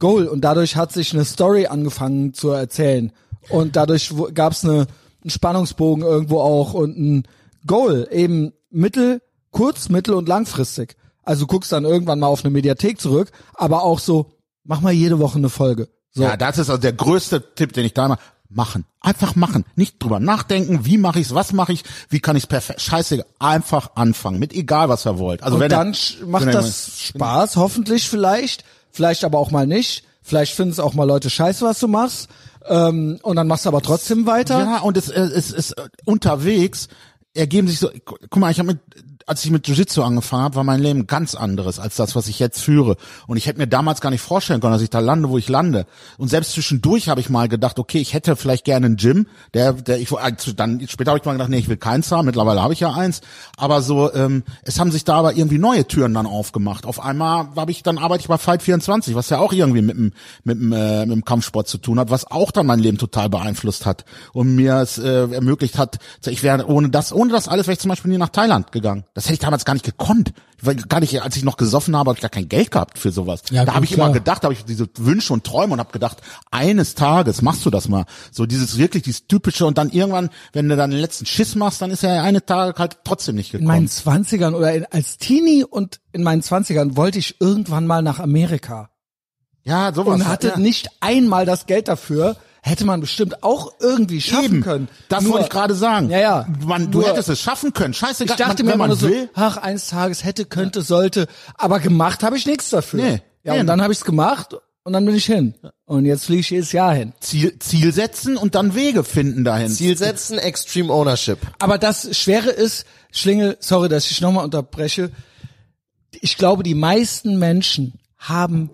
Goal. Und dadurch hat sich eine Story angefangen zu erzählen. Und dadurch gab es eine, einen Spannungsbogen irgendwo auch und ein Goal, eben mittel, kurz, mittel und langfristig. Also du guckst dann irgendwann mal auf eine Mediathek zurück, aber auch so, mach mal jede Woche eine Folge. So.
Ja, das ist also der größte Tipp, den ich da immer machen. Einfach machen, nicht drüber nachdenken, wie mache ich's, was mache ich, wie kann ich's perfekt. Scheiße, einfach anfangen, mit egal was ihr wollt. Also
und
wenn
dann
ihr-
sch- macht
wenn ihr-
das Spaß, hoffentlich vielleicht, vielleicht aber auch mal nicht. Vielleicht finden es auch mal Leute scheiße, was du machst. Ähm, und dann machst du aber trotzdem weiter.
ja und es, äh, es ist äh, unterwegs ergeben sich so, gu- guck mal, ich habe mit, als ich mit Jiu-Jitsu angefangen habe, war mein Leben ganz anderes als das, was ich jetzt führe. Und ich hätte mir damals gar nicht vorstellen können, dass ich da lande, wo ich lande. Und selbst zwischendurch habe ich mal gedacht, okay, ich hätte vielleicht gerne einen Gym, der, der ich, äh, zu- dann später habe ich mal gedacht, nee, ich will keins haben, mittlerweile habe ich ja eins. Aber so, ähm, es haben sich da aber irgendwie neue Türen dann aufgemacht. Auf einmal habe ich, dann arbeite ich bei Fight 24, was ja auch irgendwie mit dem, mit dem, äh, mit dem Kampfsport zu tun hat, was auch dann mein Leben total beeinflusst hat und mir es äh, ermöglicht hat, ich wäre ohne das, ohne das alles wäre ich zum Beispiel nie nach Thailand gegangen. Das hätte ich damals gar nicht gekonnt. Weil gar nicht, als ich noch gesoffen habe, habe ich gar kein Geld gehabt für sowas.
Ja,
da
gut,
habe ich
klar.
immer gedacht, da habe ich diese Wünsche und Träume und habe gedacht, eines Tages machst du das mal. So dieses wirklich, dieses typische und dann irgendwann, wenn du dann den letzten Schiss machst, dann ist ja eine Tag halt trotzdem nicht
in meinen
gekommen.
Zwanzigern oder in, als Teenie und in meinen Zwanzigern wollte ich irgendwann mal nach Amerika
Ja, sowas.
und hatte
ja.
nicht einmal das Geld dafür. Hätte man bestimmt auch irgendwie schaffen
Eben.
können.
Das
Nur-
wollte ich gerade sagen.
Ja, ja.
Man, du
Nur-
hättest es schaffen können. Scheiße,
Ich dachte
man,
mir
wenn
immer
man
nur so,
will.
ach, eines Tages hätte, könnte, sollte, aber gemacht habe ich nichts dafür.
Nee.
ja,
Nee.
und dann habe ich es gemacht und dann bin ich hin. Und jetzt fliege ich jedes Jahr hin.
Ziel, Ziel setzen und dann Wege finden dahin.
Ziel setzen, Extreme Ownership.
Aber das Schwere ist, Schlingel, sorry, dass ich nochmal unterbreche. Ich glaube, die meisten Menschen haben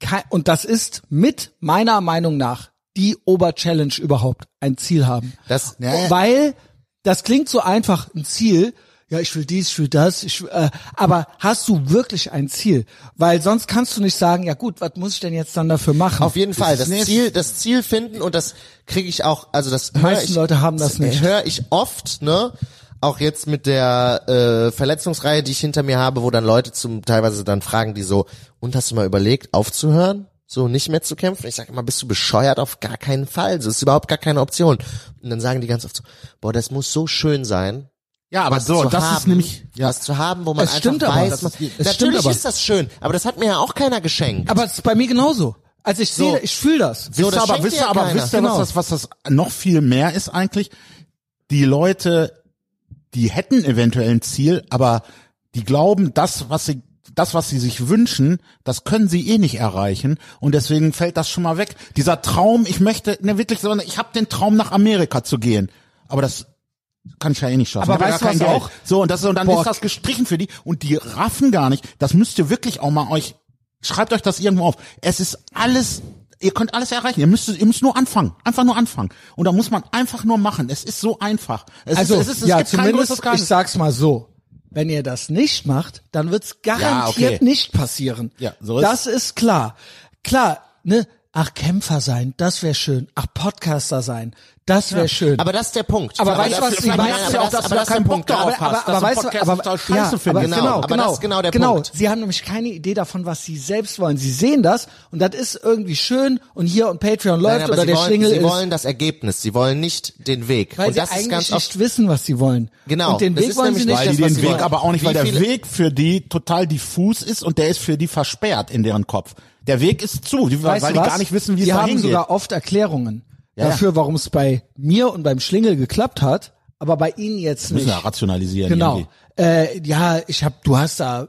kein, und das ist mit meiner Meinung nach die Oberchallenge überhaupt, ein Ziel haben.
Das,
Ja.
Weil das klingt so einfach, ein Ziel. Ja, ich will dies, ich will das. Ich, will- äh, aber hast du wirklich ein Ziel? Weil sonst kannst du nicht sagen, ja gut, was muss ich denn jetzt dann dafür machen?
Auf jeden Fall, das
nicht-
Ziel, das Ziel finden und das kriege ich auch, also das höre
meisten
ich,
Leute haben das nicht.
Höre ich oft, ne? Auch jetzt mit der äh, Verletzungsreihe, die ich hinter mir habe, wo dann Leute zum teilweise dann fragen, die so, und hast du mal überlegt, aufzuhören? So nicht mehr zu kämpfen? Ich sage immer, bist du bescheuert? Auf gar keinen Fall. Das ist überhaupt gar keine Option. Und dann sagen die ganz oft so, boah, das muss so schön sein,
Ja, aber
was
so,
zu
das
haben,
ist nämlich, ja,
was zu haben, wo man
Es
einfach
stimmt aber,
weiß,
das
man,
ist- es stimmt
natürlich
aber.
ist das schön, aber das hat mir ja auch keiner geschenkt.
aber es ist bei mir genauso. Also ich
So.
sehe, ich fühle das.
so, das
wisst ihr aber,
schenkt
wisst
dir
ihr, aber
keiner.
wisst
Genau.
ihr, was das, was das noch viel mehr ist eigentlich? Die Leute, die hätten eventuell ein Ziel, aber die glauben, das, was sie, das, was sie sich wünschen, das können sie eh nicht erreichen. Und deswegen fällt das schon mal weg. Dieser Traum, ich möchte, ne, wirklich, sondern ich habe den Traum, nach Amerika zu gehen. Aber das kann ich ja eh nicht schaffen.
Aber
Ich hab
weißt
ja gar
du,
kein
was
Geld.
auch?
So, und das, und dann
Boah.
ist das gestrichen für die. Und die raffen gar nicht. Das müsst ihr wirklich auch mal euch, schreibt euch das irgendwo auf. Es ist alles, ihr könnt alles erreichen. Ihr müsst, ihr müsst nur anfangen. Einfach nur anfangen. Und da muss man einfach nur machen. Es ist so einfach. Es
Also
ist, es ist, es
ja,
gibt kein
zumindest
größeres Geheimnis.
ich sag's mal so. Wenn ihr das nicht macht, dann wird's garantiert
okay.
nicht passieren.
Ja, so ist-
Das ist klar. Klar, ne? Ach, Kämpfer sein, das wäre schön. Ach, Podcaster sein, das wäre schön.
Aber das ist der Punkt.
Aber weißt
das-
du, was die
vielleicht-
meisten-
nein,
ja auch,
aber
dass
das-
du
aber das
da
ist
keinen
der
Punkt drauf hast, dass
weißt
du
du,
Podcasts total scheiße
aber
findest.
genau,
Genau, aber
genau,
das ist genau der
genau.
Punkt.
Sie haben nämlich keine Idee davon, was sie selbst wollen. Sie sehen das und das ist irgendwie schön und hier und Patreon läuft
Nein, aber
oder
sie
der
wollen,
Schlingel
sie
ist.
wollen das Ergebnis, sie wollen nicht den Weg.
weil
und
sie
das
eigentlich
ist ganz oft
nicht wissen, was sie wollen.
Genau,
Und den
das
Weg
ist
wollen sie
nämlich
nicht.
das,
Weil die
was
den
sie
Weg
wollen.
aber auch nicht,
Wie
weil der
viele-
Weg für die total diffus ist und der ist für die versperrt in deren Kopf. Der Weg ist zu, die, weil
Weißt
die
du was?
gar nicht wissen, wie es
Die
da
haben
hingeht.
sogar oft Erklärungen
Ja, ja.
dafür, warum es bei mir und beim Schlingel geklappt hat, aber bei ihnen jetzt
Müssen
nicht.
ja rationalisieren.
Genau.
irgendwie.
Äh, ja, ich hab, du hast da,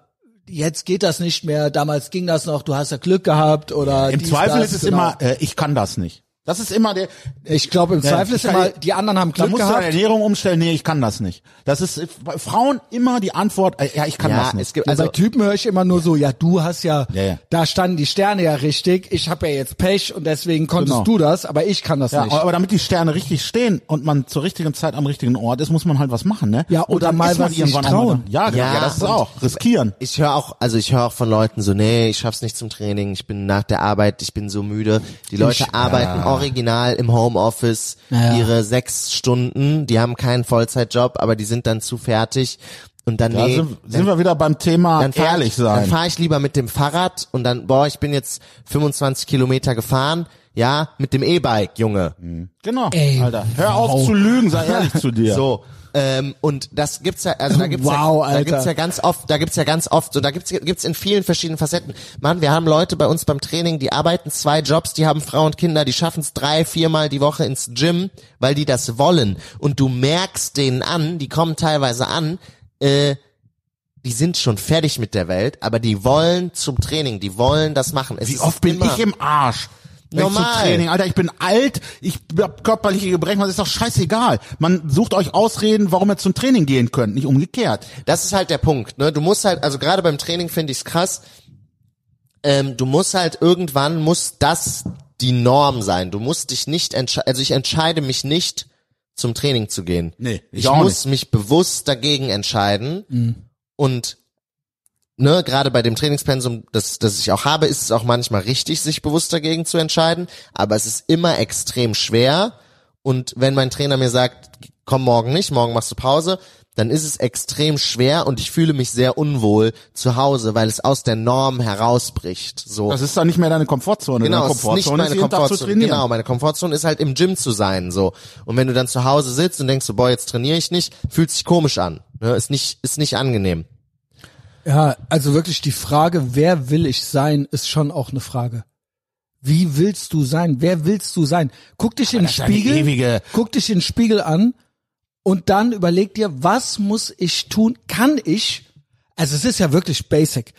jetzt geht das nicht mehr, damals ging das noch, du hast ja Glück gehabt oder
Im
dies,
Zweifel
das,
ist es
genau.
immer, äh, ich kann das nicht. Das ist immer der.
Ich glaube, im
Ja,
Zweifel ist
ich
immer,
kann-
die anderen haben
Da
Glück
musst du deine
gehabt.
Ernährung umstellen. Nee, ich kann das nicht. Das ist äh, bei Frauen immer die Antwort. Äh, ja, ich kann
Ja,
das nicht.
es gibt,
Also,
also,
bei Typen höre ich immer nur so, ja, du hast ja,
Ja, ja.
da standen die Sterne ja richtig, ich habe ja jetzt Pech und deswegen konntest
Genau.
du das, aber ich kann das
ja,
nicht.
aber damit die Sterne richtig stehen und man zur richtigen Zeit am richtigen Ort ist, muss man halt was machen, ne?
Ja,
Und
oder
dann
mal
ist man
was sich
irgendwann auch
trauen.
mal- Ja, genau.
Ja,
ja, das ist
und-
auch riskieren.
ich höre auch, also ich höre auch von Leuten so, nee, ich schaff's nicht zum Training, ich bin nach der Arbeit, ich bin so müde. Die Leute arbeiten original im Homeoffice
Ja.
ihre sechs Stunden, die haben keinen Vollzeitjob, aber die sind dann zu fertig und dann
Da
nee,
sind,
dann
sind wir wieder beim Thema
dann fahr
ehrlich
ich,
sein.
Dann fahre ich lieber mit dem Fahrrad und dann, boah, ich bin jetzt 25 Kilometer gefahren, ja, mit dem E-Bike, Junge.
genau,
Ey,
Alter. Hör auf
wow.
zu lügen, sei ehrlich zu dir.
So. Ähm, und das gibt's ja, also da gibt's
Wow,
ja, da
Alter.
gibt's ja ganz oft, da gibt's ja ganz oft, so da gibt's gibt's in vielen verschiedenen Facetten. Mann, wir haben Leute bei uns beim Training, die arbeiten zwei Jobs, die haben Frau und Kinder, die schaffen's drei, viermal die Woche ins Gym, weil die das wollen. Und du merkst denen an, die kommen teilweise an, äh, die sind schon fertig mit der Welt, aber die wollen zum Training, die wollen das machen. Es
Wie
ist
oft bin
immer,
ich im Arsch? Wenn ich zum
Normal.
Training, Alter, ich bin alt, ich hab körperliche Gebrechen, das ist doch scheißegal. Man sucht euch Ausreden, warum ihr zum Training gehen könnt, nicht umgekehrt.
Das ist halt der Punkt, ne? Du musst halt, also gerade beim Training finde ich es krass, ähm, du musst halt irgendwann, muss das die Norm sein. Du musst dich nicht entscheiden, also ich entscheide mich nicht, zum Training zu gehen.
Nee, ich
ich
auch Mhm.
muss mich bewusst dagegen entscheiden und ne, gerade bei dem Trainingspensum, das, das ich auch habe, ist es auch manchmal richtig, sich bewusst dagegen zu entscheiden, aber es ist immer extrem schwer und wenn mein Trainer mir sagt, komm morgen nicht, morgen machst du Pause, dann ist es extrem schwer und ich fühle mich sehr unwohl zu Hause, weil es aus der Norm herausbricht. So.
Das ist dann nicht mehr deine Komfortzone.
Genau,
deine
es ist nicht
Komfortzone
meine
jeden Tag zu
Komfortzone.
trainieren.
Genau, meine Komfortzone ist halt im Gym zu sein, so. Und wenn du dann zu Hause sitzt und denkst, so, boah, jetzt trainiere ich nicht, fühlt sich komisch an. Ne? Ist nicht, ist nicht angenehm.
Ja, also wirklich die Frage, wer will ich sein, ist schon auch eine Frage. Wie willst du sein? Wer willst du sein? Guck dich in den
das ist eine
Spiegel,
ewige-
guck dich in den Spiegel an und dann überleg dir, was muss ich tun? Kann ich, also es ist ja wirklich basic,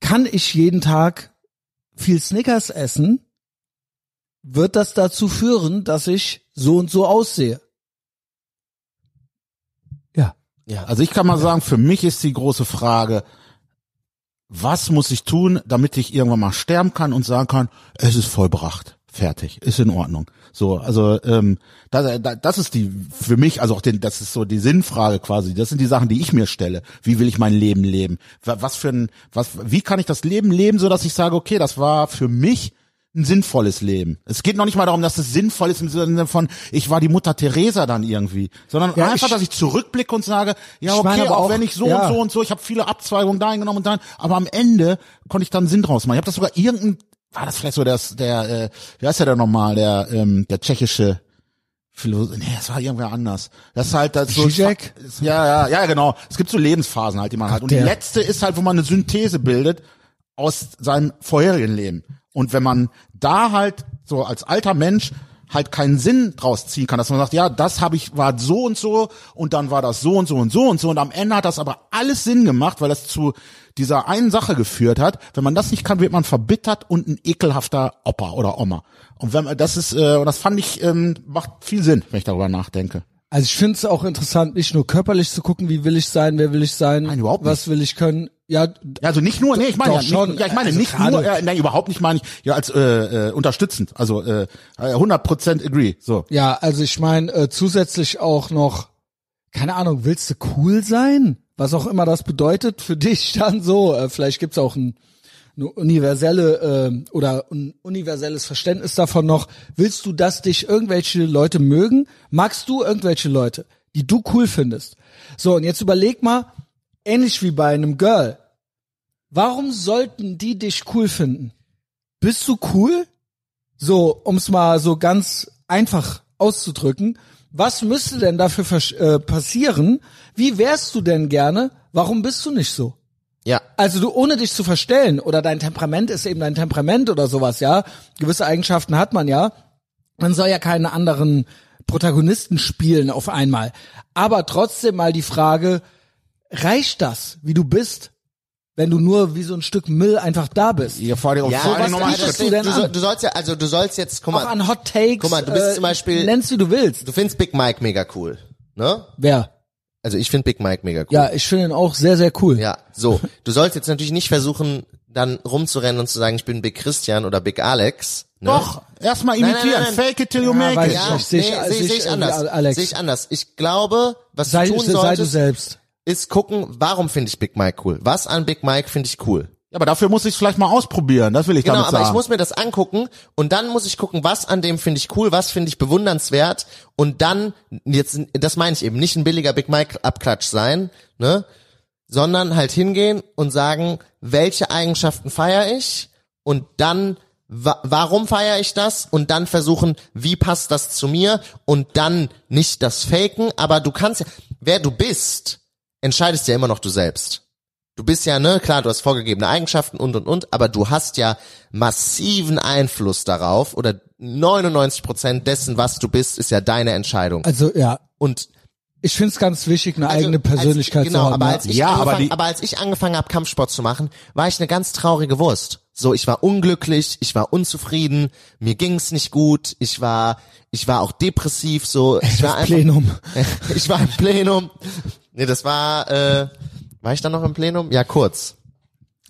kann ich jeden Tag viel Snickers essen? Wird das dazu führen, dass ich so und so aussehe? Ja.
Ja.
Also ich kann mal sagen, für mich ist die große Frage, was muss ich tun, damit ich irgendwann mal sterben kann und sagen kann, es ist vollbracht, fertig, ist in Ordnung. So, also ähm, das, da- das ist die für mich, also auch den, das ist so die Sinnfrage quasi. Das sind die Sachen, die ich mir stelle. Wie will ich mein Leben leben? Wa- Was für ein, was, wie kann ich das Leben leben, so dass ich sage, okay, das war für mich ein sinnvolles Leben. Es geht noch nicht mal darum, dass es sinnvoll ist im Sinne von, ich war die Mutter Teresa dann irgendwie, sondern
Ja,
einfach,
ich-
dass ich zurückblicke und sage, ja, ja,
Ich meine
okay,
aber
auch,
auch-
wenn ich so
ja.
und so und so, ich habe viele Abzweigungen dahin genommen und dahin, aber am Ende konnte ich dann Sinn draus machen. Ich habe das sogar irgendein, war das vielleicht so das, der, äh, wie heißt der denn nochmal, der, ähm, der tschechische Philosoph, nee, das war irgendwer anders. Das ist halt das so.
Zizek?
Ja, ja, ja, genau. Es gibt so Lebensphasen halt, die man hat. Und die
der.
letzte ist halt, wo man eine Synthese bildet aus seinem vorherigen Leben. Und wenn man da halt so als alter Mensch halt keinen Sinn draus ziehen kann, dass man sagt, ja, das habe ich war so und so und dann war das so und so und so und so und am Ende hat das aber alles Sinn gemacht, weil das zu dieser einen Sache geführt hat. Wenn man das nicht kann, wird man verbittert und ein ekelhafter Opa oder Oma. Und wenn man das ist, äh, und das fand ich ähm, macht viel Sinn, wenn ich darüber nachdenke.
Also ich finde es auch interessant, nicht nur körperlich zu gucken, wie will ich sein, wer will ich sein,
Nein, überhaupt
was will ich können. Ja, d-
Ja, also nicht nur, nee, ich meine,
Doch
ja, nicht,
schon,
ja, ich meine
also
nicht
gerade-
nur, ja, nein, überhaupt nicht meine ich, ja, als äh, äh, unterstützend, also äh, 100% agree, so.
ja, also ich meine äh, zusätzlich auch noch, keine Ahnung, willst du cool sein? Was auch immer das bedeutet für dich dann so. Äh, vielleicht gibt's auch ein, eine universelle äh, oder ein universelles Verständnis davon noch. Willst du, dass dich irgendwelche Leute mögen? Magst du irgendwelche Leute, die du cool findest? So, und jetzt überleg mal, ähnlich wie bei einem Girl, warum sollten die dich cool finden? Bist du cool? So, um's mal so ganz einfach auszudrücken, was müsste denn dafür versch- äh, passieren? Wie wärst du denn gerne? Warum bist du nicht so?
Ja.
Also du ohne dich zu verstellen oder dein Temperament ist eben dein Temperament oder sowas, ja. Gewisse Eigenschaften hat man ja. Man soll ja keine anderen Protagonisten spielen auf einmal. Aber trotzdem mal die Frage, reicht das, wie du bist, wenn du nur wie so ein Stück Müll einfach da bist?
Ja, vor allem,
Ja,
vor allem
was
nochmal
bietet
Schritt.
du denn
du, so-
an?
du sollst ja, also du sollst jetzt, guck
Auch
mal,
an Hot Takes.
Guck mal, du bist zum Beispiel-
Nennst wie du willst.
du findest Big Mike mega cool, ne?
Wer?
Also ich finde Big Mike mega cool.
Ja, ich finde ihn auch sehr, sehr cool.
Ja, so. Du sollst jetzt natürlich nicht versuchen, dann rumzurennen und zu sagen, ich bin Big Christian oder Big Alex. Ne?
Doch, erstmal
nein,
imitieren,
nein, nein.
fake it till you
Ja,
make
weiß
it.
ich
Ja,
nicht. Sehe ich-
nee,
sehe
sehe
ich
seh ich
irgendwie
anders.
Alex.
Sehe ich anders. Ich glaube, was
Sei,
du tun
sei du
solltest,
selbst.
ist gucken, warum finde ich Big Mike cool? Was an Big Mike finde ich cool?
Ja, aber dafür muss ich es vielleicht mal ausprobieren, das will ich
Genau,
damit
aber
sagen.
ich muss mir das angucken und dann muss ich gucken, was an dem finde ich cool, was finde ich bewundernswert und dann jetzt das meine ich eben nicht ein billiger Big Mike Abklatsch sein, ne, sondern halt hingehen und sagen, welche Eigenschaften feiere ich und dann wa warum feiere ich das und dann versuchen, wie passt das zu mir und dann nicht das faken, aber du kannst ja wer du bist, entscheidest ja immer noch du selbst. Du bist ja, ne, klar, du hast vorgegebene Eigenschaften und und und, aber du hast ja massiven Einfluss darauf oder 99 Prozent dessen, was du bist, ist ja deine Entscheidung.
Also ja,
Und
ich finde es ganz wichtig, eine
also,
eigene Persönlichkeit
als, genau,
zu haben. ne?
aber als ich
Ja, aber
angefangen,
die-
aber als ich angefangen habe, Kampfsport zu machen, war ich eine ganz traurige Wurst, So, ich war unglücklich, ich war unzufrieden, mir ging's nicht gut, ich war, ich war auch depressiv, so, ich war einfach,
Plenum.
ich war im Plenum. Nee, das war, äh, war ich dann noch im Plenum? Ja, kurz.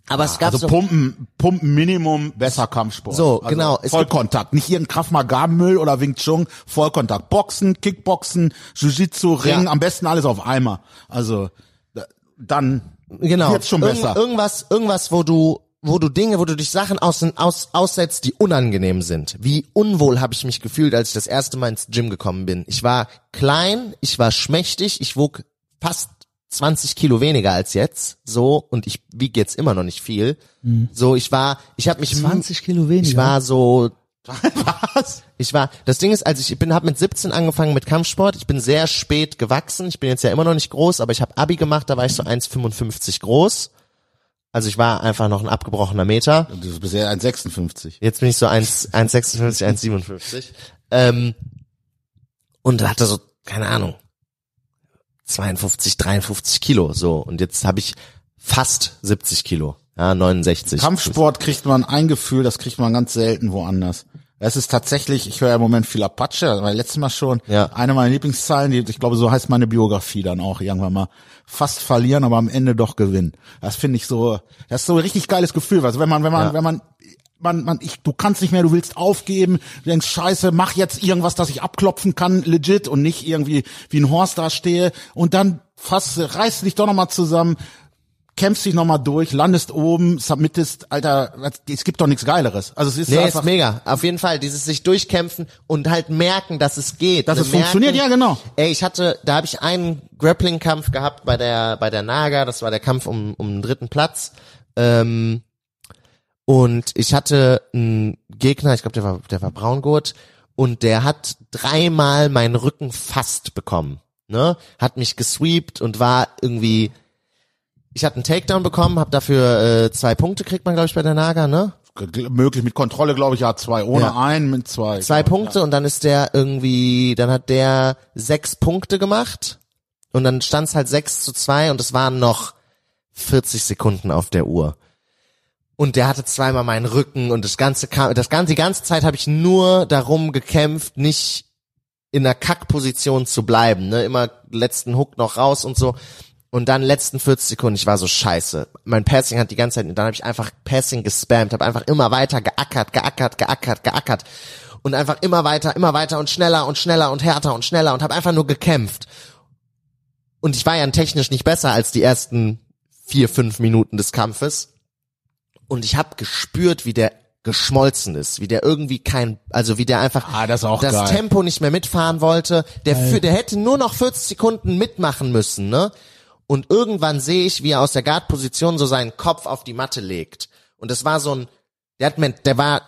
Aber es gab
Also
so,
Pumpen, Pumpen Minimum, besser Kampfsport.
So,
also
genau. Es
Vollkontakt, nicht ihren Kraftmagar-Müll oder Wing Chun, Vollkontakt. Boxen, Kickboxen, Jiu-Jitsu, Ring,
Ja.
am besten alles auf einmal. Also da- dann
genau.
wird's schon
Irgend-
besser.
Irgendwas, irgendwas, wo du, wo du Dinge, wo du dich Sachen aus, aus, aussetzt, die unangenehm sind. Wie unwohl habe ich mich gefühlt, als ich das erste Mal ins Gym gekommen bin. Ich war klein, ich war schmächtig, ich wog fast 20 Kilo weniger als jetzt, so, und ich wiege jetzt immer noch nicht viel.
Mhm.
So, ich war, ich habe mich
20 Kilo weniger.
Ich war so. Was? Ich war. Das Ding ist, als ich bin, habe mit 17 angefangen mit Kampfsport. Ich bin sehr spät gewachsen. Ich bin jetzt ja immer noch nicht groß, aber ich habe Abi gemacht. Da war ich so 1,55 groß. Also ich war einfach noch ein abgebrochener Meter.
Du bist ja 1,56.
Jetzt bin ich so 1 1,56, 1,57. Ähm, und hatte so, keine Ahnung, 52, 53 Kilo so. Und jetzt habe ich fast 70 Kilo. Ja, 69.
Kampfsport kriegt man ein Gefühl, das kriegt man ganz selten woanders. Es ist tatsächlich, ich höre ja im Moment viel Apache, das war letztes Mal schon,
Ja.
eine meiner Lieblingszeilen, die, ich glaube, so heißt meine Biografie dann auch irgendwann mal. Fast verlieren, aber am Ende doch gewinnen. Das finde ich so, das ist so ein richtig geiles Gefühl, also wenn man, wenn man,
Ja.
wenn man, man, man, ich, du kannst nicht mehr, du willst aufgeben, du denkst, scheiße, mach jetzt irgendwas, dass ich abklopfen kann, legit, und nicht irgendwie wie ein Horst da stehe, und dann fast, reißt dich doch nochmal zusammen, kämpfst dich nochmal durch, landest oben, submittest, Alter, es gibt doch nichts Geileres. Also es ist
Nee,
einfach,
ist mega. Auf jeden Fall, dieses sich durchkämpfen und halt merken, dass es geht.
Dass
Ne,
es funktioniert, ja, genau.
Ey, ich hatte, da habe ich einen Grappling-Kampf gehabt bei der bei der Naga, das war der Kampf um, um den dritten Platz. Ähm, und ich hatte einen Gegner, ich glaube, der war, der war Braungurt, und der hat dreimal meinen Rücken fast bekommen. Ne? Hat mich gesweept und war irgendwie. Ich hatte einen Takedown bekommen, habe dafür äh, zwei Punkte kriegt man, glaube ich, bei der Naga, ne?
Gl- genau. möglich mit Kontrolle, glaube ich, ja, zwei, ohne
Ja.
ein, mit zwei.
zwei Punkte und dann ist der irgendwie, dann hat der sechs Punkte gemacht und dann stand es halt sechs zu zwei und es waren noch 40 Sekunden auf der Uhr. Und der hatte zweimal meinen Rücken und das ganze kam, das ganze, die ganze Zeit habe ich nur darum gekämpft, nicht in einer Kackposition zu bleiben, ne, immer letzten Hook noch raus und so. Und dann letzten 40 Sekunden, ich war so scheiße. Mein Passing hat die ganze Zeit, und dann habe ich einfach Passing gespammt, habe einfach immer weiter geackert, geackert, geackert, geackert. Und einfach immer weiter, immer weiter und schneller und schneller und härter und schneller und habe einfach nur gekämpft. Und ich war ja technisch nicht besser als die ersten vier, fünf Minuten des Kampfes. Und ich habe gespürt, wie der geschmolzen ist, wie der irgendwie kein, also wie der einfach
Ah, das ist auch
das
geil.
Tempo nicht mehr mitfahren wollte. Der, für, der hätte nur noch 40 Sekunden mitmachen müssen, ne? Und irgendwann sehe ich, wie er aus der Guard-Position so seinen Kopf auf die Matte legt. Und das war so ein, der hat mir, der war,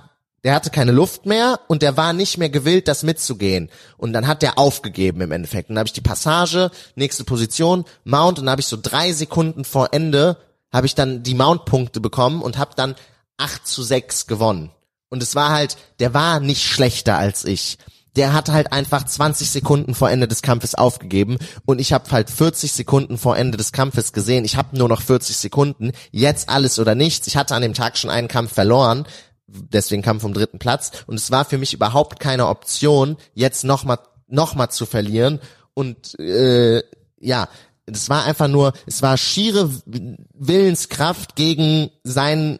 der hatte keine Luft mehr und der war nicht mehr gewillt, das mitzugehen. Und dann hat der aufgegeben im Endeffekt. Und dann habe ich die Passage, nächste Position, Mount und dann habe ich so drei Sekunden vor Ende, habe ich dann die Mount-Punkte bekommen und habe dann 8 zu 6 gewonnen. Und es war halt, der war nicht schlechter als ich. Der hat halt einfach 20 Sekunden vor Ende des Kampfes aufgegeben und ich habe halt 40 Sekunden vor Ende des Kampfes gesehen. Ich habe nur noch 40 Sekunden, jetzt alles oder nichts. Ich hatte an dem Tag schon einen Kampf verloren, deswegen Kampf um dritten Platz und es war für mich überhaupt keine Option, jetzt nochmal noch mal zu verlieren und äh, ja, es war einfach nur, es war schiere Willenskraft gegen sein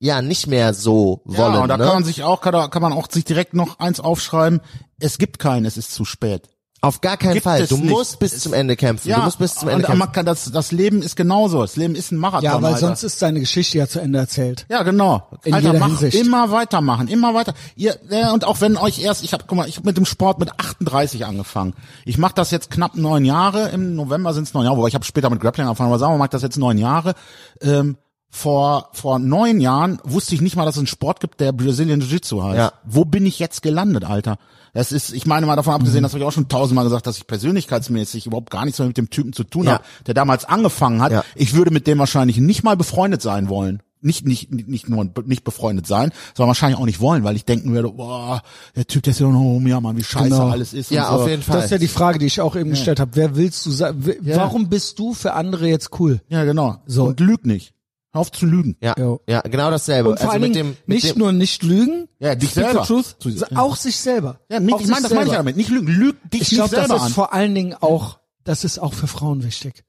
ja nicht mehr so
Ja,
wollen.
und da
ne?
kann man sich auch, kann, kann man auch sich direkt noch eins aufschreiben. Es gibt keinen, es ist zu spät.
Auf gar keinen
Gibt
Fall.
es
Du
nicht.
musst bis zum Ende kämpfen. du musst bis zum Ende
und
kämpfen.
man kann das, das Leben ist genauso. Das Leben ist ein Marathon.
ja, weil
Alter.
sonst ist seine Geschichte ja zu Ende erzählt.
Ja, genau.
In
Alter,
jeder
mach
Hinsicht.
immer weitermachen, immer weiter. Ihr ja, und auch wenn euch erst, ich habe, guck mal, ich habe mit dem Sport mit 38 angefangen. Ich mache das jetzt knapp neun Jahre. Im November sind es neun Jahre, wobei ich habe später mit Grappling angefangen. Aber sagen wir, mal, ich mach das jetzt neun Jahre. Ähm, vor vor neun Jahren wusste ich nicht mal, dass es einen Sport gibt, der Brazilian Jiu-Jitsu heißt.
Ja.
Wo bin ich jetzt gelandet, Alter? Das ist, ich meine mal davon
Mhm.
abgesehen, das habe ich auch schon tausendmal gesagt, dass ich persönlichkeitsmäßig überhaupt gar nichts mehr mit dem Typen zu tun
Ja.
habe, der damals angefangen hat.
Ja.
Ich würde mit dem wahrscheinlich nicht mal befreundet sein wollen. Nicht, nicht, nicht nur be- nicht befreundet sein, sondern wahrscheinlich auch nicht wollen, weil ich denken würde, boah, der Typ, der ist ja noch ein ja, Mann, wie scheiße
Genau.
alles ist.
ja,
und so.
auf jeden Fall.
Das ist ja die Frage, die ich auch eben gestellt habe. Wer willst du sein? w- Warum bist du für andere jetzt cool?
Ja, genau.
So.
Und lüg nicht. Hör auf zu lügen.
Ja,
Jo.
ja, genau dasselbe.
Und vor
also
allen
mit
Dingen
dem, mit
nicht
dem,
nur nicht lügen,
Ja, dich
speak the
selber.
Truth,
Zu-
sa- auch sich selber.
Ja, mich,
Auch
ich meine,
sich
das meine ich
selber.
damit. Nicht lügen, lüg dich
Ich glaube,
nicht
das
selber
ist
an.
vor allen Dingen auch, das ist auch für Frauen wichtig.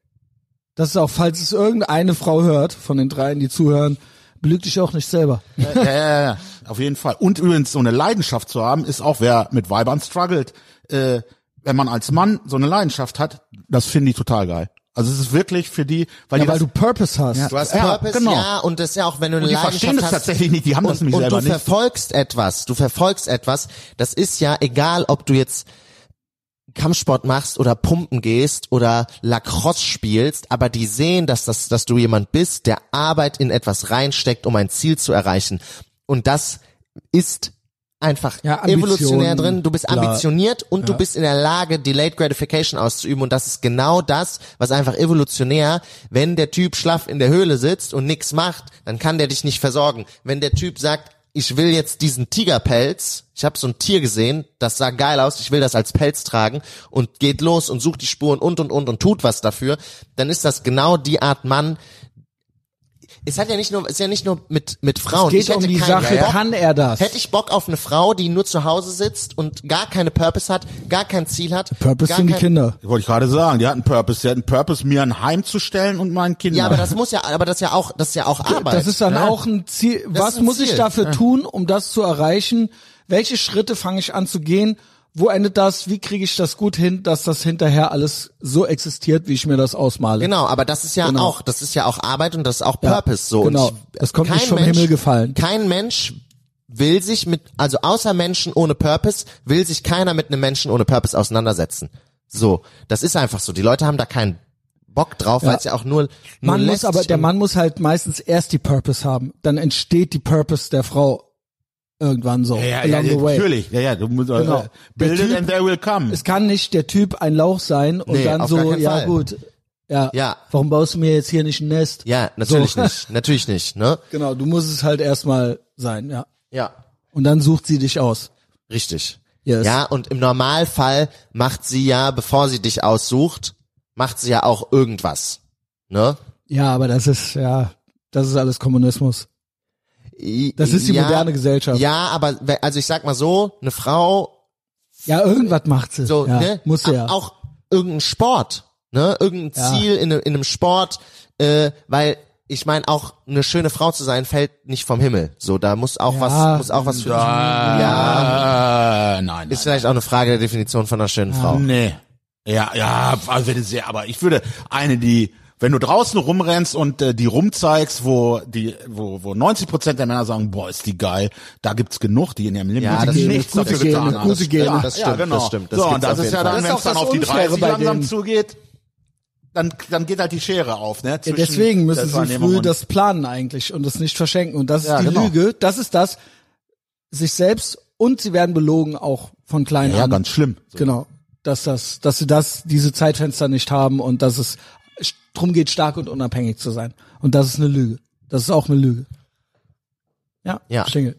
Das ist auch, falls es irgendeine Frau hört, von den dreien, die zuhören, belüg dich auch nicht selber.
ja, ja, ja, auf jeden Fall. Und übrigens, so eine Leidenschaft zu haben, ist auch, wer mit Weibern struggelt, äh, wenn man als Mann so eine Leidenschaft hat, das finde ich total geil. Also es ist wirklich für die, weil
Ja,
die
weil du
das,
Purpose hast.
Ja.
du hast
Ja,
Purpose,
genau.
ja, und das ist ja auch, wenn du eine
die
Leidenschaft
verstehen das
hast,
tatsächlich nicht, die haben
und,
das nämlich
und
selber
du
nicht.
verfolgst etwas, du verfolgst etwas, das ist ja egal, ob du jetzt Kampfsport machst oder pumpen gehst oder Lacrosse spielst, aber die sehen, dass das, dass du jemand bist, der Arbeit in etwas reinsteckt, um ein Ziel zu erreichen. Und das ist einfach
Ja, Ambition,
evolutionär drin. Du bist
klar.
ambitioniert und du bist in der Lage, Delayed Gratification auszuüben. Und das ist genau das, was einfach evolutionär, wenn der Typ schlaff in der Höhle sitzt und nichts macht, dann kann der dich nicht versorgen. Wenn der Typ sagt, ich will jetzt diesen Tigerpelz, ich habe so ein Tier gesehen, das sah geil aus, ich will das als Pelz tragen und geht los und sucht die Spuren und und und und tut was dafür, dann ist das genau die Art Mann. Es hat ja nicht nur, es ist ja nicht nur mit mit Frauen.
Es geht
ich hätte
um die
keinen
Sache,
Bock,
kann er das?
Hätte ich Bock auf eine Frau, die nur zu Hause sitzt und gar keine Purpose hat, gar kein Ziel hat?
Purpose
gar
sind die
kein-
Kinder.
Wollte ich gerade sagen, die hatten Purpose, die hatten Purpose, mir ein Heim zu stellen und meinen Kindern.
Ja, aber das muss ja, aber das ist ja auch, das ist ja auch Arbeit.
Das ist dann auch ein Ziel.
Das
Was
ist ein
muss ich
Ziel.
dafür tun, um das zu erreichen? Welche Schritte fange ich an zu gehen? Wo endet das? Wie kriege ich das gut hin, dass das hinterher alles so existiert, wie ich mir das ausmale?
Genau, aber das ist ja
Genau.
auch, das ist ja auch Arbeit und das ist auch
Ja,
Purpose so.
genau.
Und ich-
Das kommt nicht
kein
vom Himmel gefallen.
Kein Mensch will sich mit, also außer Menschen ohne Purpose, will sich keiner mit einem Menschen ohne Purpose auseinandersetzen. So, das ist einfach so. Die Leute haben da keinen Bock drauf, weil es ja auch nur, nur
Man muss
lästig
aber, der
und-
Mann muss halt meistens erst die Purpose haben. Dann entsteht die Purpose der Frau irgendwann so.
ja, ja,
along
ja
the way.
natürlich. Ja, ja, du musst
Genau.
äh,
Der
build it
Typ-
and they will come.
Es kann nicht der Typ ein Lauch sein und
Nee,
dann
auf
so,
gar keinen
ja
Fall.
gut, ja,
Ja.
warum baust du mir jetzt hier nicht ein Nest?
Ja, natürlich
So.
nicht, natürlich nicht, ne?
Genau, du musst es halt erstmal sein, ja.
Ja.
Und dann sucht sie dich aus.
Richtig.
Yes.
Ja, und im Normalfall macht sie ja, bevor sie dich aussucht, macht sie ja auch irgendwas. Ne?
Ja, aber das ist, ja, das ist alles Kommunismus.
I-
Das ist die
ja,
moderne Gesellschaft. Ja,
Ja, aber we- also ich sag mal so, eine Frau
irgendwas macht sie.
so,
ja,
ne?
Muss sie ja.
Auch irgendein Sport, ne? Irgendein
Ja.
Ziel in, ne- in einem Sport, äh, weil ich meine auch eine schöne Frau zu sein fällt nicht vom Himmel. So, da muss auch
Ja.
was muss auch was für ja,
ja. Äh, nein, nein.
ist vielleicht auch eine Frage der Definition von einer schönen Frau.
Nee. Ja, ja, also wenn du sehr, aber ich würde eine, die, wenn du draußen rumrennst und äh, die rumzeigst, wo die, wo, wo 90 Prozent der Männer sagen, boah, ist die geil, da gibt's genug, die in ihrem Leben
Ja, das
nichts
stimmt.
dafür
Gute
getan
Gene,
haben.
gute Gene.
Ja,
Das
ja,
stimmt,
genau.
das stimmt, das
so, und
gibt's auf
das ist
jeden
ja
Fall.
dann,
Das ist
wenn
auch
es dann
das
auf die
Unfaire
30
bei
langsam
denen.
zugeht, dann, dann geht halt die Schere auf, ne?
ja,
zwischen
deswegen müssen sie
Selbstwahrnehmung
früh
und-
das planen eigentlich und das nicht verschenken. Und das ist
Ja,
die
genau.
Lüge. Das ist das. Sich selbst und sie werden belogen auch von klein
Ja, ja,
an.
ganz schlimm.
Genau. Dass das, dass sie das, diese Zeitfenster nicht haben und dass es sch- drum geht, stark und unabhängig zu sein. Und das ist eine Lüge. Das ist auch eine Lüge. Ja,
Ja.
Schlingel.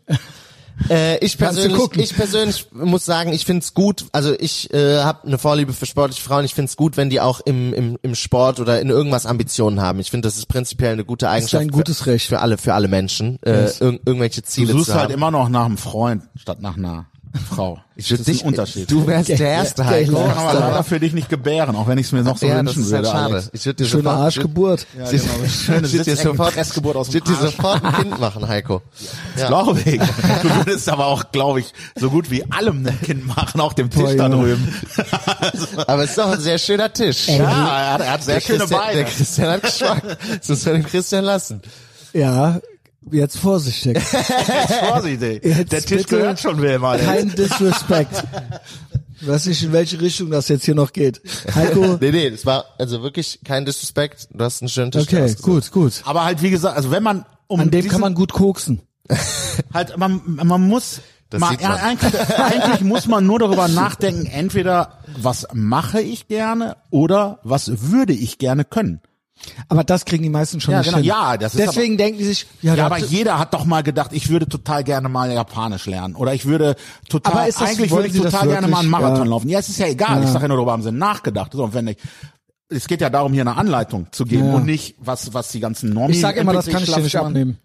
Äh, ich
Kannst du
persönlich,
gucken.
ich persönlich muss sagen, ich find's gut. Also ich äh, habe eine Vorliebe für sportliche Frauen. Ich find's gut, wenn die auch im, im, im Sport oder in irgendwas Ambitionen haben. Ich finde, das ist prinzipiell eine gute
Das ist
Eigenschaft
ein gutes Recht.
für, für alle für alle Menschen, äh, irg irgendwelche
Du
Ziele
suchst
zu haben.
halt immer noch nach einem Freund statt nach einer Frau.
ich
das
würd
ist ein
dich,
Unterschied.
Du wärst der Erste halt.
der
Ich kann aber leider für dich nicht gebären, auch wenn ich es mir noch so
ja, das
wünschen
ist halt
würde.
schade.
Alex.
Ich würde dir
Schöne
sofort,
Arschgeburt.
Ja, genau.
Schöne
Ich würde dir
Sitzecke,
sofort,
Pressgeburt aus dem
ich würd dir
Arsch.
sofort ein Kind machen, Heiko. Ja.
Glaube ich. Du würdest aber auch, glaube ich, so gut wie allem ein Kind machen, auch dem Tisch da
Junge.
drüben. Also,
Aber es ist doch ein sehr schöner Tisch.
Ja, er hat, er hat sehr
Der
schöne
Christian, Der
Beine.
Christian hat Geschmack. Das müssen wir dem Christian lassen.
Ja, jetzt vorsichtig.
Vorsichtig.
Jetzt
Der Tisch
bitte.
gehört schon wem, Alter.
Kein Disrespect. Ich weiß nicht, in welche Richtung das jetzt hier noch geht. Heiko,
Nee, nee, das war also wirklich kein Disrespect. Du hast einen schönen Tisch.
okay, gut,
ausgesucht.
gut.
Aber halt, wie gesagt, also wenn man um
An dem
diesen-
kann man gut koksen.
halt, man, man muss,
Das
mal,
sieht man.
Eigentlich, eigentlich muss man nur darüber nachdenken, entweder was mache ich gerne oder was würde ich gerne können.
Aber das kriegen die meisten schon
Ja,
nicht
genau.
hin.
Ja, das ist
Deswegen denken die sich, ja,
Ja,
da-
aber jeder hat doch mal gedacht, ich würde total gerne mal Japanisch lernen oder ich würde total,
Aber ist das-
eigentlich
wollen
würde ich
Sie das
total gerne mal einen
wirklich? äh,
Marathon
Ja.
laufen. Ja, es ist ja egal. Ich sage ja nur, darüber haben sie nachgedacht. So, und wenn ich, es geht ja darum, hier eine Anleitung zu geben
Ja.
und nicht, was, was die ganzen Normen.
Ich sag immer, das kann ich dir nicht abnehmen,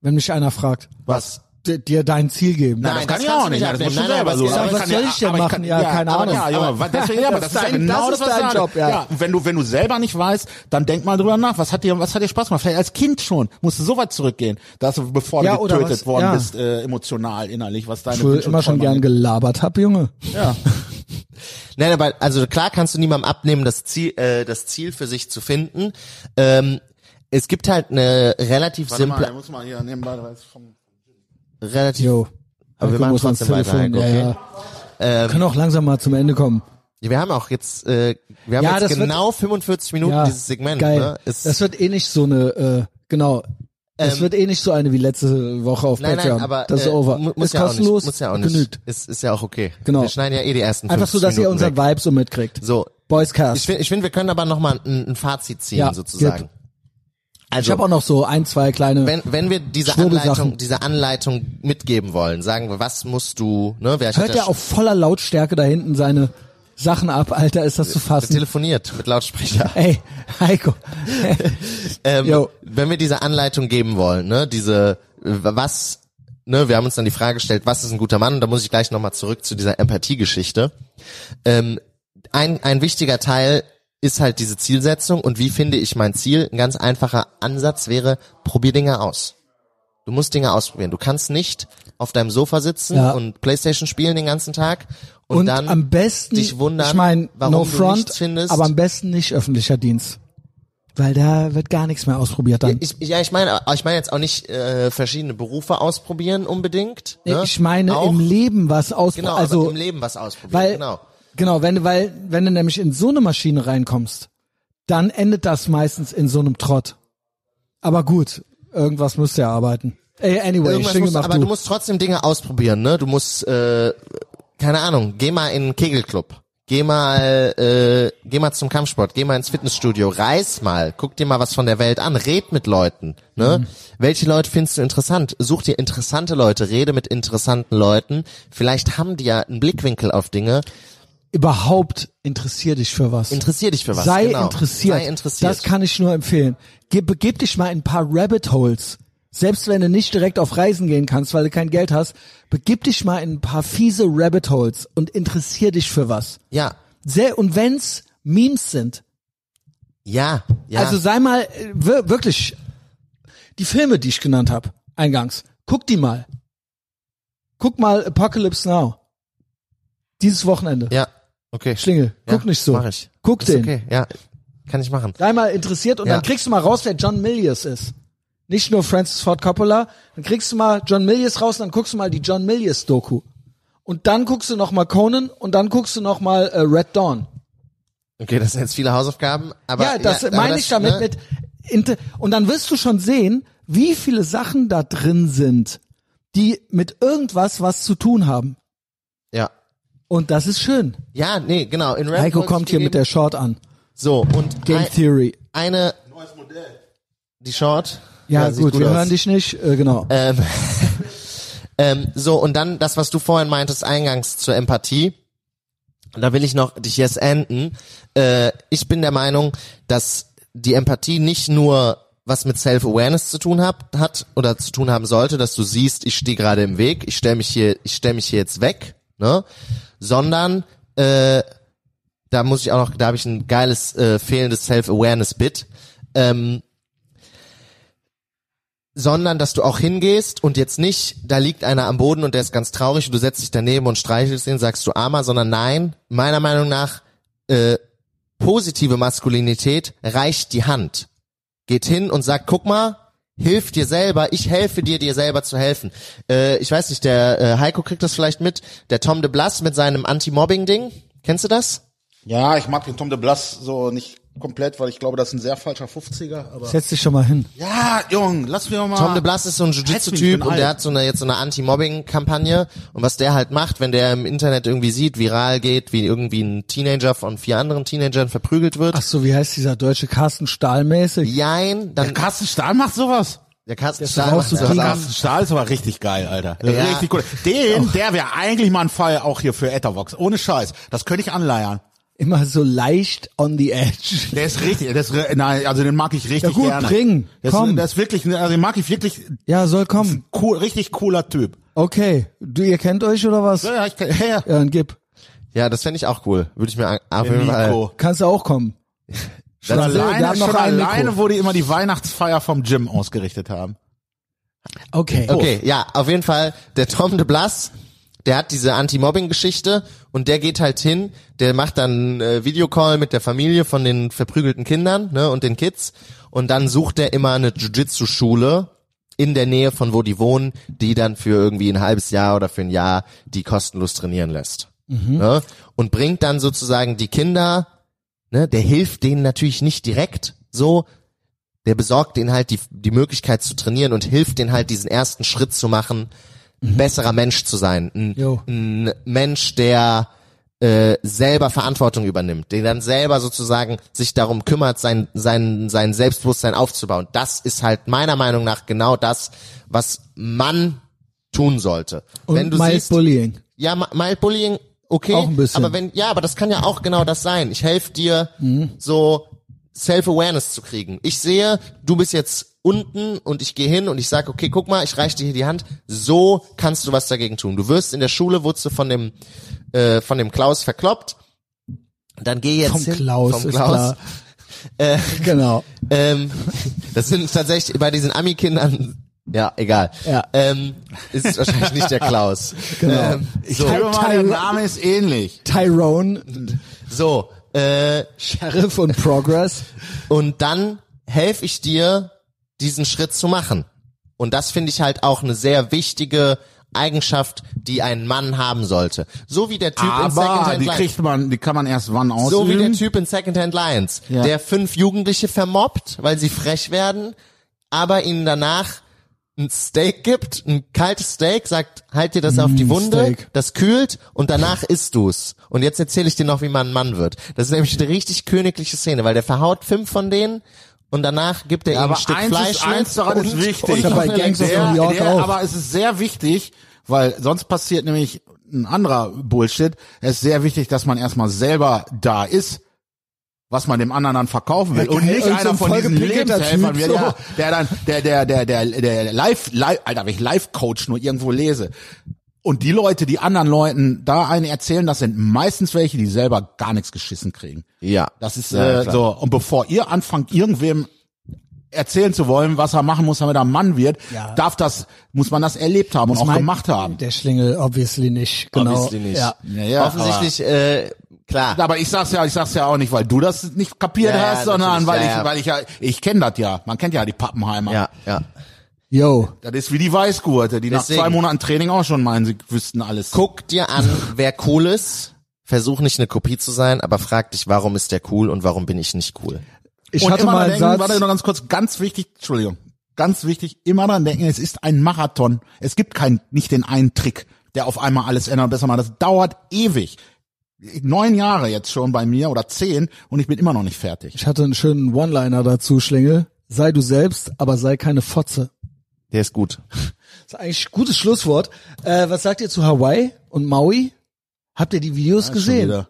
wenn mich einer fragt.
Was?
D dir dein Ziel geben.
Nein,
Das kann
das
ich
kannst
auch
du
nicht.
nicht
ja, Das
abnehmen.
musst du
Nein, nein,
selber
was
so.
ich sag,
Aber
was
kann
soll
ja-
ich denn
aber
machen?
kann-
Ja, keine
aber-
Ahnung.
Ja, Junge, wa- deswegen, ja, aber das ist ja
dein-
genau das,
das ist
was
dein
ich sage.
Job, ja.
Und wenn du, wenn du selber nicht weißt, dann denk mal drüber nach. Was hat dir, was hat dir Spaß gemacht? Vielleicht als Kind schon. Musst du so weit zurückgehen, dass du, bevor
Ja,
du
oder
getötet
was-
worden
ja.
bist, äh, emotional, innerlich, was deine
Obwohl
Kindheit
immer schon
voll
gern gelabert hab, Junge.
Ja.
Nein, aber also klar kannst du niemandem abnehmen, das Ziel, äh, das Ziel für sich zu finden. Ähm, es gibt halt eine relativ
Warte mal, ich
simple,
muss mal hier nebenbei, da ist vom,
relativ.
Jo.
Aber wir
Heiko
machen
muss ans
trotzdem weiter, Ähm,
Telefon,
Heiko,
ja, ja. Können auch langsam mal zum Ende kommen.
Wir haben auch jetzt, äh, wir haben
Ja,
jetzt
das wird-
genau 45 Minuten
Ja,
dieses Segment.
geil.
Ne? Ist, Ähm,
das wird eh nicht so eine, äh, genau. Das wird eh nicht so eine wie letzte Woche auf
nein,
Patreon.
nein, aber
das ist
äh,
over.
mu-
ist
muss ja auch
kostenlos,
nicht, muss ja auch
genügt.
nicht. Ist, ist ja auch okay.
Genau.
Wir schneiden ja eh die ersten
Einfach so,
50
dass ihr
Minuten
unseren
weg.
Vibe so mitkriegt.
So, ich
Boyscast. Ich,
finde, ich find, wir können aber nochmal ein, ein Fazit ziehen
Ja,
sozusagen. Also,
habe auch noch so ein, zwei kleine.
wenn, wenn wir diese
Schwurbelsachen.
Anleitung, diese Anleitung mitgeben wollen, sagen wir, was musst du, ne, wer hat
hört
ja
er auf voller Lautstärke da hinten seine Sachen ab, Alter, ist das zu
schon
fassen.
telefoniert mit Lautsprecher.
Ey, Heiko.
ähm,
Jo.
wenn wir diese Anleitung geben wollen, ne, diese äh, was, ne, wir haben uns dann die Frage gestellt, was ist ein guter Mann? Und da muss ich gleich nochmal zurück zu dieser Empathiegeschichte. Ähm, ein, ein wichtiger Teil ist halt diese Zielsetzung und wie finde ich mein Ziel? Ein ganz einfacher Ansatz wäre, probier Dinge aus. Du musst Dinge ausprobieren. Du kannst nicht auf deinem Sofa sitzen
Ja.
und Playstation spielen den ganzen Tag und,
Und
dann
am besten,
dich wundern,
ich meine,
warum
no
du nichts
front,
findest.
aber am besten nicht öffentlicher Dienst. Weil da wird gar nichts mehr ausprobiert dann.
Ich, ja, ich meine, aber ich meine jetzt auch nicht äh, verschiedene Berufe ausprobieren unbedingt. Ne?
Ich meine
auch,
im Leben was ausprobieren.
genau,
also
aber im Leben was ausprobieren.
weil
genau.
genau, wenn du weil wenn du nämlich in so eine Maschine reinkommst, dann endet das meistens in so einem Trott. Aber gut, irgendwas müsst ihr arbeiten. Ey, anyway,
Irgendwas
schön
musst,
gemacht,
aber du. musst trotzdem Dinge ausprobieren. Ne, du musst äh, keine Ahnung, geh mal in einen Kegelclub. Geh mal, äh, geh mal zum Kampfsport, geh mal ins Fitnessstudio, reis mal, guck dir mal was von der Welt an, red mit Leuten. Ne?
Mhm.
Welche Leute findest du interessant? Such dir interessante Leute, rede mit interessanten Leuten. Vielleicht haben die ja einen Blickwinkel auf Dinge.
Überhaupt interessier dich für was.
Interessier dich für was.
Sei
genau.
interessiert.
Sei interessiert.
Das kann ich nur empfehlen. Gib, begib dich mal in ein paar Rabbit Holes. Selbst wenn du nicht direkt auf Reisen gehen kannst, weil du kein Geld hast, begib dich mal in ein paar fiese Rabbit Holes und interessier dich für was.
ja,
Sehr, und wenn's Memes sind,
Ja, ja.
also sei mal äh, wir- wirklich die Filme, die ich genannt habe, eingangs. Guck die mal. Guck mal Apocalypse Now. Dieses Wochenende.
ja, okay.
Schlingel,
ja,
guck nicht so.
Mach ich.
Guck
Ist
den.
Okay, ja, kann ich machen.
dreimal interessiert und
Ja.
dann kriegst du mal raus, wer John Milius ist. Nicht nur Francis Ford Coppola, dann kriegst du mal John Milius raus und dann guckst du mal die John Milius Doku. Und dann guckst du noch mal Conan und dann guckst du noch mal äh, Red Dawn.
Okay, das sind jetzt viele Hausaufgaben, aber
ja, das
aber
meine ich damit
ne,
mit Inte- und dann wirst du schon sehen, wie viele Sachen da drin sind, die mit irgendwas was zu tun haben.
ne? Ja.
Und das ist schön.
Ja, nee, genau. In Red
Heiko
Bulls
kommt hier mit der
gegeben.
Short an.
So, und
Game
ein,
Theory.
eine die Short.
Ja,
sieht
gut, wir
aus.
hören dich nicht. Äh, genau.
Ähm, ähm, so, und dann das, was du vorhin meintest, eingangs zur Empathie. Da will ich noch dich jetzt enden. Äh, ich bin der Meinung, dass die Empathie nicht nur was mit Self-Awareness zu tun hat, hat oder zu tun haben sollte, dass du siehst, ich stehe gerade im Weg, ich stelle mich hier, ich stelle mich hier jetzt weg, ne? Sondern äh, da muss ich auch noch, da habe ich ein geiles äh, fehlendes Self-Awareness-Bit. Ähm, sondern dass du auch hingehst und jetzt nicht, da liegt einer am Boden und der ist ganz traurig und du setzt dich daneben und streichelst ihn, sagst du armer, sondern nein, meiner Meinung nach, äh, positive Maskulinität reicht die Hand. Geht hin und sagt, guck mal, hilf dir selber, ich helfe dir, dir selber zu helfen. Äh, ich weiß nicht, der äh, Heiko kriegt das vielleicht mit, der Tom de Blas mit seinem Anti-Mobbing-Ding, kennst du das?
ja, ich mag den Tom de Blas so nicht komplett, weil ich glaube, das ist ein sehr falscher 50er, aber.
Setz dich schon mal hin.
Ja, Jung, lass mir mal.
Tom de Blas ist so ein
Ah. Heißt mich, ich
Jiu-Jitsu-Typ
bin
und der
alt.
hat so eine, jetzt so eine Anti-Mobbing-Kampagne. Und was der halt macht, wenn der im Internet irgendwie sieht, viral geht, wie irgendwie ein Teenager von vier anderen Teenagern verprügelt wird.
Ach so, wie heißt dieser deutsche Carsten Stahl mäßig?
Jein, dann,
Carsten Stahl macht sowas.
der Carsten
ist
Stahl macht
rauszukriegen.
sowas.
Ja.
ab.
Carsten Stahl ist aber richtig geil, Alter.
Ja.
Oh.
Richtig cool. Den, der wäre eigentlich mal ein Fall auch hier für Ethervox. Ohne Scheiß. Das könnte ich anleiern.
immer so leicht on the edge.
Der ist richtig, der ist, re- nein, also den mag ich
Ja,
richtig
gut,
gerne.
bring,
das,
komm.
Das ist wirklich, also den mag ich wirklich,
Ja, soll kommen.
cool, richtig cooler Typ.
Okay, du, ihr kennt euch oder was? Ja,
Ja, ich kann, ja, ja.
dann gib.
Ja, das fände ich auch cool. Würde ich mir an- auf jeden Fall.
Nico.
Kannst du auch kommen.
Schon
wir
alleine,
haben noch
schon
ein Mikro.
alleine, wo die immer die Weihnachtsfeier vom Gym ausgerichtet haben.
Okay.
Okay, ja, auf jeden Fall. Der Tom de Blas, der hat diese Anti-Mobbing-Geschichte und der geht halt hin, der macht dann äh, Videocall mit der Familie von den verprügelten Kindern ne, und den Kids und dann sucht er immer eine Jiu-Jitsu-Schule in der Nähe von wo die wohnen, die dann für irgendwie ein halbes Jahr oder für ein Jahr die kostenlos trainieren lässt. Ne, und bringt dann sozusagen die Kinder ne, der hilft denen natürlich nicht direkt so, der besorgt denen halt die, die Möglichkeit zu trainieren und hilft denen halt diesen ersten Schritt zu machen, ein besserer Mensch zu sein. Ein,
Jo.
Hm,
ein Mensch, der äh, selber Verantwortung übernimmt, der dann selber sozusagen sich darum kümmert, sein, sein, sein Selbstbewusstsein aufzubauen. Das ist halt meiner Meinung nach genau das, was man tun sollte.
Und
Wenn du
mild
siehst,
Bullying.
ja, mi- mild bullying, okay.
Auch ein bisschen.
Aber wenn, ja, aber das kann ja auch genau das sein. Ich helfe dir,
Mhm.
so Self-Awareness zu kriegen. Ich sehe, du bist jetzt unten und ich gehe hin und ich sage, okay, guck mal, ich reiche dir hier die Hand. So kannst du was dagegen tun. Du wirst in der Schule, wurdest du von dem, äh, von dem Klaus verkloppt. Dann geh jetzt
Vom
hin,
Klaus,
vom
ist
Klaus.
klar.
Äh,
genau.
Ähm, das sind tatsächlich bei diesen Ami-Kindern, ja, egal.
Ja.
Ähm, ist es wahrscheinlich nicht der Klaus.
Genau.
Ähm,
Ich
so.
glaube mal,
Tyler-
der Name ist ähnlich.
Tyrone,
So, äh,
Sheriff und Progress.
und dann helfe ich dir, diesen Schritt zu machen. Und das finde ich halt auch eine sehr wichtige Eigenschaft, die ein Mann haben sollte. So wie der Typ in
Aber
Secondhand
die
Lions.
kriegt man, die kann man erst wann ausüben.
So wie der Typ in Secondhand Lions,
Ja.
der fünf Jugendliche vermobbt, weil sie frech werden, aber ihnen danach ein Steak gibt, ein kaltes Steak, sagt, halt dir das auf
Mm,
die Wunde,
Steak.
das kühlt und danach isst du's. Und jetzt erzähle ich dir noch, wie man ein Mann wird. Das ist nämlich eine richtig königliche Szene, weil der verhaut fünf von denen und danach gibt er ihnen
aber
ein Stück
eins
Fleisch
ist, eins
mit
daran
und,
ist wichtig.
Und
Ja, bei
noch eine
Gangs of
Lektion.
New York auch.
Aber es ist sehr wichtig, weil sonst passiert nämlich ein anderer Bullshit. Es ist sehr wichtig, dass man erstmal selber da ist, was man dem anderen dann verkaufen will.
Ja,
und
geil,
nicht
irgend so
einer
ein
von diesen
vollgepinkelter
Lebenshelfern
Typ,
wird,
so.
ja, der dann, der, der, der, der, der Live, Live, Alter, wenn ich Live-Coach nur irgendwo lese. Und die Leute, die anderen Leuten da einen erzählen, das sind meistens welche, die selber gar nichts geschissen kriegen.
Ja.
Das ist
Ja,
äh,
klar.
so. Und bevor ihr anfangt, irgendwem erzählen zu wollen, was er machen muss, damit er ein Mann wird,
Ja.
darf das, muss man das erlebt haben und auch
Mein-
gemacht haben.
Der Schlingel, obviously nicht. Genau.
Obviously nicht.
Ja.
Naja,
Offensichtlich, äh, klar.
Aber, aber ich sag's ja, ich sag's ja auch nicht, weil du das nicht kapiert
Ja, ja,
hast, sondern
natürlich,
weil
ja,
ich,
ja.
weil ich ja, ich kenne das ja. Man kennt ja die Pappenheimer.
Ja, ja.
Yo.
Das ist wie die Weißgurte, die
Deswegen.
nach zwei Monaten Training auch schon meinen, sie wüssten alles.
guck dir an, wer cool ist. Versuch nicht eine Kopie zu sein, aber frag dich, warum ist der cool und warum bin ich nicht cool?
Ich
und
hatte
immer
mal
dran
einen
denken, warte
Satz.
noch ganz kurz, ganz wichtig, Entschuldigung, ganz wichtig, immer dran denken, es ist ein Marathon. Es gibt kein, nicht den einen Trick, der auf einmal alles ändert und besser macht. Das dauert ewig. Neun Jahre jetzt schon bei mir oder zehn und ich bin immer noch nicht fertig.
Ich hatte einen schönen One-Liner dazu, Schlingel. Sei du selbst, aber sei keine Fotze.
Der ist gut.
Das ist eigentlich ein gutes Schlusswort. Äh, was sagt ihr zu Hawaii und Maui? Habt ihr die Videos
Schon
gesehen?
wieder.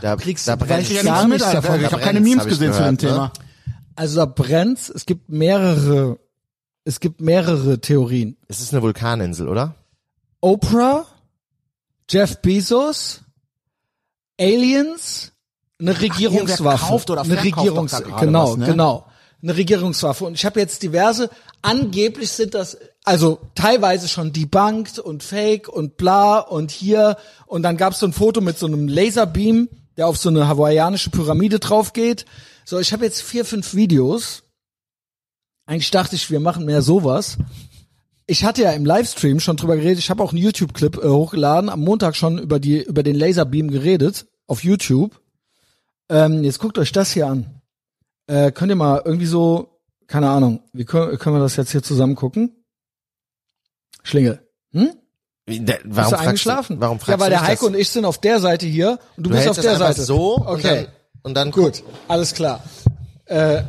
Da kriegst da brennt
kriegst
Ich,
du
ja
es.
gar
nichts mit,
nichts
Alter.
davon.
ich
Da
habe keine
brennt's,
Memes
hab ich
gesehen zu dem
gehört, ne?
Thema.
Also da brennt's. Es gibt mehrere, es gibt mehrere Theorien.
Es ist eine Vulkaninsel, oder?
Oprah, Jeff Bezos, Aliens, eine Regierungswaffe,
kauft oder
eine
verkauft doch
Regierungs
da gerade
genau,
was, ne?
genau, eine Regierungswaffe. Und ich habe jetzt diverse. Angeblich sind das also teilweise schon debunked und fake und bla und hier und dann gab es so ein Foto mit so einem Laserbeam, der auf so eine hawaiianische Pyramide drauf geht. So, ich habe jetzt vier, fünf Videos. Eigentlich dachte ich, wir machen mehr sowas. Ich hatte ja im Livestream schon drüber geredet. Ich habe auch einen YouTube-Clip äh, hochgeladen. Am Montag schon über die über den Laserbeam geredet auf YouTube. Ähm, jetzt guckt euch das hier an. Äh, könnt ihr mal irgendwie so, keine Ahnung, wie können, können wir das jetzt hier zusammen gucken? Schlingel.
Wie, da-
Bist
warum
du
fragst
eingeschlafen?
Du, warum fragst
ja, weil
du
der
mich
Heiko
das?
und ich sind auf der Seite hier und du,
du
bist
hältst
auf
das
der
einfach
Seite.
so
Okay.
und dann, und dann
Gut, alles klar. Äh,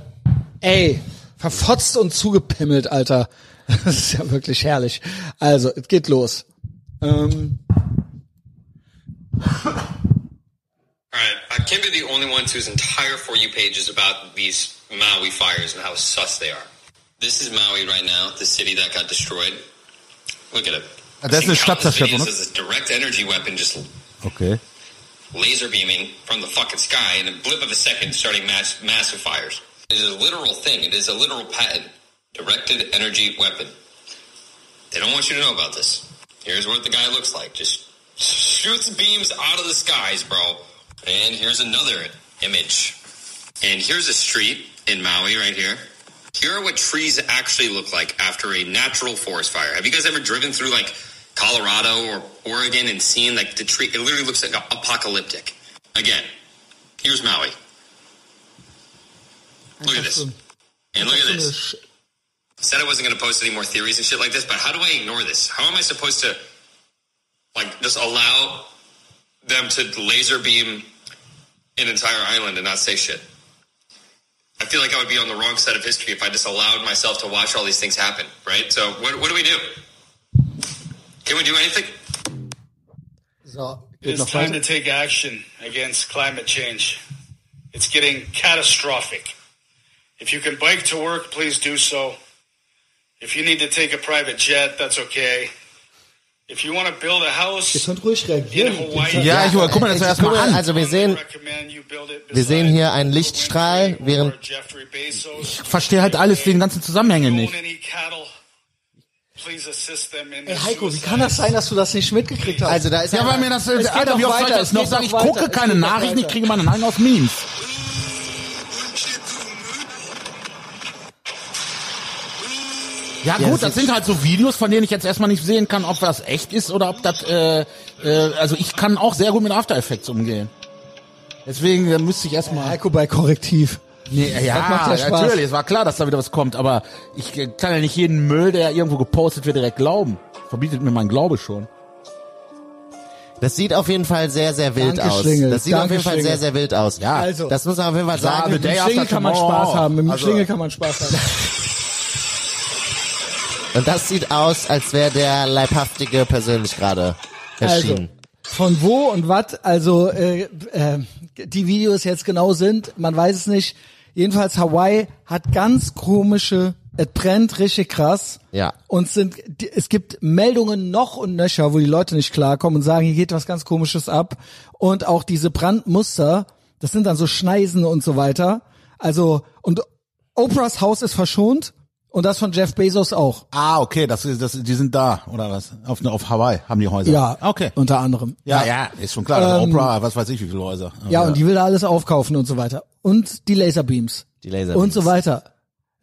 ey, verfotzt und zugepimmelt, Alter. Das ist ja wirklich herrlich. Also, es geht los. Ähm,
All right.
I can't be uh, the only ones whose entire For You page is about these Maui fires and how sus they are. This is Maui right now, the city that got destroyed. Look at it.
Ah, das
I've seen
ist eine
countless
Stadtzerstörung,
videos.
ne?
There's a direct energy weapon just
Okay.
laser beaming from the fucking sky in a blip of a second, starting mass, massive fires. It is a literal thing. It is a literal patent. Directed energy weapon. They don't want you to know about this. Here's what the guy looks like. Just shoots beams out of the skies, bro. And here's another image. And here's a street in Maui right here. Here are what trees actually look like after a natural forest fire. Have you guys ever driven through like Colorado or Oregon and seen like the tree? It literally looks like apocalyptic. Again, here's Maui. Look at this. And look at this said I wasn't going to post any more theories and shit like this, but how do I ignore this? How am I supposed to, like, just allow them to laser beam an entire island and not say shit? I feel like I would be on the wrong side of history if I just allowed myself to watch all these things happen, right? So, what, what do we do? Can we do anything?
So,
It
geht
is
noch
time
weiter.
to take action against climate change. It's getting catastrophic. If you can bike to work, please do so. If you need to take a private jet, that's okay. If you want to build a
Ihr
house,
könnt ruhig reagieren.
In Hawaii.
ne? Ja, ich guck mal, das
äh,
erst mal
guck
an.
Also wir
I
sehen,
recommend you build it
wir sehen
beside
hier einen
Oprah
Lichtstrahl,
Winfrey or
während-
Jeffrey Bezos.
Verstehe halt alles, den ganzen Zusammenhänge
Own
nicht.
any cattle. Please assist them in
Ey,
their
Heiko, wie
suicide.
kann das sein, dass du das nicht mitgekriegt hast?
also da ist
Ja,
einer-
weil mir das, äh,
geht
Alter, wie
doch
oft soll ich
weiter,
das
es
noch
geht
sagen?
doch
Ich
weiter,
gucke
es
keine
geht doch
Nachrichten, ich
weiter.
kriege meine Nachrichten aus Memes. Ja
Ja,
gut,
das
das sind halt so Videos, von denen ich jetzt erstmal nicht sehen kann, ob das echt ist oder ob das, äh, äh, also ich kann auch sehr gut mit After Effects umgehen. Deswegen äh, müsste ich erstmal...
Heiko bei Korrektiv.
Nee, ja,
das macht ja Spaß.
natürlich, es war klar, dass da wieder was kommt, aber ich äh, kann ja nicht jeden Müll, der irgendwo gepostet wird, direkt glauben. Verbietet mir mein Glaube schon.
Das sieht auf jeden Fall sehr, sehr wild
Danke,
aus.
Schlingel.
Das sieht
Danke,
auf jeden Fall
Schlingel.
sehr, sehr wild aus.
Ja.
Also.
Das muss man auf jeden Fall sagen.
Ja,
Mit dem
Day
Schlingel
after
kann man
tomorrow.
Spaß haben. Mit dem
Also-
Schlingel kann man Spaß haben.
Und das sieht aus, als wäre der Leibhaftige persönlich gerade
Also,
erschienen.
von wo und was, also äh, äh, die Videos jetzt genau sind, man weiß es nicht. Jedenfalls Hawaii hat ganz komische, es brennt richtig krass.
Ja.
Und es sind, die- es gibt Meldungen noch und nöcher, wo die Leute nicht klarkommen und sagen, hier geht was ganz komisches ab. Und auch diese Brandmuster, das sind dann so Schneisen und so weiter. Also, und Oprahs Haus ist verschont und das von Jeff Bezos auch.
Ah, okay, das, ist- das, die sind da, oder was? Auf, auf Hawaii haben die Häuser.
Ja,
Okay.
unter anderem.
Ja, ja, ist schon klar. Also Oprah, was weiß ich, wie viele Häuser.
Ja,
Aber-
und die will da alles aufkaufen und so weiter. Und die Laserbeams.
Die Laserbeams.
Und so weiter.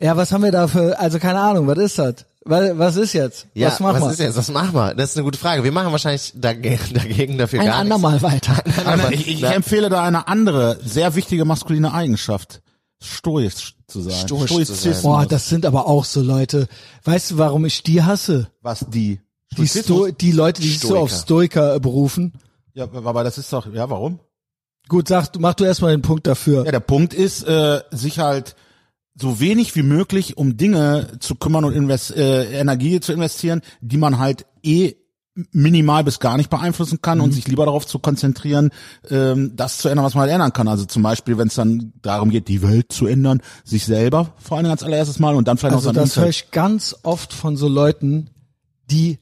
Ja, was haben wir da für, also keine Ahnung, was ist das? Was, was ist jetzt?
Ja,
was machen wir?
ist jetzt? Was machen wir? Das ist eine gute Frage. Wir machen wahrscheinlich dagegen, dagegen dafür
Ein
gar nichts.
andermal weiter.
Eine, ich, ich
Na-
empfehle da eine andere, sehr wichtige maskuline Eigenschaft. Stoisch zu sein.
Stoisch zu sein.
Stoizismus.
Boah, das sind aber auch so Leute. Weißt du, warum ich die hasse?
was die?
Die, Sto die Leute, die sich so
Stoiker.
auf Stoiker äh, berufen.
Ja, aber das ist doch, ja, warum?
Gut, sag, du- mach du erstmal den Punkt dafür.
Ja, der Punkt ist, äh, sich halt so wenig wie möglich um Dinge zu kümmern und invest äh, Energie zu investieren, die man halt eh minimal bis gar nicht beeinflussen kann
Mhm.
und sich lieber darauf zu konzentrieren, ähm, das zu ändern, was man halt ändern kann. Also zum Beispiel, wenn es dann darum geht, die Welt zu ändern, sich selber vor allem als allererstes Mal und dann vielleicht
also
auch sein
das höre
Umfeld.
ich ganz oft von so Leuten, die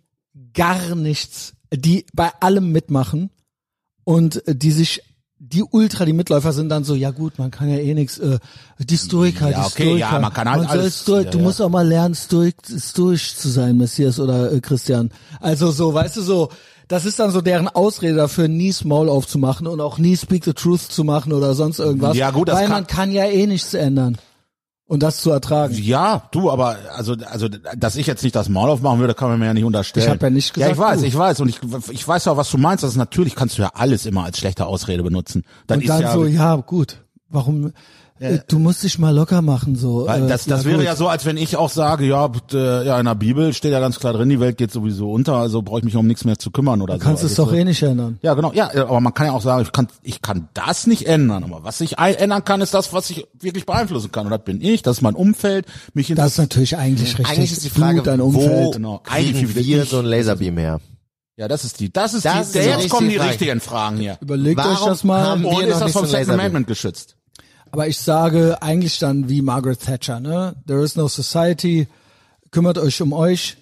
gar nichts, die bei allem mitmachen und äh, die sich die Ultra, die Mitläufer sind dann so, ja gut, man kann ja eh nix, äh, die Stoiker,
Ja,
die
okay,
Stoiker.
ja, man kann halt
soll
alles-
Stoik,
ja,
du
ja.
musst auch mal lernen, Stoik, stoisch zu sein, Messias oder äh, Christian. Also so, weißt du, so, das ist dann so deren Ausrede dafür, nie das Maul aufzumachen und auch nie Speak the Truth zu machen oder sonst irgendwas.
Ja, gut, das
Weil
kann-
man kann ja eh nichts ändern. Und das zu ertragen.
Ja, du, aber also also dass ich jetzt nicht das Maul aufmachen würde, kann man mir ja nicht unterstellen.
Ich hab ja nicht
Ja, ich
gesagt,
weiß,
du.
ich weiß und ich, ich weiß ja, was du meinst. Das ist natürlich kannst du ja alles immer als schlechte Ausrede benutzen. Dann
Und
ist
dann
ja,
so, ja, gut, warum, äh, du musst dich mal locker machen, so.
Weil
äh,
das, das
na
wäre
gut.
ja so, als wenn ich auch sage, ja, b- äh, ja, in der Bibel steht ja ganz klar drin, die Welt geht sowieso unter, also brauche ich mich um nichts mehr zu kümmern oder
Du kannst
so.
es
also
doch eh nicht ändern.
Ja, genau. Ja, äh, aber man kann ja auch sagen, ich kann, ich kann das nicht ändern. Aber was ich ein- ändern kann, ist das, was ich wirklich beeinflussen kann. Und das bin ich, das ist mein Umfeld, mich
Das ist natürlich eigentlich richtig.
Eigentlich ist die Frage,
du, dein
wo
Umfeld.
Genau.
kriegen
Eigentlich
wir so ein Laserbeam her?
Ja, das ist die, das ist
Das
die,
ist
jetzt
richtig
kommen die
frei.
richtigen Fragen hier.
Überlegt
Warum
euch das mal.
haben-
Und
Wir noch
Äh, ist das
nicht
vom
so
Second
laser
Amendment geschützt?
Aber ich sage eigentlich dann wie Margaret Thatcher, ne? There is no society. Kümmert euch um euch,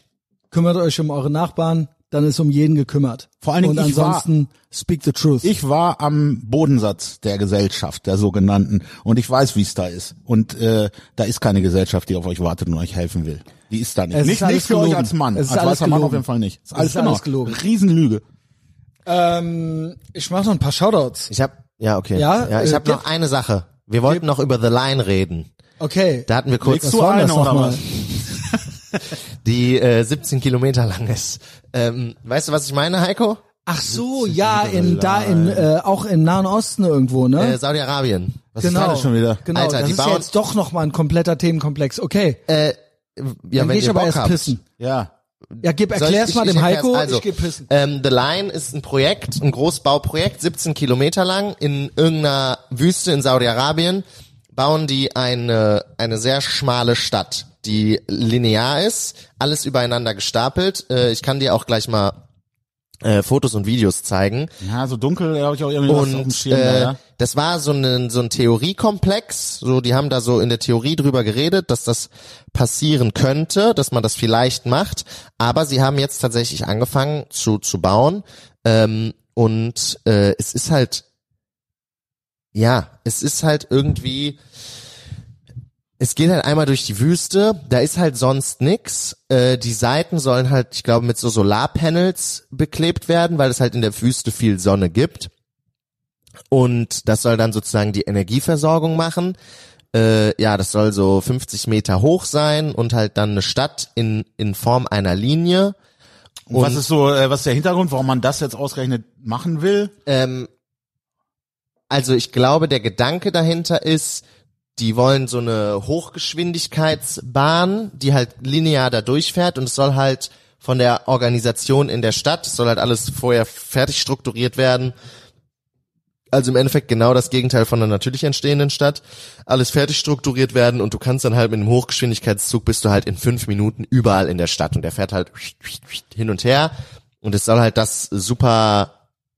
kümmert euch um eure Nachbarn, dann ist um jeden gekümmert.
Vor allen Dingen,
Und
ich war-
ansonsten speak the truth.
Ich war am Bodensatz der Gesellschaft, der sogenannten, und ich weiß, wie es da ist. Und äh, da ist keine Gesellschaft, die auf euch wartet und euch helfen will. Die ist da nicht.
Es ist
nicht
alles
nicht für
gelogen.
euch als Mann.
Es ist
als
alles
weißer Mann
gelogen.
auf jeden Fall nicht. genau.
Es ist alles gelogen.
Riesenlüge.
Ähm, ich mache noch ein paar Shoutouts.
Ich hab, ja, okay.
Ja,
Ja, ich
äh,
hab noch eine Sache. Wir wollten noch über The Line reden.
Okay.
Da hatten wir kurz
Legst du eine oder
nochmal?
was?
die äh, 17 Kilometer lang ist. Ähm, weißt du, was ich meine, Heiko?
Ach so, ja, in, da in, äh, auch im Nahen Osten irgendwo, ne?
Äh, Saudi-Arabien.
Was
genau.
ist das schon wieder?
Genau,
Alter,
das
die
ist ja
bauen-
jetzt doch nochmal ein kompletter Themenkomplex. Okay,
Äh, Ja,
dann
wenn
geh ich
ihr
aber
Bock
erst
habt.
pissen.
Ja.
Ja, gib,
Soll ich-
erklär's
ich-
mal
ich
dem
erklär's.
Heiko,
Also,
ich geh pissen.
Ähm, The Line ist ein Projekt, ein Großbauprojekt, 17 Kilometer lang, in irgendeiner Wüste in Saudi-Arabien bauen die eine, eine sehr schmale Stadt, die linear ist, alles übereinander gestapelt. Äh, ich kann dir auch gleich mal äh, Fotos und Videos zeigen.
Ja, so dunkel habe ich auch irgendwie was auf dem
Und
Schirm.
äh,
leider.
das war so ein, so ein Theoriekomplex. So, die haben da so in der Theorie drüber geredet, dass das passieren könnte, dass man das vielleicht macht. Aber sie haben jetzt tatsächlich angefangen zu, zu bauen. Ähm, und äh, es ist halt, ja, es ist halt irgendwie, es geht halt einmal durch die Wüste, da ist halt sonst nix. Äh, die Seiten sollen halt, ich glaube, mit so Solarpanels beklebt werden, weil es halt in der Wüste viel Sonne gibt. Und das soll dann sozusagen die Energieversorgung machen. Äh, ja, das soll so 50 Meter hoch sein und halt dann eine Stadt in, in Form einer Linie.
und was ist so, äh, was ist der Hintergrund, warum man das jetzt ausgerechnet machen will?
Ähm, also ich glaube, der Gedanke dahinter ist, die wollen so eine Hochgeschwindigkeitsbahn, die halt linear da durchfährt und es soll halt von der Organisation in der Stadt, es soll halt alles vorher fertig strukturiert werden. Also im Endeffekt genau das Gegenteil von einer natürlich entstehenden Stadt. Alles fertig strukturiert werden und du kannst dann halt mit einem Hochgeschwindigkeitszug bist du halt in fünf Minuten überall in der Stadt und der fährt halt hin und her und es soll halt das super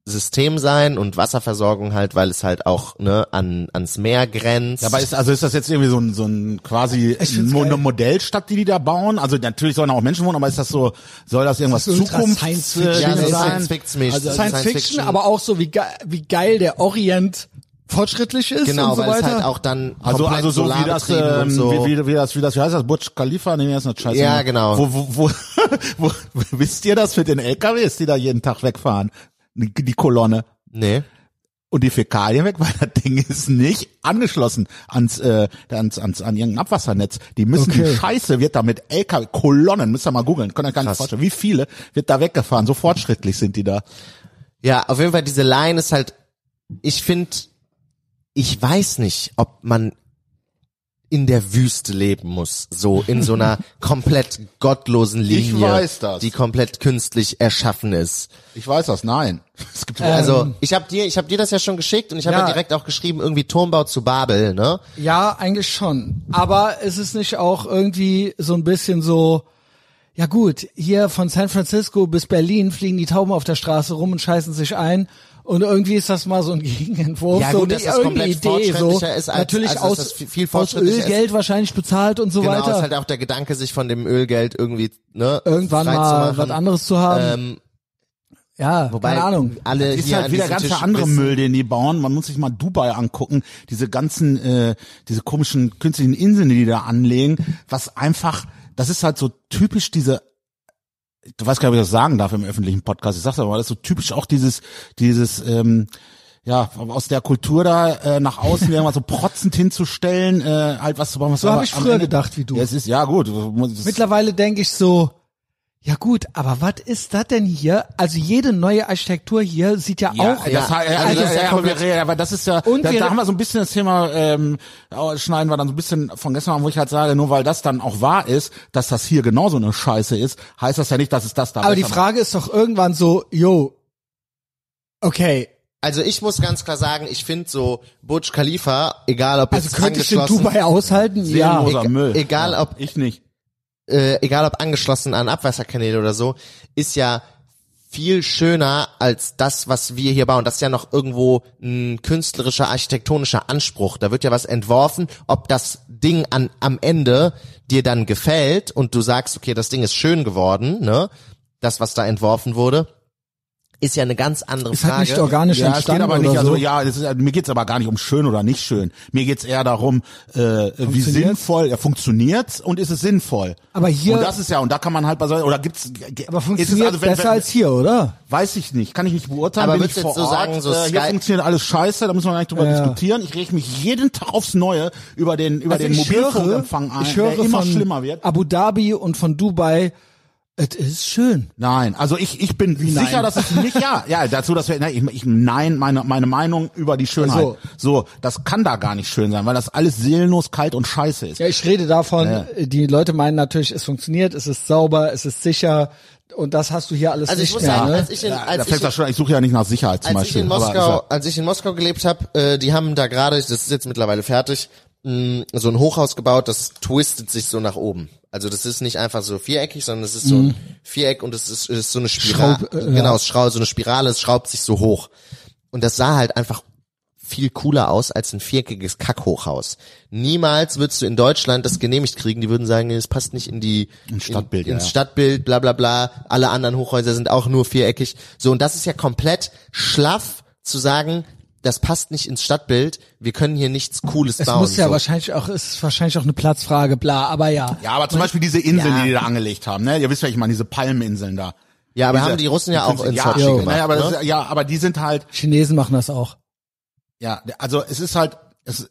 System sein und Wasserversorgung halt, weil es halt auch ne, an, ans Meer grenzt.
Dabei ist also ist das jetzt irgendwie so ein so ein quasi Mo eine Modellstadt, die die da bauen. Also natürlich sollen auch Menschen wohnen, aber ist das so soll das irgendwas
Das ist ultra
Zukunfts
Science-Fiction.
äh,
ja, so
sein.
Science Fiction.
Also Science, Fiction, aber auch so wie, ge wie geil der Orient fortschrittlich ist
genau,
und so
weil
weiter.
es halt auch dann
Also
komplett
also so wie das
solarbetrieben und
ähm,
so.
wie, wie, wie das wie das wie heißt das Burj Khalifa, nee, das ist eine Scheiße.
Ja, genau.
Wo, wo, wo, wo wisst ihr das mit den LKWs, die da jeden Tag wegfahren? Die, die Kolonne
nee.
und die Fäkalien weg, weil das Ding ist nicht angeschlossen ans, äh, ans, ans an irgendein Abwassernetz. Die müssen die Scheiße wird da mit LKW Kolonnen, müsst ihr mal googeln, könnt ihr gar nicht vorstellen, wie viele wird da weggefahren, so fortschrittlich sind die da.
Ja, auf jeden Fall diese Line ist halt ich finde ich weiß nicht, ob man in der Wüste leben muss, so in so einer komplett gottlosen
Ich
Linie,
weiß das.
die komplett künstlich erschaffen ist.
Ich weiß das, nein. Es gibt
Also, ich habe dir ich habe dir das ja schon geschickt und ich habe
Ja.
ja. direkt auch geschrieben irgendwie Turmbau zu Babel, ne?
Ja, eigentlich schon. Aber ist es nicht auch irgendwie so ein bisschen so, ja gut, hier von San Francisco bis Berlin fliegen die Tauben auf der Straße rum und scheißen sich ein. Und irgendwie ist das mal so ein Gegenentwurf,
Ja,
so
gut,
eine,
dass das
irgendeine
komplett
Idee, so
fortschrittlicher ist als-
natürlich
also, dass
aus,
das viel- viel
aus
fortschrittlicher ist.
Ölgeld wahrscheinlich bezahlt und so
Genau,
weiter.
ist halt auch der Gedanke, sich von dem Ölgeld irgendwie ne,
Irgendwann
frei
mal
zu machen.
was anderes zu haben.
Ähm,
ja,
wobei
keine Ahnung.
Alle
ist
hier
halt
an
wieder
diesem
ganz
Tisch
andere
wissen,
Müll, den die bauen. Man muss sich mal Dubai angucken, diese ganzen, äh, diese komischen künstlichen Inseln, die die da anlegen, was einfach, das ist halt so typisch diese, du weißt gar nicht, ob ich das sagen darf im öffentlichen Podcast, ich sag's aber, das ist so typisch auch dieses, dieses, ähm, ja, aus der Kultur da äh, nach außen irgendwas so protzend hinzustellen, äh, halt was zu bauen. Was
So
aber
habe ich
am
früher
Ende-
gedacht wie du.
Ja, es ist, ja gut. muss- es-
Mittlerweile denke ich so, ja gut, aber was ist das denn hier? Also jede neue Architektur hier sieht ja,
Ja,
auch
das, ja, ja,
also,
also, ja,
ist ja
ja, aber wir reden- aber das ist ja,
Und
da,
wir-
da haben wir so ein bisschen das Thema, ähm, äh, schneiden wir dann so ein bisschen von gestern an, wo ich halt sage, nur weil das dann auch wahr ist, dass das hier genauso eine Scheiße ist, heißt das ja nicht, dass es das da
Aber die
besser
Frage ist doch irgendwann so, yo, okay,
Also ich muss ganz klar sagen, ich finde so Burj Khalifa, egal ob
also
jetzt
könnte ich in
angeschlossen,
Dubai aushalten?
macht.
Ja.
Seelenloser
Ega-
Müll.
egal,
Ja,
ob-
ich nicht.
äh, egal ob angeschlossen an Abwasserkanäle oder so, ist ja viel schöner als das, was wir hier bauen. Das ist ja noch irgendwo ein künstlerischer, architektonischer Anspruch. Da wird ja was entworfen, ob das Ding an, am Ende dir dann gefällt und du sagst, okay, das Ding ist schön geworden, ne? Das, was da entworfen wurde, ist ja eine ganz andere
Es
Frage.
hat halt nicht organisch
Ja, es geht
entstanden
aber
oder
nicht,
so.
also ja, es ist, mir geht's aber gar nicht um schön oder nicht schön. Mir geht's eher darum, äh, wie
Funktioniert's?
sinnvoll, ja, funktioniert's und ist es sinnvoll.
Aber hier-
und das ist ja und da kann man halt bei so oder gibt's
Aber
ist es
funktioniert
also, wenn,
besser
wenn,
als hier, oder?
weiß ich nicht, kann ich nicht beurteilen,
Aber
bin ich
würdest du
vor
jetzt so
Ort,
sagen, so
äh, hier
Sky-
funktioniert alles scheiße, da müssen wir gar nicht drüber
Ja.
diskutieren. Ich reg mich jeden Tag aufs neue über den über
Also
den
ich höre-
Mobilfunkempfang ein,
ich höre
der immer
von
schlimmer wird.
Abu Dhabi und von Dubai, es ist schön.
Nein, also ich, ich bin
nein?
sicher, dass es nicht ja, ja, dazu dass wir nein, ich, ich nein, meine meine Meinung über die Schönheit.
Also-
So. das kann da gar nicht schön sein, weil das alles seelenlos kalt und scheiße ist.
Ja, ich rede davon, äh, die Leute meinen natürlich, es funktioniert, es ist sauber, es ist sicher und das hast du hier alles
Also ich
nicht
muss
mehr.
sagen,
ne?
als ich in,
Ja, da
als
fängt
ich,
das schon, an, ich suche ja nicht nach Sicherheit zum
als ich
Beispiel.
in
aber ist
Moskau,
ja-
als ich in Moskau gelebt habe, äh, die haben da gerade, das ist jetzt mittlerweile fertig, mh, so ein Hochhaus gebaut, das twistet sich so nach oben. Also das ist nicht einfach so viereckig, sondern es ist so
Mhm.
ein Viereck und es ist, ist so eine Spirale,
Schraub- äh,
genau, es schrau, so eine Spirale, es schraubt sich so hoch. Und das sah halt einfach viel cooler aus als ein viereckiges Kackhochhaus. Niemals würdest du in Deutschland das genehmigt kriegen. Die würden sagen, es passt nicht in die
Stadtbild,
in, ins
ja.
Stadtbild, bla bla bla. Alle anderen Hochhäuser sind auch nur viereckig. So und das ist ja komplett schlaff zu sagen, das passt nicht ins Stadtbild. Wir können hier nichts Cooles
es
bauen.
muss ja
so.
wahrscheinlich auch, es ist wahrscheinlich auch eine Platzfrage, bla, aber ja.
ja, aber zum Beispiel diese Inseln,
Ja.
die die da angelegt haben, ne? Ihr wisst ja, ich meine diese Palmeninseln da.
Ja, aber
diese,
haben die Russen ja auch in
ja,
Sochi
ja,
gemacht.
naja, aber
ne?
das ist, ja, aber die sind halt
Chinesen machen das auch.
Ja, also es ist halt, es,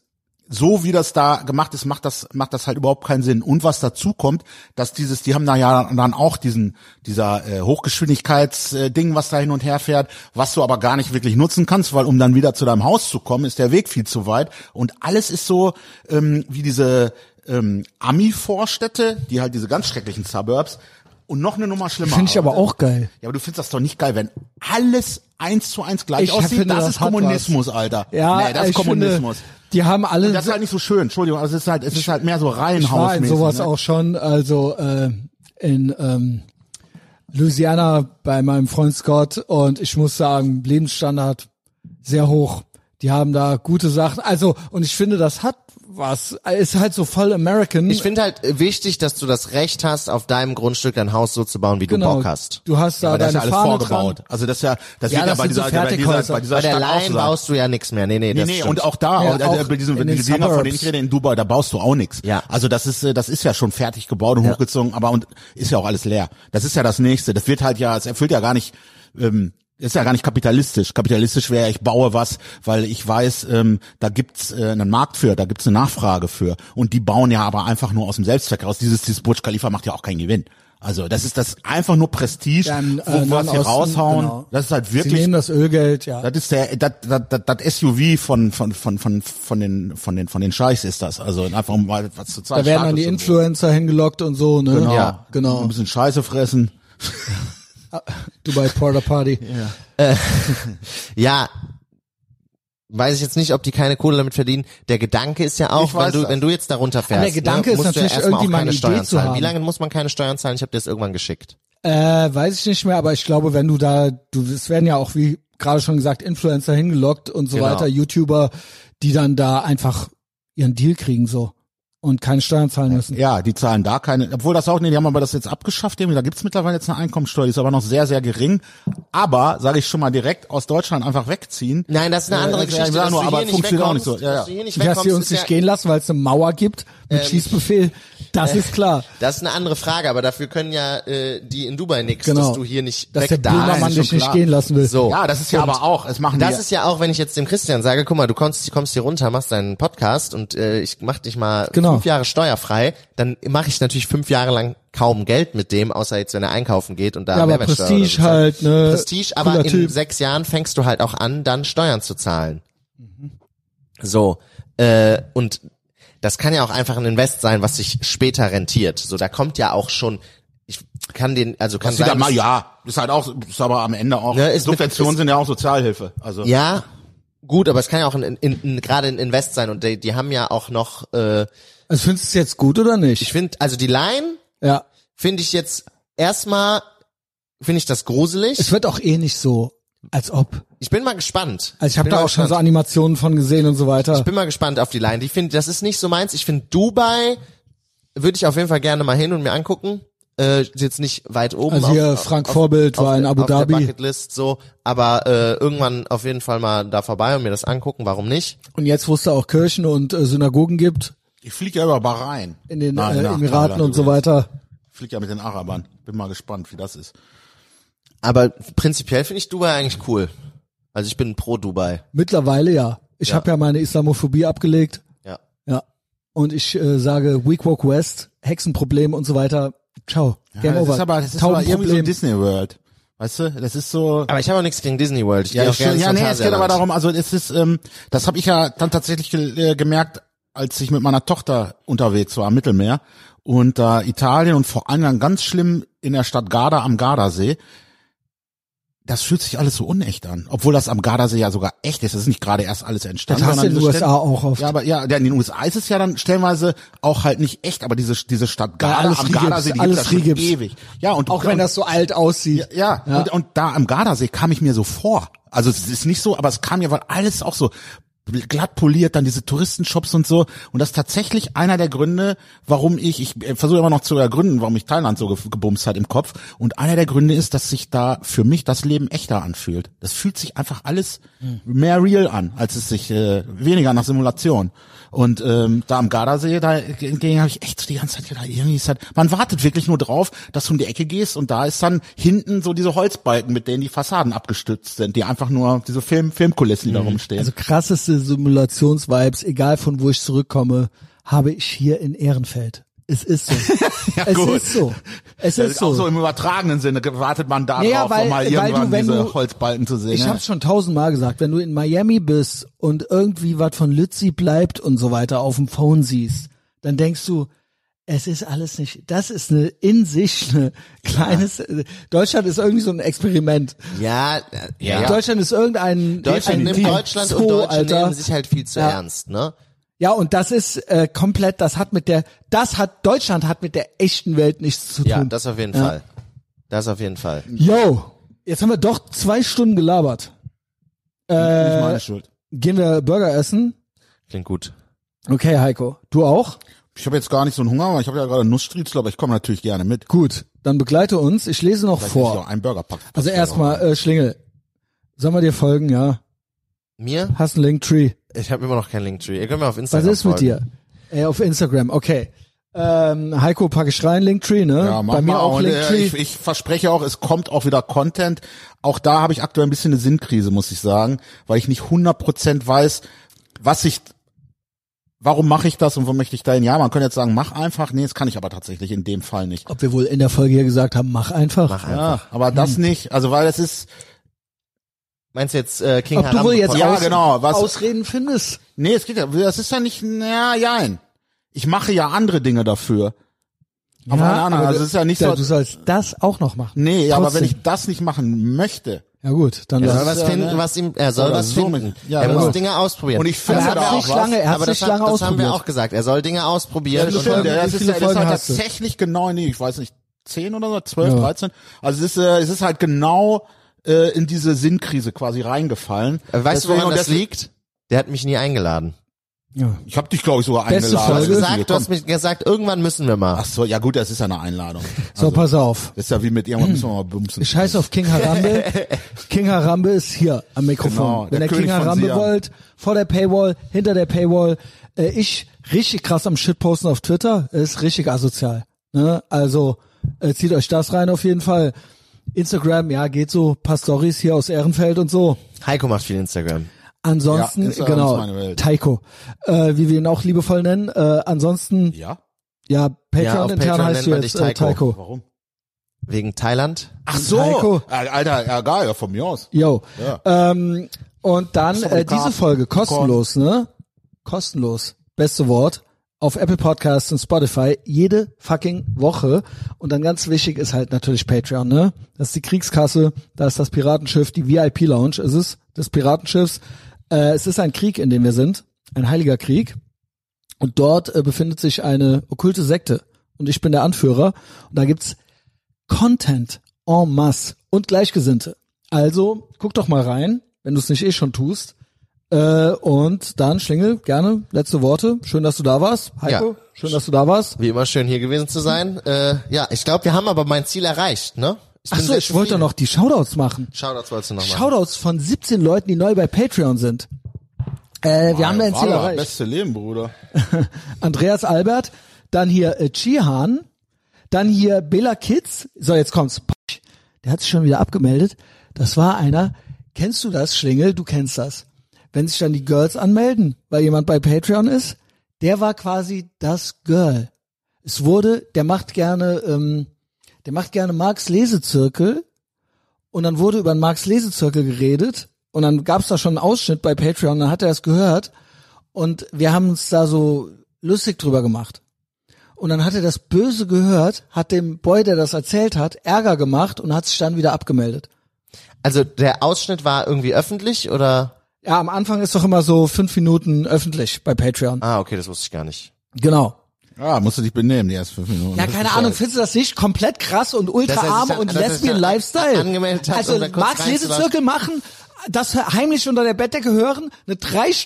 so wie das da gemacht ist, macht das, macht das halt überhaupt keinen Sinn. Und was dazu kommt, dass dieses, die haben da ja dann auch diesen, dieser äh, Hochgeschwindigkeitsding, äh, Ding, was da hin und her fährt, was du aber gar nicht wirklich nutzen kannst, weil um dann wieder zu deinem Haus zu kommen, ist der Weg viel zu weit. Und alles ist so ähm, wie diese ähm, Ami-Vorstädte, die halt diese ganz schrecklichen Suburbs. Und noch eine Nummer schlimmer. Also,
Finde ich aber auch geil.
Ja, aber du findest das doch nicht geil, wenn alles eins zu eins gleich
Ich
aussieht.
finde,
das,
das
ist
hat was.
Kommunismus, Alter.
Ja,
nee, das
ich
ist Kommunismus.
Finde, die haben alle,
das ist halt nicht so schön, Entschuldigung, aber es ist halt, es ist halt mehr so
ich war in
Reihenhausmäßig.
sowas
ne?
auch schon, also äh, in ähm, Louisiana bei meinem Freund Scott und ich muss sagen, Lebensstandard sehr hoch. Die haben da gute Sachen. Also, und ich finde, das hat was. Ist halt so voll American.
ich finde halt äh, wichtig, dass du das Recht hast, auf deinem Grundstück dein Haus so zu bauen, wie du Bock hast.
Genau. Du hast da
Aber das
deine
ist ja alles
Fahne
vorgebaut.
dran.
Also das ist ja, das
Ja,
wird ja
das
bei
sind so
dieser, bei dieser,
Fertighäuser.
bei dieser
Bei der
Stadt auch so
Line
sein.
baust du ja nichts mehr. Nee, nee,
Nee,
das
nee,
stimmt.
und auch da,
Ja,
und, äh,
auch
bei diesen
in den
die Dinger, von denen
Suburbs.
ich rede, in Dubai, da baust du auch nichts.
Ja.
Also das ist, äh, das ist ja schon fertig gebaut und hochgezogen, aber und ist ja auch alles leer. Das ist ja das Nächste. Das wird halt ja, es erfüllt ja gar nicht, ähm, ist ja gar nicht kapitalistisch. Kapitalistisch wäre, ich baue was, weil ich weiß, ähm, da gibt's äh, einen Markt für, da gibt's eine Nachfrage für. Und die bauen ja aber einfach nur aus dem Selbstzweck heraus. Dieses, dieses Burj Khalifa macht ja auch keinen Gewinn. Also das ist das einfach nur Prestige,
Ja, im, äh,
wo was hier
Nahen Osten,
raushauen.
genau.
Das ist halt
Sie
wirklich
nehmen das Ölgeld, ja.
das ist der das, das, das, das SUV von von von von von den von den von den Scheichs ist das. Also einfach um mal was zu zeigen.
Da werden dann die
Status und so.
Influencer hingelockt und so, ne?
Genau.
Ja, genau.
Ein bisschen Scheiße fressen.
Dubai Porter Party.
Ja, weiß ich jetzt nicht, ob die keine Kohle damit verdienen. Der Gedanke ist ja auch,
Ich weiß
wenn du,
das.
wenn du jetzt darunter fährst,
der Gedanke
ne,
ist
musst du ja
natürlich
erstmal auch
irgendwie mal
keine
eine
Steuern
Idee zu
zahlen.
haben.
Wie lange muss man keine Steuern zahlen? Ich habe dir das irgendwann geschickt.
Äh, weiß ich nicht mehr, aber ich glaube, wenn du da, du, es werden ja auch, wie gerade schon gesagt, Influencer hingelockt und so
Genau.
weiter, YouTuber, die dann da einfach ihren Deal kriegen so und keine Steuern zahlen müssen.
Ja, die zahlen da keine. Obwohl das auch nee, die haben aber das jetzt abgeschafft. irgendwie. Da gibt's mittlerweile jetzt eine Einkommensteuer, die ist aber noch sehr sehr gering. Aber sage ich schon mal direkt aus Deutschland einfach wegziehen.
Nein, das ist eine
Ja,
andere
ja,
Geschichte.
ich sag
dass
nur,
du
aber
hier nicht
funktioniert auch nicht
wegkommst,
so. Ja,
dass du
ja.
hier nicht
Dass sie
wegkommst,
uns
ist
nicht
ja- Ähm,
gehen lassen, weil es eine Mauer gibt mit Schießbefehl,
äh,
das ist klar.
Das ist eine andere Frage, aber dafür können ja äh, die in Dubai nichts,
Genau.
dass du hier nicht
Dass
weg
der
darfst.
Böhmermann
ist schon
dich nicht
klar.
gehen lassen will.
So.
Ja, das ist ja aber auch. Es machen
Das
die,
ist ja auch, wenn ich jetzt dem Christian sage, guck mal, du kommst, kommst hier runter, machst deinen Podcast und äh, ich mach dich mal
Genau.
fünf Jahre steuerfrei, dann mache ich natürlich fünf Jahre lang kaum Geld mit dem, außer jetzt, wenn er einkaufen geht und da
Ja, aber
Mehrwertsteuer oder
Prestige
so zahlt.
halt, ne?
Prestige, aber
Cooler
in
Typ.
sechs Jahren fängst du halt auch an, dann Steuern zu zahlen.
Mhm.
So, äh, und das kann ja auch einfach ein Invest sein, was sich später rentiert. So, da kommt ja auch schon, ich kann den, also kann
Das ist ja
sein,
mal ja. Ist halt auch. Ist aber am Ende auch.
Ja, ist mit-
Subventionen
ist-
sind ja auch Sozialhilfe. Also
Ja, gut, aber es kann ja auch ein, ein, ein, gerade ein Invest sein und die, die haben ja auch noch, äh,
Also findest du es jetzt gut oder nicht?
ich finde, also die Line
ja.
finde ich jetzt erstmal finde ich das gruselig.
Es wird auch eh nicht so, als ob.
Ich bin mal gespannt.
Also ich habe
bin
da
mal
auch schon so
gespannt.
Animationen von gesehen und so weiter.
Ich bin mal gespannt auf die Line. Ich finde, das ist nicht so meins. Ich finde Dubai würde ich auf jeden Fall gerne mal hin und mir angucken. Äh, ist jetzt nicht weit oben.
Also
auf-
hier
auf,
Frank Vorbild war
auf,
in
der-
Abu
auf
Dhabi.
Der Bucketlist so, aber äh, irgendwann auf jeden Fall mal da vorbei und mir das angucken. Warum nicht?
Und jetzt, wo es da auch Kirchen und äh, Synagogen gibt,
Ich fliege ja über Bahrain.
in den
Nein,
äh,
nach
Emiraten
Thailand
und so
übrigens.
weiter.
Ich fliege ja mit den Arabern. Bin mal gespannt, wie das ist.
Aber prinzipiell finde ich Dubai eigentlich cool. Also ich bin pro Dubai.
Mittlerweile ja. Ich
Ja.
habe ja meine Islamophobie abgelegt.
Ja.
Ja. Und ich äh, sage Weak Walk West, Hexenproblem und so weiter. Ciao. Game
ja, das
over.
ist aber, das ist aber irgendwie so
Taubenproblem.
Disney World. Weißt du, das ist so.
Aber ich habe auch nichts gegen Disney World. Ich
Ja,
gehe
das
auch gerne
stimmt.
ins
ja nee, es geht aber
Phantasialand.
darum, also es ist, ähm, das habe ich ja dann tatsächlich ge äh, gemerkt, als ich mit meiner Tochter unterwegs war am Mittelmeer und da Italien und vor allem dann ganz schlimm in der Stadt Garda am Gardasee. Das fühlt sich alles so unecht an, obwohl das am Gardasee ja sogar echt ist. Das ist nicht gerade erst alles entstanden.
Das hast du in
sondern
den
diese
USA auch oft.
Ja, aber ja, ja, in den USA ist es ja dann stellenweise auch halt nicht echt, aber diese diese Stadt Garda
alles
am
Free
Gardasee,
gibt's,
die
alles
gibt's ja
Free
schon
gibt's.
ewig. Ja und
Auch wenn
und,
das so alt aussieht.
ja, Und, und da am Gardasee kam ich mir so vor. Also es ist nicht so, aber es kam mir, weil alles auch so glatt poliert, dann diese Touristenshops und so. Und das ist tatsächlich einer der Gründe, warum ich, ich äh, versuche immer noch zu ergründen, warum mich Thailand so ge- gebumst hat im Kopf. Und einer der Gründe ist, dass sich da für mich das Leben echter anfühlt. Das fühlt sich einfach alles mehr real an, als es sich äh, weniger nach Simulation. Und ähm, da am Gardasee, da hingegen habe ich echt so die ganze Zeit gedacht, irgendwie ist halt, man wartet wirklich nur drauf, dass du um die Ecke gehst und da ist dann hinten so diese Holzbalken, mit denen die Fassaden abgestützt sind, die einfach nur diese Film Filmkulissen, die da rumstehen.
Also krasseste Simulationsvibes, egal von wo ich zurückkomme, habe ich hier in Ehrenfeld. Es ist so. es
gut.
ist so. Es
Das
ist
ist auch
so.
so im übertragenen Sinne wartet man darauf,
Ja, weil-
um mal
weil du,
irgendwann
wenn
diese
du-
Holzbalken zu sehen.
ich habe schon tausendmal gesagt, wenn du in Miami bist und irgendwie was von Lützi bleibt und so weiter auf dem Phone siehst, dann denkst du, es ist alles nicht, das ist eine in sich eine kleines, Deutschland ist irgendwie so ein Experiment.
Ja, äh, ja. ja.
Deutschland ist irgendein
Deutschland, nimmt
definitiv
Deutschland
Zoo,
und Deutsche
Alter.
nehmen sich halt viel zu
Ja.
ernst, ne?
Ja, und das ist äh, komplett, das hat mit der, das hat, Deutschland hat mit der echten Welt nichts zu
Ja,
tun.
das auf jeden
Ja.
Fall. Das auf jeden Fall.
Yo, jetzt haben wir doch zwei Stunden gelabert.
nicht
äh,
meine Schuld.
Gehen wir Burger essen?
Klingt gut.
Okay, Heiko, du auch?
Ich habe jetzt gar nicht so einen Hunger, aber ich habe ja gerade Nussstriezel, aber ich komme natürlich gerne mit.
Gut, dann begleite uns. Ich lese noch
Vielleicht esse ich
vor.
auch einen Burgerpack.
Also erstmal, äh, Schlingel, sollen wir dir folgen? Ja,
Mir?
hast einen Linktree.
Ich habe immer noch kein Linktree. Ihr könnt mir auf
Was
Instagram
ist mit
folgen.
dir? Ey, auf Instagram, okay. Ähm, Heiko, packe ich rein, Linktree, ne?
Ja, mach
Bei mir
mal.
auch
und, äh,
Linktree.
ich, ich verspreche auch, es kommt auch wieder Content. Auch da habe ich aktuell ein bisschen eine Sinnkrise, muss ich sagen, weil ich nicht 100% weiß, was ich warum mache ich das und wo möchte ich dahin? Ja, man könnte jetzt sagen, mach einfach. Nee, das kann ich aber tatsächlich in dem Fall nicht.
Ob wir wohl in der Folge hier gesagt haben, mach einfach.
Mach einfach.
Ja, aber das
Hm.
nicht, also weil es ist
Meinst du jetzt äh, King
Ob du
Haram?
wohl jetzt
Ja,
aus,
genau, was-
Ausreden findest?
Nee, es geht ja, das ist ja nicht, na, jein. Ich mache ja andere Dinge dafür. Aber keine Ahnung,
aber
also
du-
es ist ja nicht
ja,
so-
Du sollst das auch noch machen.
Nee, aber wenn
Trotzdem.
ich das nicht machen möchte.
Ja gut, dann
Er
lass
soll
es.
was
ja,
finden,
ne?
was ihm, er soll
Oder
was
so
finden.
mit- ja,
er
genau.
muss Dinge ausprobieren.
Und ich
Das
finde
hat
da
er
auch
auch
was.
lange, er hat
aber das,
nicht lange
hat, das haben wir
ausprobiert.
auch gesagt. Er soll Dinge ausprobieren.
das
und
stimmt,
dann-
ja.
das
wie
ist,
viele
ja- das ist
Folgen
halt
hast du?
tatsächlich genau, nee, ich weiß nicht, 10 oder so, 12, 13. Also es ist, äh, es ist halt genau äh, in diese Sinnkrise quasi reingefallen.
Äh, Weißt du,
Deswegen-
woran
und
das
deswegen-
liegt? Der hat mich nie eingeladen.
Ja.
Ich habe dich, glaube ich, sogar
Beste
eingeladen.
Du hast
Folge.
gesagt, du hast mich gesagt, irgendwann müssen wir mal.
Ach so, ja gut, das ist ja eine Einladung.
So, pass auf.
Das ist ja wie mit irgendwann müssen wir mal bumsen.
Scheiß auf King Harambe. King Harambe ist hier am
Genau,
Mikrofon.
der
Wenn ihr
König
King
von
Harambe
Siam.
wollt, vor der Paywall, hinter der Paywall. Äh, ich richtig krass am Shitposten auf Twitter. Ist richtig asozial. Ne? Also äh, zieht euch das rein auf jeden Fall. Instagram, ja, geht so. Paar Stories hier aus Ehrenfeld und so.
Heiko macht viel Instagram.
Ansonsten,
Ja, Instagram ist meine
genau,
Welt.
Taiko, äh, wie wir ihn auch liebevoll nennen. Äh, ansonsten,
Ja?
ja, Patreon
Ja, auf
intern
Patreon
heißt
nennt
du
man
jetzt
dich
äh,
Taiko.
Taiko.
Warum?
Wegen Thailand.
Ach so,
Heiko.
Alter, ja geil, ja, von mir aus.
Yo.
Ja.
Ähm, und dann
doch eine
äh, diese
Karte.
Folge kostenlos, ne? Kostenlos. Beste Wort. Auf Apple Podcasts und Spotify jede fucking Woche. Und dann ganz wichtig ist halt natürlich Patreon, ne? Das ist die Kriegskasse, da ist das Piratenschiff, die VIP-Lounge ist es, des Piratenschiffs. Äh, es ist ein Krieg, in dem wir sind. Ein heiliger Krieg. Und dort äh, befindet sich eine okkulte Sekte. Und ich bin der Anführer. Und da gibt's Content en masse und Gleichgesinnte. Also guck doch mal rein, wenn du es nicht eh schon tust. Äh, und dann Schlingel, gerne letzte Worte. Schön, dass du da warst. Heiko,
Ja.
schön, dass du da warst.
Wie immer schön hier gewesen zu sein. Äh, ja, ich glaube, wir haben aber mein Ziel erreicht, ne? Ich bin
Achso,
sehr
ich wollte
zufrieden.
noch die Shoutouts machen.
Shoutouts wolltest du noch machen.
Shoutouts von 17 Leuten, die neu bei Patreon sind. Äh, wir haben da ein Ziel
Walla,
erreicht.
Beste Leben, Bruder.
Andreas Albert, dann hier äh, Chihan, dann hier Bela Kids. So, jetzt kommt's. Der hat sich schon wieder abgemeldet. Das war einer. Kennst du das, Schlingel? Du kennst das. Wenn sich dann die Girls anmelden, weil jemand bei Patreon ist, der war quasi das Girl. Es wurde, der macht gerne, ähm, der macht gerne Marx Lesezirkel und dann wurde über einen Marx Lesezirkel geredet und dann gab's da schon einen Ausschnitt bei Patreon, dann hat er es gehört und wir haben uns da so lustig drüber gemacht. Und dann hat er das Böse gehört, hat dem Boy, der das erzählt hat, Ärger gemacht und hat sich dann wieder abgemeldet.
Also der Ausschnitt war irgendwie öffentlich oder?
Ja, am Anfang ist doch immer so fünf Minuten öffentlich bei Patreon.
Ah, okay, das wusste ich gar nicht.
Genau.
Ja, musst du dich benehmen, die ersten fünf
Hm.
Minuten.
Ja, keine Ahnung, findest du das nicht komplett krass und ultra
Dass er sich
arm
da-
und
dass er sich
lesbian
da
Lifestyle?
angemeldet hat,
also
um da kurz
Marx
reinzulaufen.
Lesezirkel machen, das heimlich unter der Bettdecke hören, eine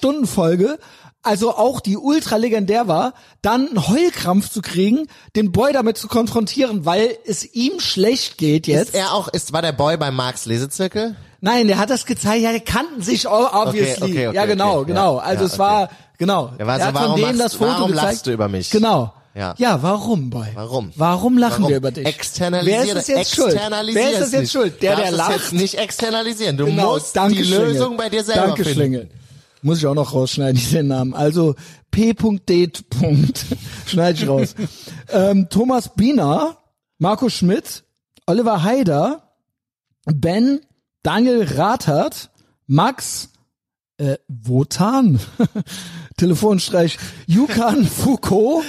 Drei-Stunden-Folge, also auch die ultra legendär war, dann einen Heulkrampf zu kriegen, den Boy damit zu konfrontieren, weil es ihm schlecht geht jetzt.
Ist er auch, ist, war der Boy bei Marx Lesezirkel?
Nein, der hat das gezeigt, ja, die kannten sich o- obviously.
Okay, okay, okay,
ja, genau,
okay,
genau.
ja,
also
ja,
es war, genau.
Er war so,
hat von
warum
denen
machst-
das Foto
warum
gezeigt.
lachst du über mich?
Genau.
Ja.
ja, warum, Boy?
Warum?
Warum lachen
Warum?
wir über dich?
Externalisier,
Wer ist es jetzt schuld?
externalisier
Wer ist es
es
jetzt
nicht.
schuld? Der, der
Du darfst es
lacht?
jetzt nicht externalisieren. Du
Genau,
musst
danke
die
Schlingel.
Lösung bei dir selber
danke,
finden.
Schlingel. Muss ich auch noch rausschneiden, den Namen. Also p.d. Punkt. Schneide ich raus. ähm, Thomas Biener, Marco Schmidt, Oliver Haider, Ben, Daniel Rathert, Max, äh, Wotan, Telefonstreich, Yukan Foucault,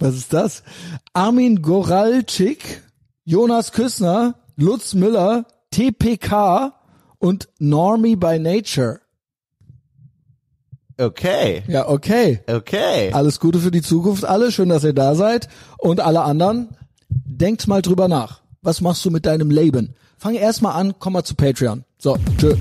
was ist das? Armin Goralczyk, Jonas Küssner, Lutz Müller, TPK und Normie by Nature.
Okay,
Ja, okay.
okay.
Alles Gute für die Zukunft, alle. Schön, dass ihr da seid. Und alle anderen, denkt mal drüber nach. Was machst du mit deinem Leben? Fang erst mal an, komm mal zu Patreon. So, tschö.